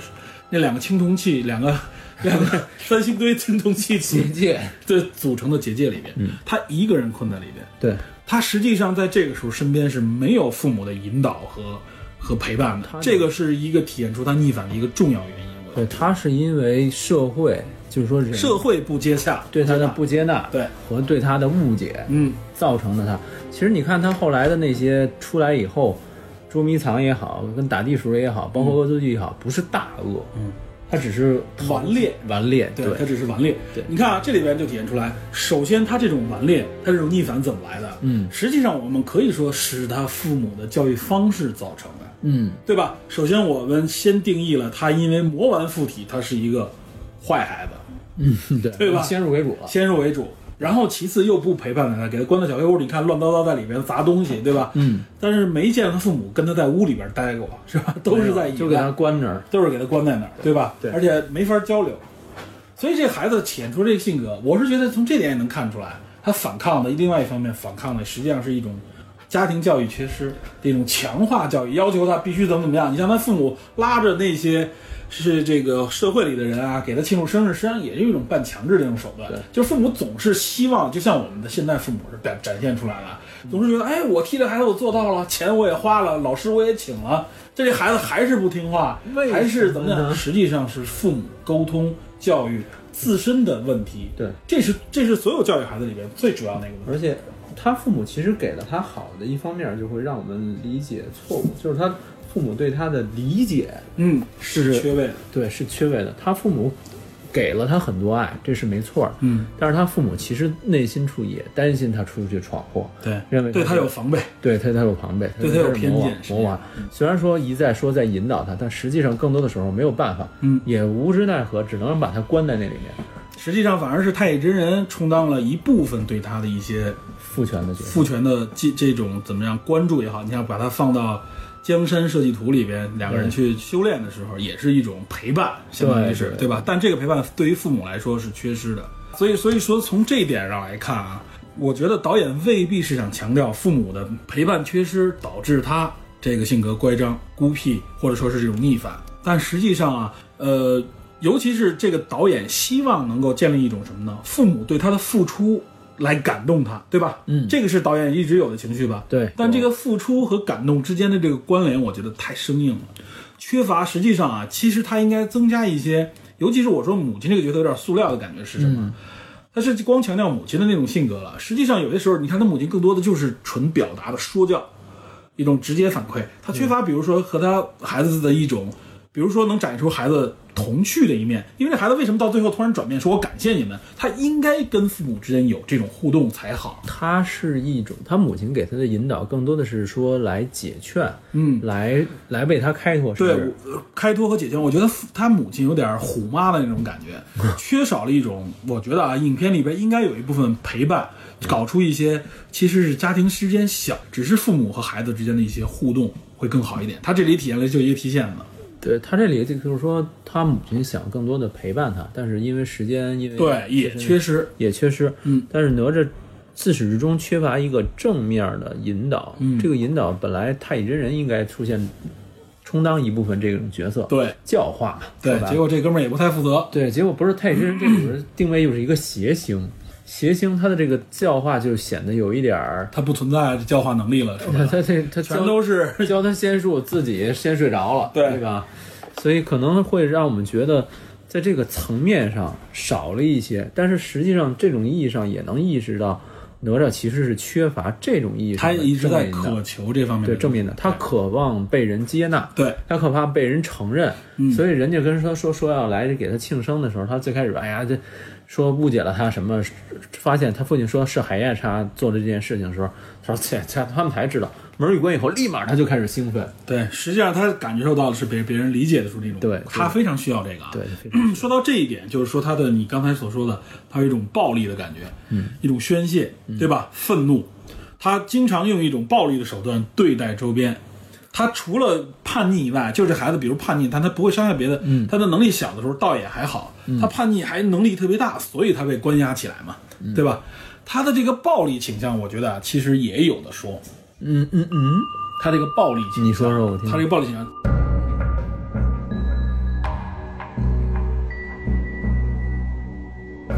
Speaker 2: 那两个青铜器、两个两个 三星堆青铜器组
Speaker 1: 结界，
Speaker 2: 的组成的结界里边，他一个人困在里边。
Speaker 1: 对，
Speaker 2: 他实际上在这个时候身边是没有父母的引导和和陪伴的，这个是一个体现出他逆反的一个重要原因。我觉
Speaker 1: 对，他是因为社会，就是说人
Speaker 2: 得社会不接洽，
Speaker 1: 对他的不接纳，
Speaker 2: 对，
Speaker 1: 和对他的误解，
Speaker 2: 嗯，
Speaker 1: 造成的他。其实你看他后来的那些出来以后，捉迷藏也好，跟打地鼠也好，包括恶作剧也好，不是大恶，嗯，他只是逃
Speaker 2: 顽劣，
Speaker 1: 顽劣，
Speaker 2: 对，他只是顽劣。
Speaker 1: 对
Speaker 2: 你看啊，这里边就体现出来，首先他这种顽劣，他这种逆反怎么来的？
Speaker 1: 嗯
Speaker 2: 实际上我们可以说是他父母的教育方式造成的，
Speaker 1: 嗯，
Speaker 2: 对吧？首先我们先定义了他因为魔丸附体，他是一个坏孩子，
Speaker 1: 嗯 对，
Speaker 2: 对吧
Speaker 1: 先入为主了，
Speaker 2: 先入为主，然后其次又不陪伴他，给他关到小黑屋里，你看乱糟糟在里边砸东西，对吧？
Speaker 1: 嗯，
Speaker 2: 但是没见他父母跟他在屋里边待过，是吧？都是在野外
Speaker 1: 啊就给他关那儿，
Speaker 2: 都是给他关在那儿，对吧？
Speaker 1: 对
Speaker 2: 而且没法交流，所以这孩子显出这个性格，我是觉得从这点也能看出来，他反抗的另外一方面反抗的实际上是一种家庭教育缺失，这种强化教育要求他必须怎么怎么样。你像他父母拉着那些是这个社会里的人啊，给他庆祝生日，实际上也是一种半强制的一种手段。就是父母总是希望，就像我们的现代父母是展展现出来了，总是觉得，哎，我替这孩子我做到了，钱我也花了，老师我也请了，这孩子还是不听话，
Speaker 4: 为
Speaker 2: 还
Speaker 4: 什么
Speaker 2: 是怎么样？
Speaker 4: 呢
Speaker 2: 实际上是父母沟通教育自身的问题。
Speaker 4: 对，
Speaker 2: 这是这是所有教育孩子里边最主要的一个问题。
Speaker 1: 而且他父母其实给了他好的一方面，就会让我们理解错误，就是他父母对他的理解
Speaker 2: 嗯，
Speaker 1: 是
Speaker 2: 缺位。
Speaker 1: 对是缺位的。他父母给了他很多爱，这是没错儿，
Speaker 2: 嗯，
Speaker 1: 但是他父母其实内心处也担心他出去闯祸，
Speaker 2: 对，
Speaker 1: 认为
Speaker 2: 对他
Speaker 1: 是
Speaker 2: 有防备。
Speaker 1: 对他，他有防备，
Speaker 2: 对他有偏见是
Speaker 1: 魔王。虽然说一再说在引导他，但实际上更多的时候没有办法，
Speaker 2: 嗯
Speaker 1: 也无之奈何，只能把他关在那里面，
Speaker 2: 实际上，反而是太乙真人充当了一部分对他的一些
Speaker 1: 父权的角色。
Speaker 2: 父权的这这种怎么样关注也好，你想把它放到江山设计图里边，两个人去修炼的时候，也是一种陪伴，相当于是
Speaker 1: 对
Speaker 2: 对吧？但这个陪伴对于父母来说是缺失的，所以所以说从这一点上来看啊，我觉得导演未必是想强调父母的陪伴缺失导致他这个性格乖张、孤僻，或者说是这种逆反，但实际上啊，呃。尤其是这个导演希望能够建立一种什么呢？父母对他的付出来感动他，对吧？
Speaker 1: 嗯
Speaker 2: 这个是导演一直有的情绪吧？
Speaker 1: 对
Speaker 2: 但这个付出和感动之间的这个关联，我觉得太生硬了，缺乏。实际上啊，其实他应该增加一些，尤其是我说母亲这个角色有点塑料的感觉是什么？他是光强调母亲的那种性格了。实际上，有的时候你看他母亲更多的就是纯表达的说教，一种直接反馈，他缺乏，比如说和他孩子的一种，比如说能展现出孩子童趣的一面。因为这孩子为什么到最后突然转变，说我感谢你们，他应该跟父母之间有这种互动才好。
Speaker 1: 他是一种，他母亲给他的引导更多的是说来解劝，
Speaker 2: 嗯，
Speaker 1: 来来为他开拓是
Speaker 2: 对，我呃开脱和解决，我觉得父他母亲有点虎妈的那种感 觉，缺少了一种，我觉得啊，影片里边应该有一部分陪伴，
Speaker 1: 嗯
Speaker 2: 搞出一些其实是家庭之间小，只是父母和孩子之间的一些互动会更好一点。他这里体现了就一个提现嘛，
Speaker 1: 对他这里就是说，他母亲想更多的陪伴他，但是因为时间，因为
Speaker 2: 对，也缺失，
Speaker 1: 也缺失。
Speaker 2: 嗯，
Speaker 1: 但是哪吒自始至终缺乏一个正面的引导。
Speaker 2: 嗯
Speaker 1: 这个引导本来太乙真人应该出现，充当一部分这种角色，
Speaker 2: 对
Speaker 1: 教化嘛，
Speaker 2: 对
Speaker 1: 是，吧
Speaker 2: 结果这哥们儿也不太负责，
Speaker 1: 对，结果不是太乙真人这里边定位又是一个邪星，邪星他的这个教化就显得有一点儿，
Speaker 2: 他不存在教化能力了，是
Speaker 1: 他
Speaker 2: 吧？
Speaker 1: 他这他教
Speaker 2: 全都是
Speaker 1: 教他仙术，自己先睡着了，
Speaker 2: 对
Speaker 1: 对吧？所以可能会让我们觉得，在这个层面上少了一些，但是实际上这种意义上也能意识到，哪吒其实是缺乏这种意义
Speaker 2: 他
Speaker 1: 上的
Speaker 2: 一直在
Speaker 1: 正面的
Speaker 2: 渴求这方面
Speaker 1: 对
Speaker 2: 的
Speaker 1: 正面的，他渴望被人接纳，
Speaker 2: 对
Speaker 1: 他可怕被人承认，所以人家跟他说说要来给他庆生的时候，他最开始哎呀这说误解了他什么，发现他父亲说是海燕莎做的这件事情的时候，他说切切他们才知道，门儿一关以后，立马他就开始兴奋，
Speaker 2: 对，实际上他感觉受到的是别别人理解的出这种，
Speaker 1: 对对
Speaker 2: 他非常需要这个啊，
Speaker 1: 对，非 常
Speaker 2: 说到这一点，就是说他的你刚才所说的，他有一种暴力的感觉，嗯，一种宣泄，对吧？愤怒，他经常用一种暴力的手段对待周边。他除了叛逆以外，就是这孩子，比如叛逆，但他不会伤害别的。嗯，他的能力小的时候倒也还好，他叛逆还能力特别大，所以他被关押起来嘛，对吧？他的这个暴力倾向，我觉得啊，其实也有的说。
Speaker 1: 嗯嗯嗯，
Speaker 2: 他这个暴力倾向，
Speaker 1: 你说说我听听
Speaker 2: 他这个暴力倾向。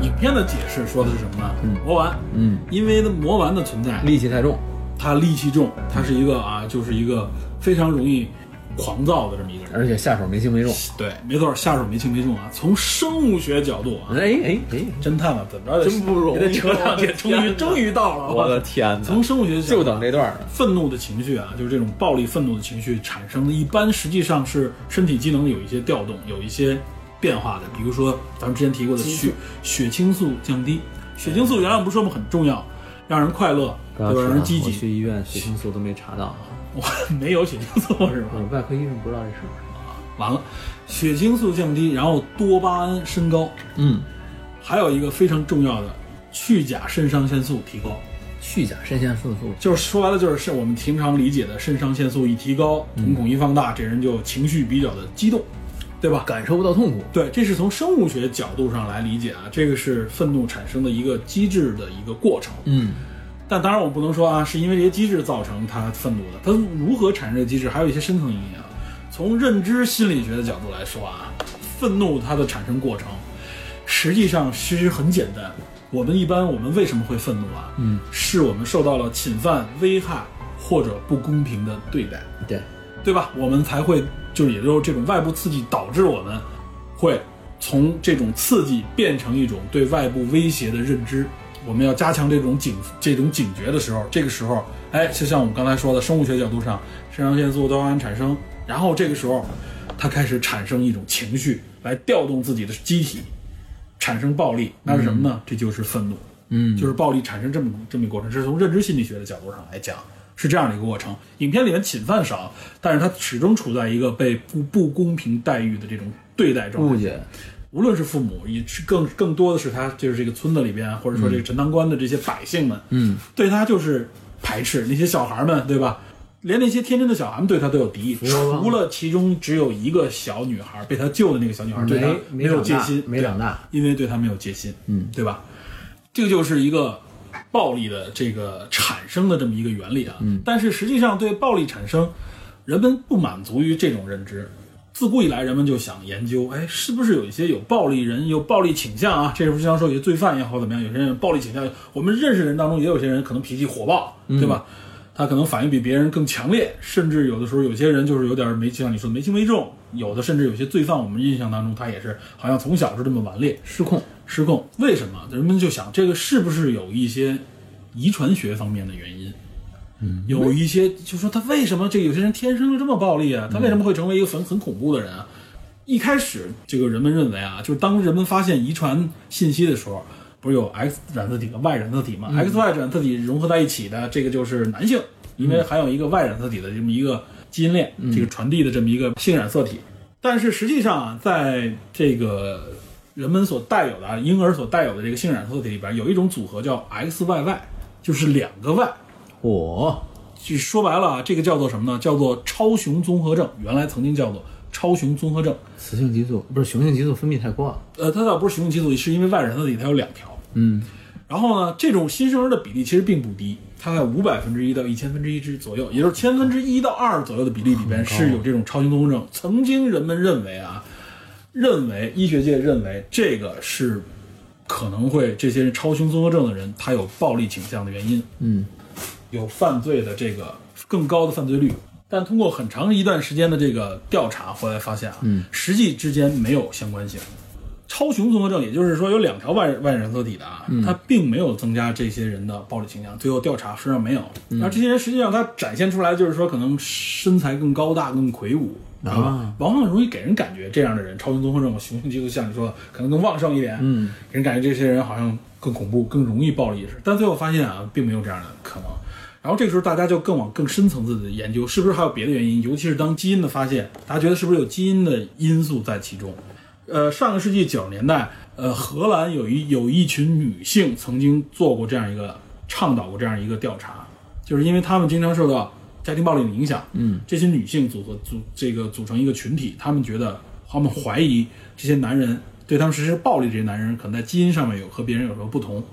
Speaker 2: 影片的解释说的是什么呢？魔丸，
Speaker 1: 嗯，
Speaker 2: 因为呢魔丸的存在，
Speaker 1: 力气太重，
Speaker 2: 他戾气重，他是一个啊，就是一个非常容易狂躁的这么一个人。
Speaker 1: 而且下手没轻没重，
Speaker 2: 对，没错，下手没轻没重啊。从生物学角度啊，
Speaker 1: 哎哎哎，
Speaker 2: 侦探嘛，怎么着也
Speaker 1: 真不容易
Speaker 2: 也得扯两天，终
Speaker 1: 我的
Speaker 2: 于
Speaker 1: 天哪
Speaker 2: 终于到了。
Speaker 1: 我的
Speaker 2: 操
Speaker 1: 天哪，
Speaker 2: 从生物学角度
Speaker 1: 就等这段了，
Speaker 2: 愤怒的情绪啊，就是这种暴力愤怒的情绪产生的，一般实际上是身体机能有一些调动，有一些变化的。比如说咱们之前提过的血血清素降低，血清素原来我们不是说吗？很重要，让人快乐，对吧？
Speaker 1: 刚刚
Speaker 2: 让
Speaker 1: 说
Speaker 2: 人
Speaker 1: 啊
Speaker 2: 积
Speaker 1: 我
Speaker 2: 极。
Speaker 1: 去医院血清素都没查到，
Speaker 2: 我没有血清素是吧？
Speaker 1: 我外科医生不知道这是不是，
Speaker 2: 完了，血清素降低，然后多巴胺升高，
Speaker 1: 嗯，
Speaker 2: 还有一个非常重要的去甲肾上腺素提高。
Speaker 1: 去甲肾腺素素
Speaker 2: 就是说白了，就是是我们平常理解的肾上腺素一提高，瞳孔一放大，这人就情绪比较的激动，对吧？
Speaker 1: 感受不到痛苦，
Speaker 2: 对，这是从生物学角度上来理解啊，这个是愤怒产生的一个机制的一个过程。
Speaker 1: 嗯。
Speaker 2: 但当然，我不能说啊，是因为这些机制造成他愤怒的。他如何产生这个机制，还有一些深层意义啊。从认知心理学的角度来说啊，愤怒它的产生过程实际上其实很简单。我们一般我们为什么会愤怒啊？嗯，是我们受到了侵犯、危害或者不公平的对待，
Speaker 1: 对，
Speaker 2: 对吧？我们才会就是也就是这种外部刺激导致我们会从这种刺激变成一种对外部威胁的认知。我们要加强这种警这种警觉的时候，这个时候，哎，就像我们刚才说的，生物学角度上，肾上腺素、多巴胺产生，然后这个时候，它开始产生一种情绪来调动自己的机体，产生暴力，那是什么呢？这就是愤怒，嗯，就是暴力产生这么这么一个过程，这是从认知心理学的角度上来讲，是这样的一个过程。影片里面侵犯少，但是它始终处在一个被不不公平待遇的这种对待状态，
Speaker 1: 误解，
Speaker 2: 无论是父母，也是更更多的是他就是这个村子里边，或者说这个陈塘关的这些百姓们，
Speaker 1: 嗯，
Speaker 2: 对他就是排斥。那些小孩们，对吧？连那些天真的小孩们对他都有敌意，除了其中只有一个小女孩被他救的那个小女孩对他
Speaker 1: 没
Speaker 2: 有
Speaker 1: 长
Speaker 2: 戒
Speaker 1: 大
Speaker 2: 心，
Speaker 1: 没长大，
Speaker 2: 因为对他没有戒心，嗯，对吧？这个就是一个暴力的这个产生的这么一个原理啊。嗯，但是实际上对暴力产生，人们不满足于这种认知。自古以来，人们就想研究，哎，是不是有一些有暴力人、有暴力倾向啊？这是不是经常说有些罪犯也好怎么样，有些人有暴力倾向。我们认识人当中也有些人可能脾气火爆，对吧？他可能反应比别人更强烈，甚至有的时候有些人就是有点没像你说的没轻没重，有的甚至有些罪犯，我们印象当中他也是好像从小是这么顽劣，
Speaker 1: 失控，
Speaker 2: 失控。为什么？人们就想，这个是不是有一些遗传学方面的原因？嗯，有一些就说他为什么这有些人天生就这么暴力啊？他为什么会成为一个很很恐怖的人啊？一开始，这个人们认为啊，就是当人们发现遗传信息的时候，不是有 X 染色体和 Y 染色体吗、x Y 染色体融合在一起的，这个就是男性，因为含有一个 Y 染色体的这么一个基因链，这个传递的这么一个性染色体。但是实际上啊，在这个人们所带有的啊，婴儿所带有的这个性染色体里边，有一种组合叫 XYY，就是两个 Y。
Speaker 1: 我
Speaker 2: 就说白了啊，这个叫做什么呢？叫做超雄综合症，原来曾经叫做超雄综合症。
Speaker 1: 雌性激素不是雄性激素分泌太过了，
Speaker 2: 呃，它倒不是雄性激素，是因为 Y 染色体它有两条。
Speaker 1: 嗯，
Speaker 2: 然后呢，这种新生儿的比例其实并不低，它在五百分之一到一千分之一之左右，也就是千分之一到二左右的比例里边是有这种超雄综合症。曾经人们认为啊，认为医学界认为这个是可能会这些人超雄综合症的人他有暴力倾向的原因，
Speaker 1: 嗯，
Speaker 2: 有犯罪的这个更高的犯罪率。但通过很长一段时间的这个调查，后来发现啊，嗯，实际之间没有相关性。超雄综合症，也就是说有两条外外染色体的啊，它并没有增加这些人的暴力倾向。最后调查实际上没有，然后这些人实际上他展现出来就是说可能身材更高大、更魁梧，知道吧？往往容易给人感觉这样的人超雄综合症、雄性激素像你说的可能更旺盛一点，嗯，给人感觉这些人好像更恐怖、更容易暴力一些。但最后发现啊，并没有这样的可能。然后这个时候，大家就更往更深层次的研究，是不是还有别的原因？尤其是当基因的发现，大家觉得是不是有基因的因素在其中？呃，上个世纪九十年代，呃，荷兰有一有一群女性曾经做过这样一个倡导过这样一个调查，就是因为她们经常受到家庭暴力的影响，嗯，这些女性组合组这个组成一个群体，她们觉得她们怀疑这些男人对她们实施暴力，这些男人可能在基因上面有和别人有什么不同，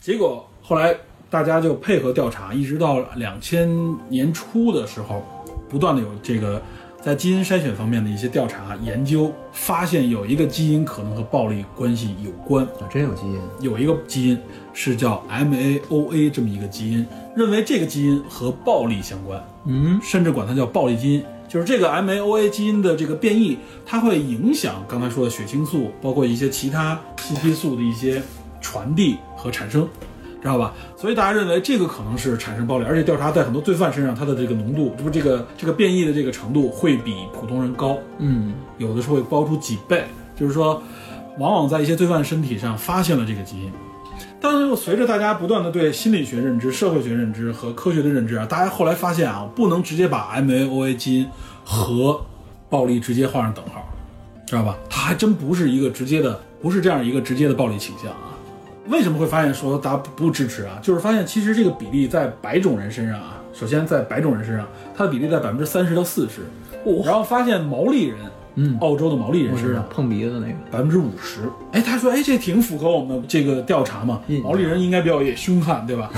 Speaker 2: 结果后来大家就配合调查，一直到两千年初的时候，不断的有这个在基因筛选方面的一些调查研究，发现有一个基因可能和暴力关系有关，
Speaker 1: 啊，真有基因，
Speaker 2: 有一个基因是叫 MAOA 这么一个基因，认为这个基因和暴力相关，嗯，甚至管它叫暴力基因。就是这个 MAOA 基因的这个变异，它会影响刚才说的血清素，包括一些其他信息素的一些传递和产生，知道吧？所以大家认为这个可能是产生暴力，而且调查在很多罪犯身上，它的这个浓度，这不这个这个变异的这个程度会比普通人高，
Speaker 1: 嗯，
Speaker 2: 有的时候会高出几倍，就是说，往往在一些罪犯身体上发现了这个基因。但是随着大家不断的对心理学认知、社会学认知和科学的认知啊，大家后来发现啊，不能直接把 MAOA 基因和暴力直接画上等号，知道吧？它还真不是一个直接的，不是这样一个直接的暴力倾向啊。为什么会发现说大家不不支持啊？就是发现其实这个比例在白种人身上啊，首先在白种人身上，它的比例在百分之三十到四十，然后发现毛利人
Speaker 1: 嗯
Speaker 2: 澳洲的毛利人身上，
Speaker 1: 碰鼻子那个，
Speaker 2: 百分之五十。哎，他说，哎，这挺符合我们的这个调查嘛
Speaker 1: 嗯，
Speaker 2: 毛利人应该比较也凶悍，对吧？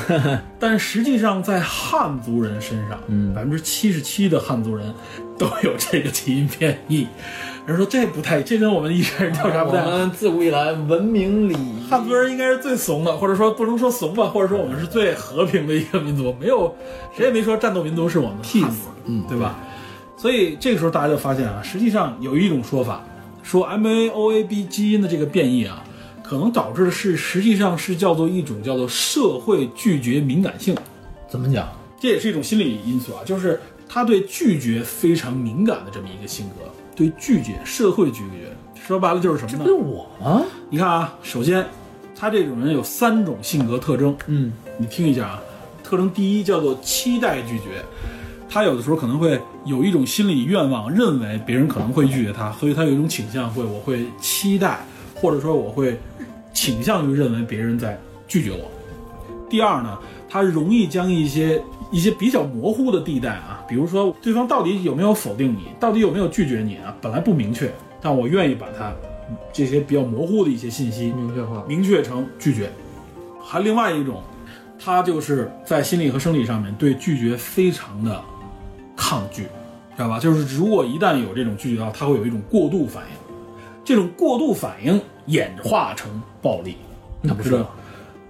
Speaker 2: 但实际上，在汉族人身上，
Speaker 1: 嗯
Speaker 2: 百分之七十七的汉族人 都有这个基因变异。人说这不太，这哦跟我们一开始调查不太。
Speaker 1: 我们自古以来文明礼仪
Speaker 2: 汉族人应该是最怂的，或者说不能说怂吧，或者说我们是最和平的一个民族，没有谁也没说战斗民族是我们汉族，嗯，对吧？所以这个时候大家就发现啊，实际上有一种说法，说 MAOAB 基因的这个变异啊，可能导致的是实际上是叫做一种叫做社会拒绝敏感性，
Speaker 1: 怎么讲？
Speaker 2: 这也是一种心理因素啊，就是他对拒绝非常敏感的这么一个性格，对拒绝社会拒绝，说白了就是什么
Speaker 1: 这
Speaker 2: 呢？
Speaker 1: 不是我吗？
Speaker 2: 你看啊，首先，他这种人有三种性格特征，
Speaker 1: 嗯
Speaker 2: 你听一下啊。特征第一叫做期待拒绝，他有的时候可能会有一种心理愿望，认为别人可能会拒绝他，所以他有一种倾向会，我会期待，或者说我会倾向于认为别人在拒绝我。第二呢，他容易将一些一些比较模糊的地带啊，比如说对方到底有没有否定你，到底有没有拒绝你啊，本来不明确，但我愿意把它这些比较模糊的一些信息
Speaker 1: 明确化。
Speaker 2: 明确成拒绝。还另外一种，他就是在心理和生理上面对拒绝非常的抗拒，知道吧？就是如果一旦有这种拒绝到，他会有一种过度反应，这种过度反应演化成暴力，
Speaker 1: 那不
Speaker 2: 知
Speaker 1: 是
Speaker 2: 道吗？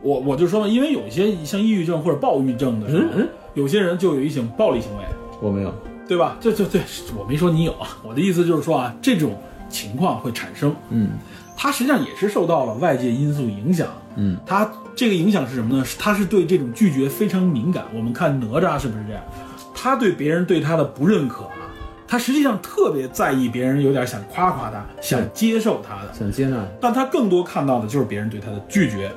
Speaker 2: 我我就说嘛，因为有一些像抑郁症或者暴郁症的人，
Speaker 1: 嗯
Speaker 2: 有些人就有一种暴力行为，
Speaker 3: 我没有，
Speaker 2: 对吧？这这这，我没说你有啊，我的意思就是说啊，这种情况会产生，
Speaker 1: 嗯
Speaker 2: 它实际上也是受到了外界因素影响。
Speaker 1: 嗯，
Speaker 2: 它这个影响是什么呢？是它是对这种拒绝非常敏感。我们看哪吒是不是这样？他对别人对他的不认可啊，他实际上特别在意别人有点想夸夸他，想接受他的，
Speaker 1: 想接纳，
Speaker 2: 但他更多看到的就是别人对他的拒绝，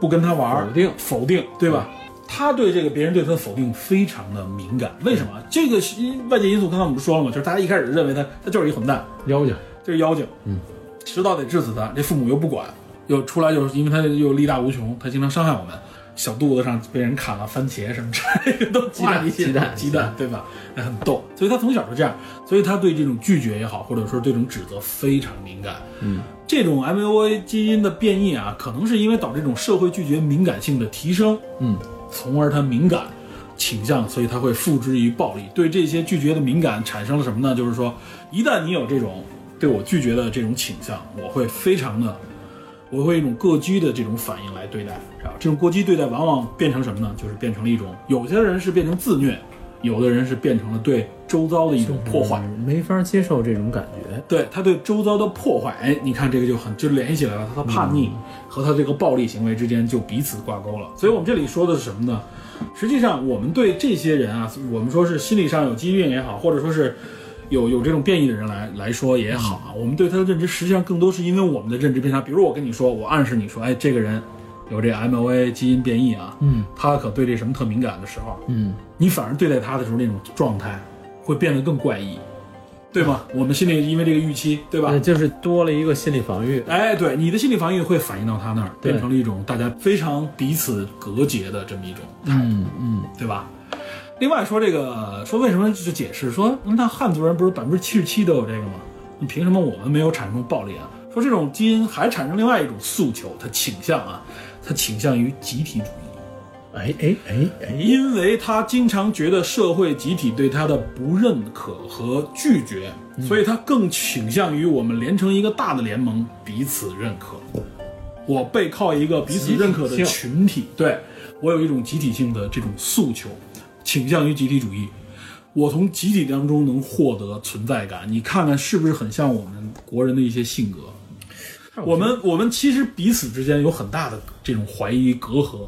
Speaker 2: 不跟他玩儿
Speaker 1: 否定
Speaker 2: 否定，对吧？他对这个别人对他的否定非常的敏感，为什
Speaker 1: 嗯
Speaker 2: 么？这个是外界因素，刚才我们说了嘛，就是大家一开始认为他他就是一混蛋，
Speaker 1: 妖精
Speaker 2: 就是妖精，嗯，迟早得治死他。这父母又不管，又出来就是因为他又力大无穷，他经常伤害我们。小肚子上被人砍了番茄什么之类的都
Speaker 1: 鸡蛋
Speaker 2: 挂一些
Speaker 1: 鸡蛋
Speaker 2: 鸡蛋对吧？那很逗，所以他从小就这样，所以他对这种拒绝也好，或者说对这种指责非常敏感。嗯，这种 MAO 基因的变异啊，可能是因为导致这种社会拒绝敏感性的提升，
Speaker 1: 嗯，
Speaker 2: 从而他敏感倾向，所以他会付之于暴力。对这些拒绝的敏感产生了什么呢？就是说，一旦你有这种对我拒绝的这种倾向，我会非常的，我会有一种过激的这种反应来对待。然后这种过激对待往往变成什么呢？就是变成了一种，有些人是变成自虐，有的人是变成了对周遭的一种破坏。
Speaker 1: 嗯没法接受这种感觉。
Speaker 2: 对他对周遭的破坏，哎，你看这个就很就联系起来了，他的叛逆和他这个暴力行为之间就彼此挂钩了。所以我们这里说的是什么呢？实际上，我们对这些人啊，我们说是心理上有疾病也好，或者说是有有这种变异的人来来说也好啊，我们对他的认知实际上更多是因为我们的认知偏差。比如我跟你说，我暗示你说，哎，这个人有这 MOA 基因变异啊，
Speaker 1: 嗯
Speaker 2: 他可对这什么特敏感的时候，
Speaker 1: 嗯，
Speaker 2: 你反而对待他的时候那种状态会变得更怪异，对吗？我们心里因为这个预期，对吧
Speaker 1: 那？就是多了一个心理防御。
Speaker 2: 哎，对，你的心理防御会反映到他那儿，
Speaker 1: 对
Speaker 2: 变成了一种大家非常彼此隔绝的这么一种态度，
Speaker 1: 嗯嗯，
Speaker 2: 对吧？另外说这个，说为什么就解释说，那汉族人不是百分之七十七都有这个吗？那凭什么我们没有产生暴力啊？说这种基因还产生另外一种诉求，它倾向啊，它倾向于集体主义。
Speaker 1: 哎哎哎哎，
Speaker 2: 因为他经常觉得社会集体对他的不认可和拒绝，
Speaker 1: 嗯
Speaker 2: 所以他更倾向于我们连成一个大的联盟，彼此认可。我背靠一个彼此认可的
Speaker 1: 集体性
Speaker 2: 群体，对我有一种集体性的这种诉求，倾向于集体主义。我从集体当中能获得存在感，你看看是不是很像我们国人的一些性格？我
Speaker 1: 啊
Speaker 2: 们我们其实彼此之间有很大的这种怀疑隔阂，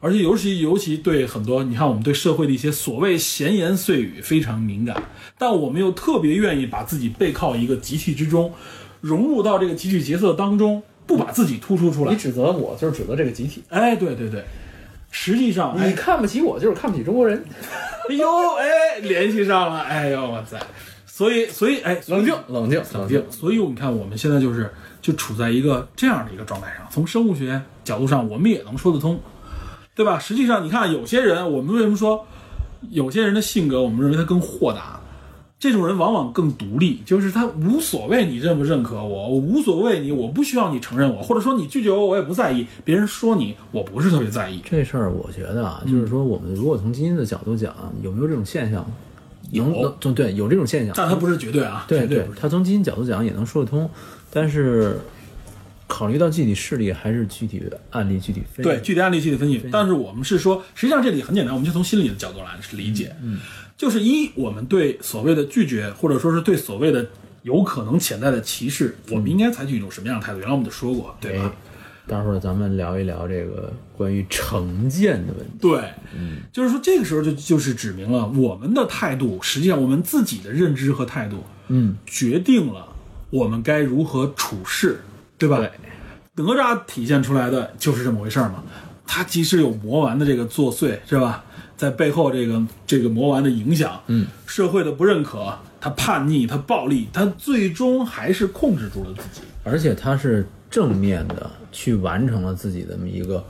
Speaker 2: 而且尤其尤其对很多你看我们对社会的一些所谓闲言碎语非常敏感，但我们又特别愿意把自己背靠一个集体之中，融入到这个集体角色当中，不把自己突出出
Speaker 1: 你
Speaker 2: 来。
Speaker 1: 指责我就是指责这个集体，
Speaker 2: 哎，对对对，实际上，哎
Speaker 1: 你看不起我就是看不起中国人。
Speaker 2: 哎呦，哎，联系上了，哎呦，我在，所以，所以，哎，
Speaker 1: 冷静，冷静，
Speaker 2: 冷静。所以你看，我们现在就是就处在一个这样的一个状态上。从生物学角度上，我们也能说得通，对吧？实际上，你看有些人，我们为什么说有些人的性格，我们认为他更豁达，这种人往往更独立，就是他无所谓你认不认可我，我无所谓你，我不需要你承认我，或者说你拒绝我，我也不在意。别人说你，我不是特别在意。
Speaker 1: 这事儿我觉得
Speaker 2: 嗯
Speaker 1: 啊，就是说我们如果从基因的角度讲，啊有没有这种现象？能能就对，有这种现象，
Speaker 2: 但他不是绝对啊，
Speaker 1: 对
Speaker 2: 绝对
Speaker 1: 对
Speaker 2: 不是。，
Speaker 1: 他从基因角度讲也能说得通，但是考虑到具体事例还是具体的案例具体分析。
Speaker 2: 对，具体案例具体分析。但是我们是说，实际上这里很简单，我们就从心理的角度来理解。嗯，就是一，我们对所谓的拒绝，或者说是对所谓的有可能潜在的歧视，我们应该采取一种什么样的态度？原来我们就说过，对吧？
Speaker 1: 待会儿咱们聊一聊这个关于成见的问题。
Speaker 2: 对，
Speaker 1: 嗯
Speaker 2: 就是说这个时候就就是指明了我们的态度，实际上我们自己的认知和态度，
Speaker 1: 嗯，
Speaker 2: 决定了我们该如何处事，对吧？
Speaker 1: 对，
Speaker 2: 哪吒体现出来的就是这么回事儿嘛。他即使有魔丸的这个作祟，是吧？在背后这个这个魔丸的影响，嗯，社会的不认可，他叛逆，他暴力，他最终还是控制住了自己。
Speaker 1: 而且他是正面的去完成了自己的这么一个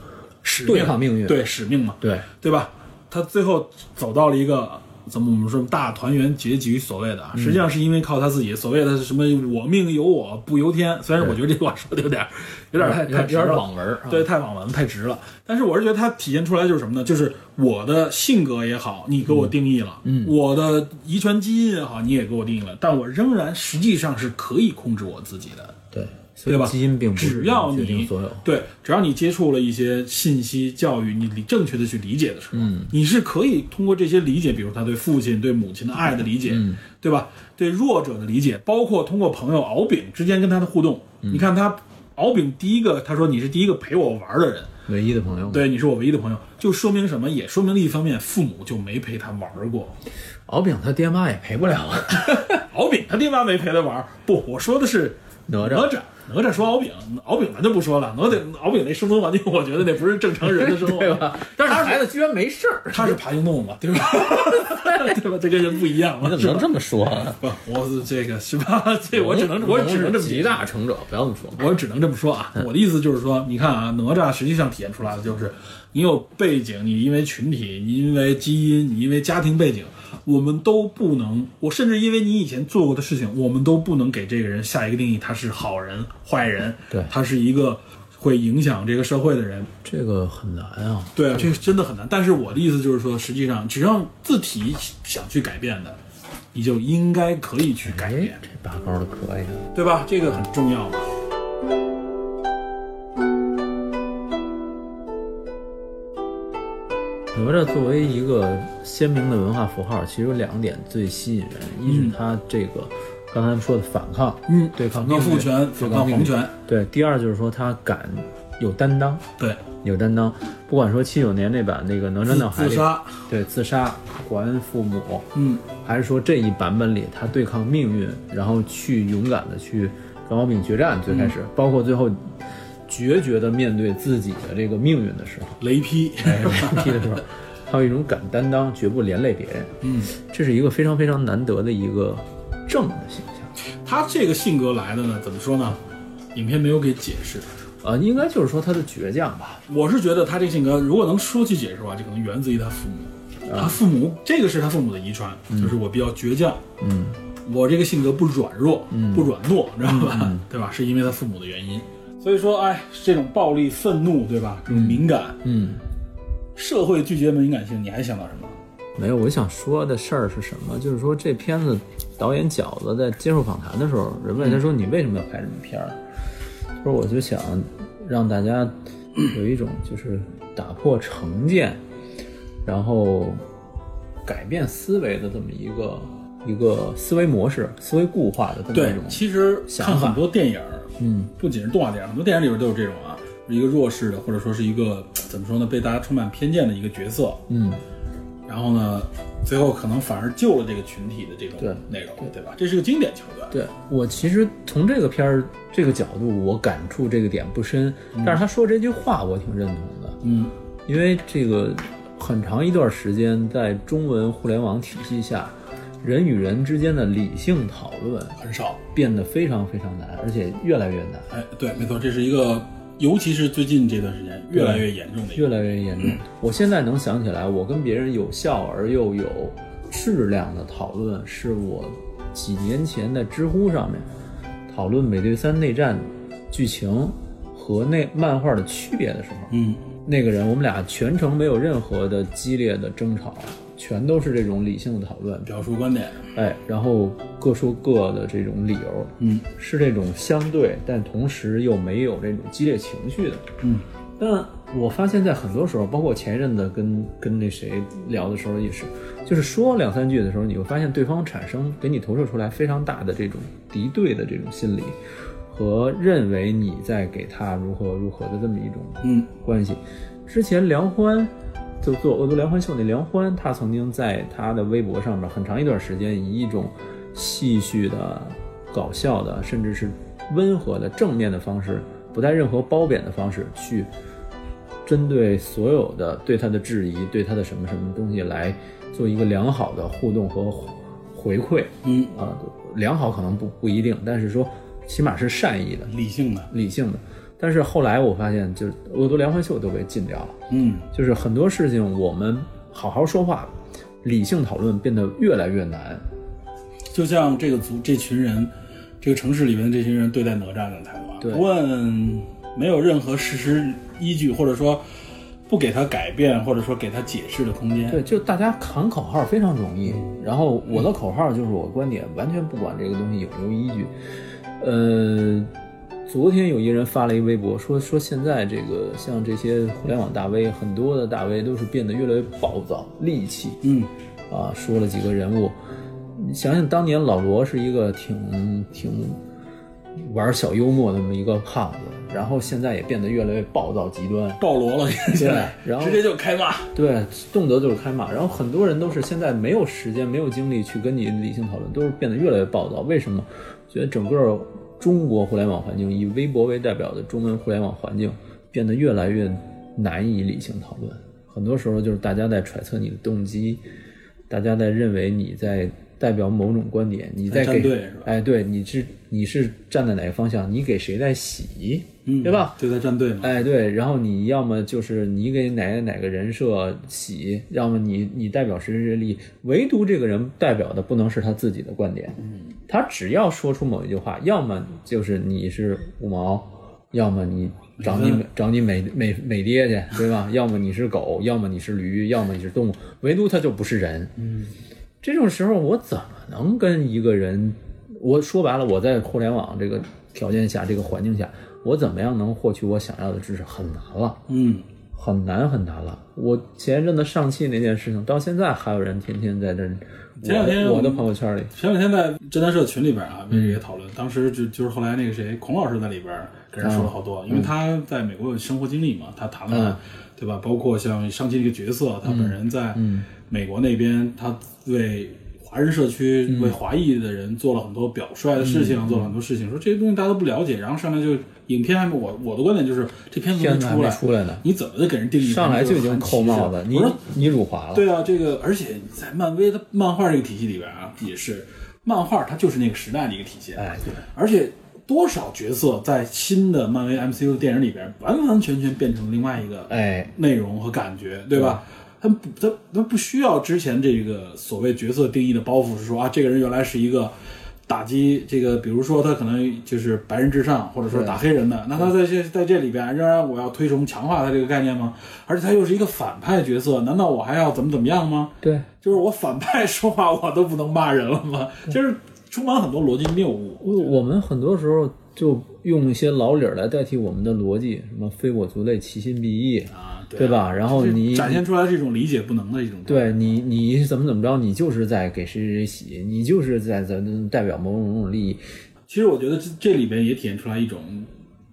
Speaker 2: 使命
Speaker 1: 对抗命运。
Speaker 2: 对使命嘛，
Speaker 1: 对，
Speaker 2: 对吧？他最后走到了一个怎么我们说大团圆结局，所谓的
Speaker 1: 嗯
Speaker 2: 啊，实际上是因为靠他自己，所谓的什么我命由我不由天。虽然我觉得这话说的有点儿有点儿太
Speaker 1: 有
Speaker 2: 太
Speaker 1: 点
Speaker 2: 直
Speaker 1: 有点
Speaker 2: 了
Speaker 1: 网文儿啊
Speaker 2: 对，太网文太直了。但是我是觉得它体现出来就是什么呢？就是我的性格也好，你给我定义了，嗯，我的遗传基因也好，你也给我定义了，但我仍然实际上是可以控制我自己的。
Speaker 1: 对，所
Speaker 2: 对
Speaker 1: 以
Speaker 2: 吧？
Speaker 1: 基因并不是
Speaker 2: 只要
Speaker 1: 决
Speaker 2: 你
Speaker 1: 定所有。
Speaker 2: 对，只要你接触了一些信息教育，你理正确的去理解的时候，
Speaker 1: 嗯
Speaker 2: 你是可以通过这些理解，比如他对父亲、对母亲的爱的理解，
Speaker 1: 嗯
Speaker 2: 对吧？对弱者的理解，包括通过朋友敖丙之间跟他的互动。
Speaker 1: 嗯
Speaker 2: 你看他敖丙第一个，他说你是第一个陪我玩的人，
Speaker 1: 唯一的朋友。，
Speaker 2: 对，你是我唯一的朋友，就说明什么？也说明了一方面，父母就没陪他玩过。
Speaker 1: 敖丙他爹妈也陪不了啊。
Speaker 2: 敖丙他爹妈没陪他玩儿，不，我说的是
Speaker 1: 哪吒
Speaker 2: 哪吒。哪吒说敖丙，敏丙咱就不说了。哪吒敖丙那生存环境，我觉得那不是正常人的生活，
Speaker 1: 对吧？但是他孩子居然没 事儿，
Speaker 2: 他是爬行动物嘛，对吧？对吧？这跟人不一样嘛。
Speaker 3: 你怎么能这么说、 啊？
Speaker 2: 不，我是这个是吧？这我只能我只能这么
Speaker 1: 极大成者，不要这么说。
Speaker 2: 我只能这么说啊。我的意思就是说，你看啊，哪吒实际上体现出来的就是，你有背景，你因为群体，你因为基因，你因为家庭背景，我们都不能，我甚至因为你以前做过的事情，我们都不能给这个人下一个定义，他是好人、坏人，
Speaker 1: 对
Speaker 2: 他是一个会影响这个社会的人，
Speaker 1: 这个很难啊。
Speaker 2: 对啊，这真的很难。但是我的意思就是说，实际上只要自己想去改变的，你就应该可以去改
Speaker 1: 哎
Speaker 2: 变，，
Speaker 1: 这拔高的可以啊。
Speaker 2: 对吧？这个很重要嘛。
Speaker 1: 哪吒作为一个鲜明的文化符号，其实有两点最吸引人：一是他这个刚才说的反抗，
Speaker 2: 嗯
Speaker 1: 对抗
Speaker 2: 反抗父权，
Speaker 1: 对
Speaker 2: 反
Speaker 1: 抗
Speaker 2: 抗
Speaker 1: 命
Speaker 2: 皇
Speaker 1: 运
Speaker 2: 权，
Speaker 1: 对；第二就是说他敢有担当，
Speaker 2: 对。
Speaker 1: 有担当。不管说七九年那版那个哪吒闹海
Speaker 2: 自
Speaker 1: 里
Speaker 2: 自杀，
Speaker 1: 对自杀还父母，
Speaker 2: 嗯，
Speaker 1: 还是说这一版本里他对抗命运，然后去勇敢的去跟敖丙决战，最开始，包括最后决绝的面对自己的这个命运的时候。
Speaker 2: 雷劈，
Speaker 1: 哎批的时候， 还有一种敢担当，绝不连累别人。
Speaker 2: 嗯，
Speaker 1: 这是一个非常非常难得的一个正的形象。
Speaker 2: 他这个性格来的呢，怎么说呢？影片没有给解释。
Speaker 1: 呃，应该就是说他的倔强吧。
Speaker 2: 我是觉得他这个性格，如果能说去解释的话，这可能源自于他父母。
Speaker 1: 啊
Speaker 2: 他父母这个是他父母的遗传，就是我比较倔强，
Speaker 1: 嗯，
Speaker 2: 我这个性格不软弱，不软弱，知道吧？
Speaker 1: 嗯
Speaker 2: 对吧？是因为他父母的原因。所以说，哎，这种暴力、愤怒，对吧？这种敏感，
Speaker 1: 嗯，
Speaker 2: 社会拒绝敏感性，你还想到什么？
Speaker 1: 没有，我想说的事儿是什么？就是说这片子导演饺子在接受访谈的时候，人问他说：“你为什么要拍这么片儿？”他说：“我就想让大家有一种就是打破成见，然后改变思维的这么一个一个思维模式、思维固化的这么一
Speaker 2: 对
Speaker 1: 种，
Speaker 2: 其实
Speaker 1: 想
Speaker 2: 看
Speaker 1: 法
Speaker 2: 很多电影，
Speaker 1: 嗯，
Speaker 2: 不仅是动画电影，很多电影里边都有这种啊，一个弱势的，或者说是一个怎么说呢，被大家充满偏见的一个角色，
Speaker 1: 嗯，
Speaker 2: 然后呢，最后可能反而救了这个群体的这种
Speaker 1: 对
Speaker 2: 内容，对吧？这是个经典桥段。
Speaker 1: 对我其实从这个片儿这个角度，我感触这个点不深，但是他说这句话我挺认同的，
Speaker 2: 嗯，
Speaker 1: 因为这个很长一段时间，在中文互联网体系下，人与人之间的理性讨论
Speaker 2: 很少。
Speaker 1: 变得非常非常难，而且越来越难，
Speaker 2: 哎，对，没错，这是一个，尤其是最近这段时间越来越严重的一个。
Speaker 1: 越来越严重。我现在能想起来，我跟别人有效而又有质量的讨论，是我几年前在知乎上面讨论《美队三内战》剧情和那漫画的区别的时候，
Speaker 2: 嗯，
Speaker 1: 那个人我们俩全程没有任何的激烈的争吵，全都是这种理性的讨论，
Speaker 2: 表述观点，
Speaker 1: 哎，然后各说各的这种理由，
Speaker 2: 嗯
Speaker 1: 是这种相对，但同时又没有这种激烈情绪的。
Speaker 2: 嗯，
Speaker 1: 但我发现，在很多时候，包括前一阵子跟跟那谁聊的时候也是，就是说两三句的时候，你会发现对方产生给你投射出来非常大的这种敌对的这种心理，和认为你在给他如何如何的这么一种
Speaker 2: 嗯
Speaker 1: 关系。之前梁欢就做恶毒梁欢秀那梁欢，他曾经在他的微博上面很长一段时间，以一种戏谑的、搞笑的，甚至是温和的、正面的方式，不带任何褒贬的方式去针对所有的对他的质疑、对他的什么什么东西来做一个良好的互动和回馈
Speaker 2: 嗯，
Speaker 1: 啊、良好可能不不一定，但是说起码是善意的。
Speaker 2: 理性的，
Speaker 1: 理性的。但是后来我发现，就是恶毒连环秀都被禁掉了。
Speaker 2: 嗯
Speaker 1: 就是很多事情我们好好说话，理性讨论变得越来越难。
Speaker 2: 就像这个族这群人，这个城市里面的这群人对待哪吒的态度啊，
Speaker 1: 对
Speaker 2: 不问没有任何事实依据，或者说不给他改变，或者说给他解释的空间。
Speaker 1: 对，就大家喊口号非常容易。然后我的口号就是我观点，完全不管这个东西有没有依据。呃，昨天有一人发了一微博，说说现在这个像这些互联网大 V，很多的大 V 都是变得越来越暴躁、戾气。
Speaker 2: 嗯
Speaker 1: 啊，说了几个人物。你想想，当年老罗是一个挺挺玩小幽默的那么一个胖子，然后现在也变得越来越暴躁极端，
Speaker 2: 暴罗了，现在
Speaker 1: 然后
Speaker 2: 直接就开骂。
Speaker 1: 对，动辄就是开骂。然后很多人都是现在没有时间、没有精力去跟你理性讨论，都是变得越来越暴躁。为什么？觉得整个中国互联网环境，以微博为代表的中文互联网环境，变得越来越难以理性讨论。很多时候就是大家在揣测你的动机，大家在认为你在代表某种观点，你在
Speaker 2: 在
Speaker 1: 给
Speaker 2: 站队是吧
Speaker 1: 哎，对，你是你是站在哪个方向，你给谁在洗，
Speaker 2: 嗯，
Speaker 1: 对吧？
Speaker 2: 就在站队嘛。
Speaker 1: 哎，对，然后你要么就是你给哪个哪个人设洗，要么你你代表谁谁谁利益，唯独这个人代表的不能是他自己的观点。他只要说出某一句话，要么就是你是五毛，要么你找你找你美美美爹去，对吧？要么你是狗，要么你是驴，要么你是动物，唯独他就不是人。这种时候我怎么能跟一个人？我说白了，我在互联网这个条件下、这个环境下，我怎么样能获取我想要的知识，很难了，
Speaker 2: 嗯，
Speaker 1: 很难很难了。我前一阵子上汽那件事情，到现在还有人天天在这儿，
Speaker 2: 前两天
Speaker 1: 我的我的
Speaker 2: 我们
Speaker 1: 朋友圈里，
Speaker 2: 前两天在侦探社群里边啊，为这也讨论，当时就就是后来那个谁，孔老师在里边给人说了好多，
Speaker 1: 嗯
Speaker 2: 因为他在美国有生活经历嘛，他谈了，对吧？包括像上期这个角色，他本人
Speaker 1: 嗯
Speaker 2: 在美国那边，他为华人社区、
Speaker 1: 嗯
Speaker 2: 为华裔的人做了很多表率的事情，做了很多事情，说这些东西大家都不了解，然后上来就影片还没我我的观点就是这片子
Speaker 1: 片子还
Speaker 2: 出
Speaker 1: 没
Speaker 2: 来，
Speaker 1: 出来呢，
Speaker 2: 你怎么就给人定义
Speaker 1: 上来
Speaker 2: 成
Speaker 1: 就已
Speaker 2: 这个反
Speaker 1: 经扣
Speaker 2: 嗯歧视
Speaker 1: 帽子，你
Speaker 2: 我说
Speaker 1: 你辱华了，
Speaker 2: 对啊，这个而且在漫威的漫画这个体系里边啊，也是漫画它就是那个时代的一个体现。
Speaker 1: 哎，对，
Speaker 2: 而且多少角色在新的漫威 MCU 的电影里边，完完全全变成另外一个
Speaker 1: 哎，
Speaker 2: 内容和感觉，对吧？他们不，他他不需要之前这个所谓角色定义的包袱，是说啊，这个人原来是一个打击这个，比如说他可能就是白人至上，或者说
Speaker 1: 对
Speaker 2: 打黑人的，那他在这在这里边仍然我要推崇强化他这个概念吗？而且他又是一个反派角色，难道我还要怎么怎么样吗？
Speaker 1: 对，
Speaker 2: 就是我反派 说话我都不能骂人了吗？就是充满很多逻辑谬误。
Speaker 1: 我我们很多时候就用一些老理儿来代替我们的逻辑，什么非我族类，其心必异
Speaker 2: 啊对啊
Speaker 1: 对吧？然后你
Speaker 2: 展现出来这种理解不能的一种状态，
Speaker 1: 对你，你怎么怎么着，你就是在给谁谁谁洗，你就是在在代表某种某种利益。
Speaker 2: 其实我觉得这这里边也体现出来一种，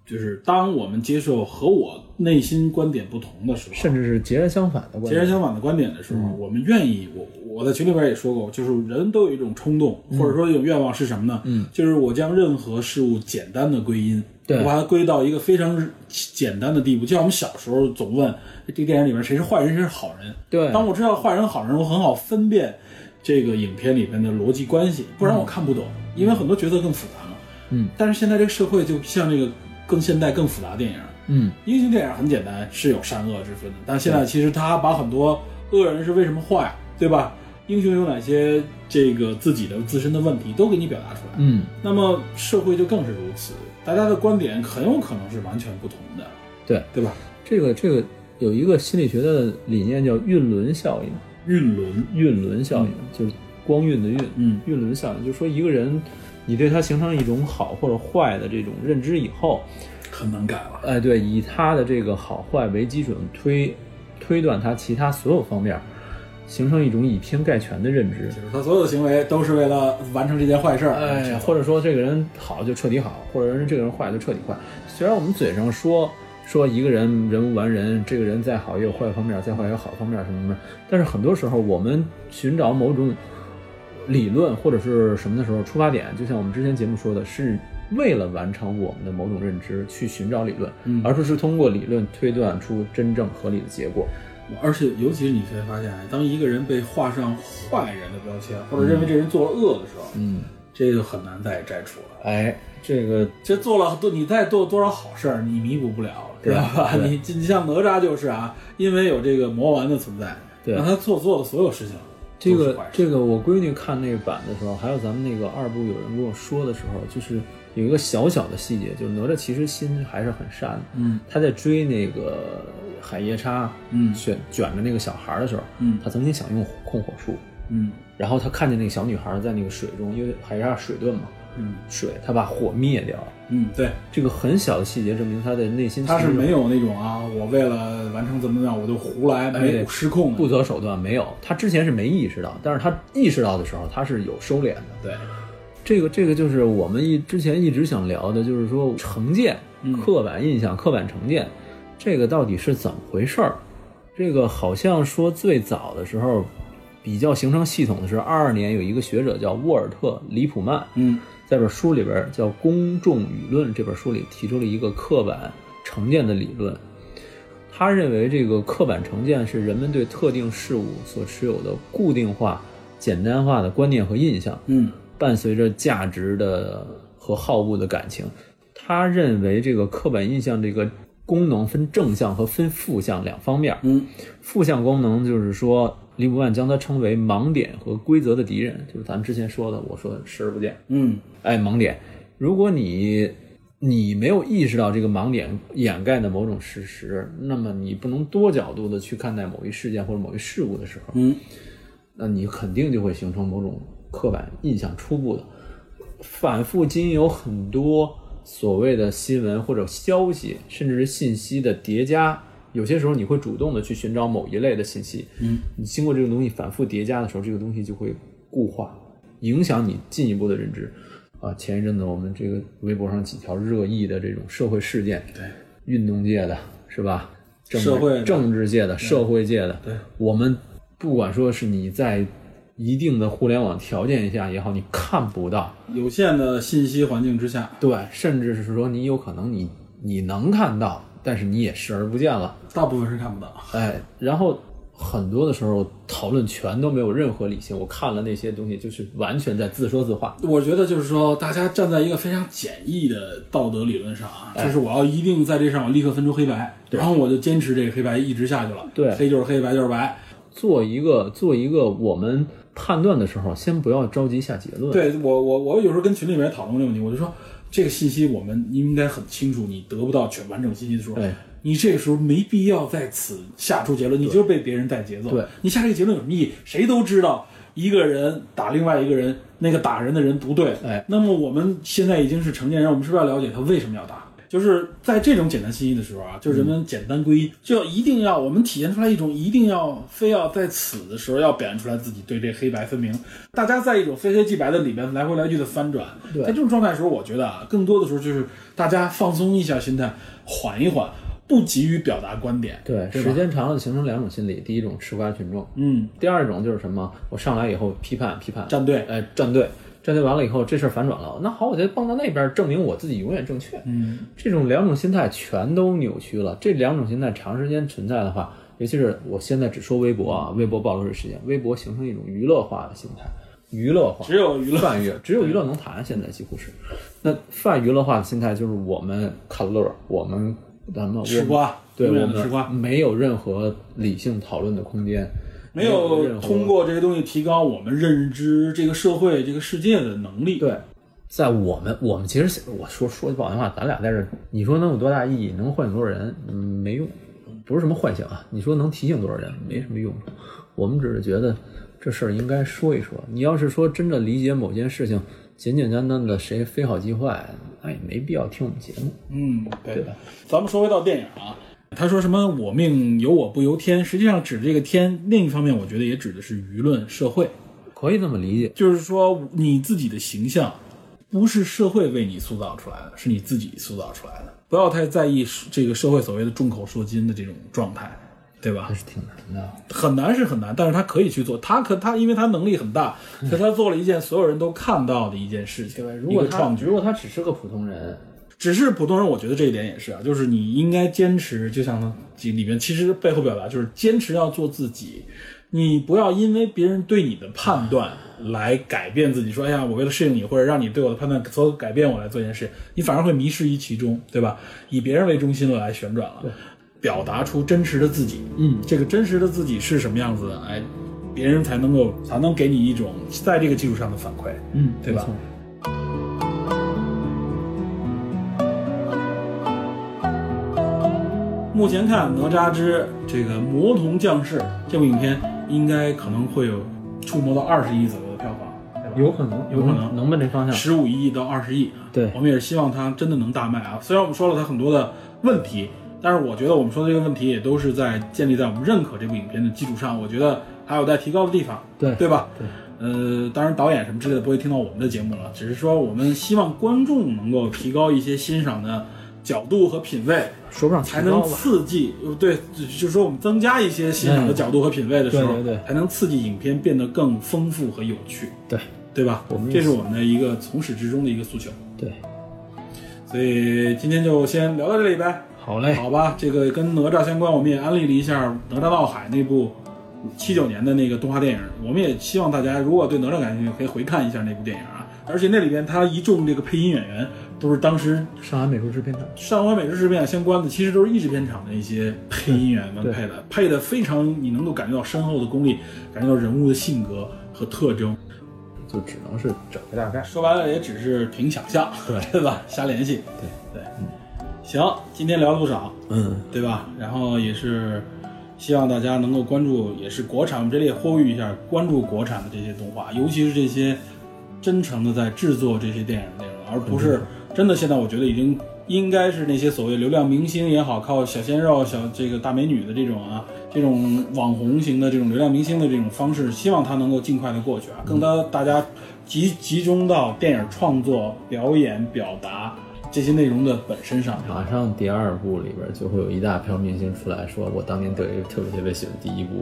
Speaker 2: 就是当我们接受和我内心观点不同的时候，
Speaker 1: 甚至是截然相反的观
Speaker 2: 截然
Speaker 1: 点。嗯
Speaker 2: 相反的观点的时候，我们愿意，我我在群里边也说过，就是人都有一种冲动，或
Speaker 1: 嗯
Speaker 2: 者说一种愿望是什么呢？嗯，就是我将任何事物简单的归因，
Speaker 1: 对
Speaker 2: 我把它归到一个非常简单的地步。就像我们小时候总问这个电影里边谁是坏人，谁是好人。
Speaker 1: 对
Speaker 2: 当我知道坏人好人，我很好分辨这个影片里边的逻辑关系，不然我看不懂，因为很多角色更复杂嘛。
Speaker 1: 嗯，
Speaker 2: 但是现在这个社会就像这个更现代、更复杂的电影，
Speaker 1: 嗯，
Speaker 2: 英雄电影很简单，是有善恶之分的，但现在其实他把很多恶人是为什么坏，对吧？英雄有哪些这个自己的自身的问题都给你表达出来。
Speaker 1: 嗯，
Speaker 2: 那么社会就更是如此，大家的观点很有可能是完全不同的，
Speaker 1: 对，
Speaker 2: 对吧？
Speaker 1: 这个这个有一个心理学的理念叫运轮效应，
Speaker 2: 运轮，
Speaker 1: 运轮效应、就是光运的运，
Speaker 2: 嗯
Speaker 1: 运轮效应就是说一个人，你对他形成一种好或者坏的这种认知以后，
Speaker 2: 很难改了。
Speaker 1: 哎，对，以他的这个好坏为基准推推断他其他所有方面，形成一种以偏概全的认知。
Speaker 2: 就是他所有的行为都是为了完成这件坏事儿，
Speaker 1: 哎，或者说这个人好就彻底好，或者人这个人坏就彻底坏。虽然我们嘴上说说一个人人无完人，这个人再好也有坏方面，再坏也有好方面什么什么，但是很多时候我们寻找某种理论或者是什么的时候，出发点就像我们之前节目说的，是为了完成我们的某种认知去寻找理论，
Speaker 2: 嗯
Speaker 1: 而不是通过理论推断出真正合理的结果。
Speaker 2: 而且尤其是你会发现，啊当一个人被画上坏人的标签，或者认为这人做了恶的时候，
Speaker 1: 嗯，
Speaker 2: 这个很难再摘除了。
Speaker 1: 哎，这个
Speaker 2: 这做了多，你再做多少好事儿，你弥补不了，知
Speaker 1: 对
Speaker 2: 道吧？
Speaker 1: 对
Speaker 2: 你你像哪吒就是啊，因为有这个魔丸的存在，
Speaker 1: 对
Speaker 2: 让他做做的所有事情
Speaker 1: 这
Speaker 2: 都是
Speaker 1: 个
Speaker 2: 坏事
Speaker 1: 这个，我闺女看那个版的时候，还有咱们那个二部有人跟我说的时候，就是有一个小小的细节，就是哪吒其实心还是很善的。
Speaker 2: 嗯
Speaker 1: 他在追那个海夜叉，
Speaker 2: 嗯
Speaker 1: 卷卷着那个小孩的时候，
Speaker 2: 嗯
Speaker 1: 他曾经想用控火术，
Speaker 2: 嗯
Speaker 1: 然后他看见那个小女孩在那个水中，因为海夜叉水遁嘛，
Speaker 2: 嗯
Speaker 1: 水他把火灭掉了。
Speaker 2: 嗯，对，
Speaker 1: 这个很小的细节证明他的内心
Speaker 2: 他是
Speaker 1: 其实
Speaker 2: 没有那种啊，我为了完成怎么样，我就胡来，没有失控的，
Speaker 1: 哎不择手段，没有。他之前是没意识到，但是他意识到的时候，他是有收敛的。
Speaker 2: 对，
Speaker 1: 这个这个就是我们一之前一直想聊的，就是说成见、
Speaker 2: 嗯
Speaker 1: 刻板印象、刻板成见，这个到底是怎么回事儿？这个好像说最早的时候比较形成系统的是二二年有一个学者叫沃尔特·里普曼，
Speaker 2: 嗯
Speaker 1: 在本书里边叫《公众舆论》这本书里提出了一个刻板成见的理论。他认为这个刻板成见是人们对特定事物所持有的固定化、简单化的观念和印象。
Speaker 2: 嗯
Speaker 1: 伴随着价值的和好恶的感情。他认为这个刻板印象这个功能分正向和分负向两方面。
Speaker 2: 嗯
Speaker 1: 负向功能就是说，利布曼将它称为盲点和规则的敌人，就是咱们之前说的，我说的视而不见。
Speaker 2: 嗯
Speaker 1: 哎，盲点，如果你你没有意识到这个盲点掩盖的某种事实，那么你不能多角度的去看待某一事件或者某一事物的时候，
Speaker 2: 嗯，
Speaker 1: 那你肯定就会形成某种刻板印象，初步的。反复经由很多所谓的新闻或者消息，甚至是信息的叠加，有些时候你会主动的去寻找某一类的信息。嗯，你经过这个东西反复叠加的时候，这个东西就会固化，影响你进一步的认知。啊，前一阵子我们这个微博上几条热议的这种社会事件，
Speaker 2: 对，
Speaker 1: 运动界的是吧？政治
Speaker 2: 社会的
Speaker 1: 政治界的、社会界的，
Speaker 2: 对
Speaker 1: 我们不管说是你在一定的互联网条件下也好，你看不到，
Speaker 2: 有限的信息环境之下，
Speaker 1: 对，甚至是说你有可能你你能看到，但是你也视而不见了，
Speaker 2: 大部分是看不到。
Speaker 1: 哎，然后很多的时候讨论全都没有任何理性，我看了那些东西就是完全在自说自话，
Speaker 2: 我觉得就是说，大家站在一个非常简易的道德理论上啊，
Speaker 1: 哎
Speaker 2: 就是我要一定在这上我立刻分出黑白，然后我就坚持这个黑白一直下去了。
Speaker 1: 对
Speaker 2: 黑就是黑，白就是白。
Speaker 1: 做一个做一个我们判断的时候，先不要着急下结论，，
Speaker 2: 对我，我我有时候跟群里面讨论这个问题，我就说这个信息我们应该很清楚，你得不到全完整信息的时候
Speaker 1: 对，
Speaker 2: 你这个时候没必要在此下出结论，你就是被别人带节奏。
Speaker 1: 对
Speaker 2: 你下这个结论有什么意义？谁都知道一个人打另外一个人，那个打人的人不对。
Speaker 1: 哎，
Speaker 2: 那么我们现在已经是成年人，我们是不是要了解他为什么要打？就是在这种简单信息的时候啊，就是人们简单归一，就要一定要我们体现出来一种一定要非要在此的时候要表现出来自己对这黑白分明。大家在一种非黑即白的里边来回来去的翻转，
Speaker 1: 对
Speaker 2: 在这种状态的时候，我觉得啊，更多的时候就是大家放松一下心态，缓一缓，不急于表达观点。
Speaker 1: 对，
Speaker 2: 对吧
Speaker 1: 时间长了形成两种心理，第一种吃瓜群众，
Speaker 2: 嗯，
Speaker 1: 第二种就是什么？我上来以后批判批判，
Speaker 2: 站队
Speaker 1: 哎，站队，站队完了以后，这事儿反转了，那好，我就蹦到那边证明我自己永远正确。
Speaker 2: 嗯，
Speaker 1: 这种两种心态全都扭曲了。这两种心态长时间存在的话，尤其是我现在只说微博啊，微博暴露这事件，微博形成一种娱乐化的心态，娱乐化，
Speaker 2: 只有娱乐
Speaker 1: 泛娱，只有娱乐能谈，现在几乎是。那泛娱乐化的心态就是我们看乐儿，我们咱们
Speaker 2: 吃瓜，
Speaker 1: 对
Speaker 2: 永
Speaker 1: 我
Speaker 2: 远的吃瓜。
Speaker 1: 们没有任何理性讨论的空间。
Speaker 2: 没
Speaker 1: 有
Speaker 2: 有
Speaker 1: 任何
Speaker 2: 通过这些东西提高我们认知这个社会、这个世界的能力。，
Speaker 1: 对，在我们我们其实我说说句不好听话，咱俩在这儿，你说能有多大意义？能唤醒多少人？嗯，没用，不是什么幻想啊。你说能提醒多少人？没什么用。我们只是觉得这事儿应该说一说。你要是说真的理解某件事情，简简单单的谁非好即坏，那也没必要听我们节目。
Speaker 2: 嗯，对
Speaker 1: 对吧
Speaker 2: 咱们说回到电影啊，他说什么“我命由我不由天”，实际上指这个天，另一方面我觉得也指的是舆论、社会，
Speaker 1: 可以这么理解，
Speaker 2: 就是说你自己的形象不是社会为你塑造出来的，是你自己塑造出来的。不要太在意这个社会所谓的众口铄金的这种状态，对吧
Speaker 1: 还？是挺难的。
Speaker 2: 很难是很难，但是他可以去做。他可他因为他能力很大，所以他做了一件所有人都看到的一件事情，嗯
Speaker 1: 如
Speaker 2: 一
Speaker 1: 果
Speaker 2: 个
Speaker 1: 他
Speaker 2: 创举
Speaker 1: 如。果他只是个普通人，
Speaker 2: 只是普通人，我觉得这一点也是啊，就是你应该坚持，就像这里面其实背后表达就是坚持要做自己，你不要因为别人对你的判断来改变自己，说哎呀，我为了适应你或者让你对我的判断所改变我来做一件事，你反而会迷失于其中，对吧？以别人为中心来旋转了，表达出真实的自己。嗯，这个真实的自己是什么样子的？哎，别人才能够才能给你一种在这个基础上的反馈，
Speaker 1: 嗯
Speaker 2: 对吧？目前看《哪吒之这个魔童降世》这部影片，应该可能会有触摸到二十亿左右的票房，对吧
Speaker 1: 有可能，
Speaker 2: 有可能
Speaker 1: 能奔这方向。
Speaker 2: 十五亿到二十亿啊。
Speaker 1: 对
Speaker 2: 我们也是希望它真的能大卖啊。虽然我们说了它很多的问题，但是我觉得我们说的这个问题也都是在建立在我们认可这部影片的基础上，我觉得还有待提高的地方，
Speaker 1: 对
Speaker 2: 对吧？
Speaker 1: 对。
Speaker 2: 呃，当然，导演什么之类的不会听到我们的节目了，只是说我们希望观众能够提高一些欣赏的角度和品味，
Speaker 1: 说不上
Speaker 2: 才
Speaker 1: 提高
Speaker 2: 能
Speaker 1: 吧
Speaker 2: 刺激，呃对，就就是说我们增加一些欣赏的
Speaker 1: 嗯
Speaker 2: 角度和品味的时候，
Speaker 1: 对对对
Speaker 2: 才能刺激影片变得更丰富和有趣，
Speaker 1: 对
Speaker 2: 对吧？
Speaker 1: 我们也
Speaker 2: 这是我们的一个从始至终的一个诉求，
Speaker 1: 对，
Speaker 2: 所以今天就先聊到这里呗，
Speaker 1: 好嘞，
Speaker 2: 好吧？这个跟哪吒相关，我们也安利了一下《哪吒闹海》那部七九年的那个动画电影，我们也希望大家如果对哪吒感兴趣，可以回看一下那部电影啊。而且那里边他一众这个配音演员都是当时
Speaker 1: 上海美术制片厂。
Speaker 2: 上海美术制片相关的，其实都是译制片厂的一些配音演员们
Speaker 1: 对
Speaker 2: 配的，配的非常，你能够感觉到深厚的功力，感觉到人物的性格和特征。
Speaker 3: 就只能是整个大概。
Speaker 2: 说白了，也只是凭想象， 对吧？瞎联系。对对，行，今天聊了不少，
Speaker 1: 嗯，
Speaker 2: 对吧？然后也是希望大家能够关注，也是国产，我们这里也呼吁一下，关注国产的这些动画，尤其是这些真诚的在制作这些电影内容，而不是真的现在我觉得已经应该是那些所谓流量明星也好，靠小鲜肉、小这个大美女的这种啊，这种网红型的这种流量明星的这种方式，希望它能够尽快的过去啊，更多大家集集中到电影创作、表演、表达。这些内容的本身上，
Speaker 1: 马上第二部里边就会有一大票明星出来说，我当年特别特别特别喜欢第一部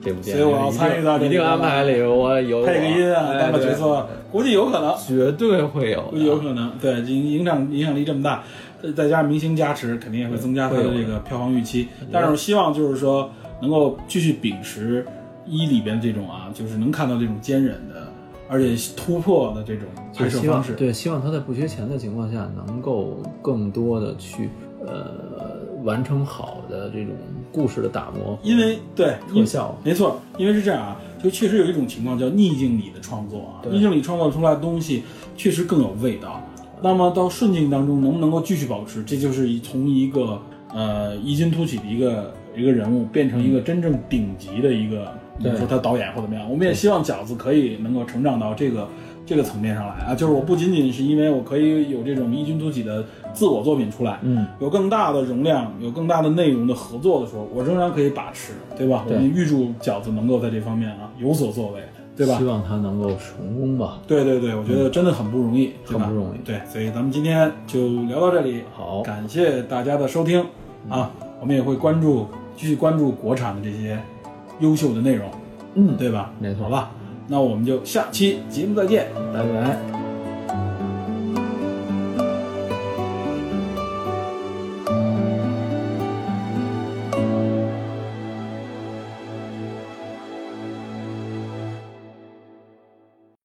Speaker 1: 这部电
Speaker 2: 所
Speaker 1: 影，
Speaker 2: 以我要参与到这
Speaker 1: 一
Speaker 2: 里
Speaker 1: 定安排里，我有
Speaker 2: 配个音啊，
Speaker 1: 我
Speaker 2: 当个角，
Speaker 1: 哎
Speaker 2: 色，估计有可能，
Speaker 1: 对绝对会有的，
Speaker 2: 有可能，对，影影响影响力这么大，呃再加上明星加持，肯定也会增加它的
Speaker 1: 会
Speaker 2: 这
Speaker 1: 有嗯
Speaker 2: 个票房预期。但是我希望就是说，能够继续秉持一里边这种啊，就是能看到这种坚忍的，而且突破的这种拍
Speaker 1: 就
Speaker 2: 摄
Speaker 1: 希
Speaker 2: 方
Speaker 1: 望
Speaker 2: 式。
Speaker 1: 对，希望他在不缺钱的情况下，能够更多的去呃完成好的这种故事的打磨，
Speaker 2: 因为对
Speaker 1: 特效
Speaker 2: 因没错，因为是这样啊，就确实有一种情况叫逆境里的创作啊，
Speaker 1: 对
Speaker 2: 逆境里创作出来的东西确实更有味道。那么到顺境当中能不能够继续保持，这就是一从一个呃异军突起的一个一个人物变成一个真正顶级的一个，比如说他导演或怎么样，我们也希望饺子可以能够成长到这个。这个层面上来啊，就是我不仅仅是因为我可以有这种异军突起的自我作品出来，
Speaker 1: 嗯，
Speaker 2: 有更大的容量、有更大的内容的合作的时候，我仍然可以把持，对吧？
Speaker 1: 对
Speaker 2: 我们预祝饺子能够在这方面啊有所作为，对吧
Speaker 1: 希？望他能够成功吧。
Speaker 2: 对对对，我觉得真的很不容易，对吧
Speaker 1: 嗯很不容易
Speaker 2: 对，所以咱们今天就聊到这里，
Speaker 1: 好，嗯
Speaker 2: 感谢大家的收听啊，我们也会关注，继续关注国产的这些优秀的内容，
Speaker 1: 嗯，
Speaker 2: 对吧？
Speaker 1: 没错
Speaker 2: 好吧，那我们就下期节目再见。
Speaker 1: 拜拜。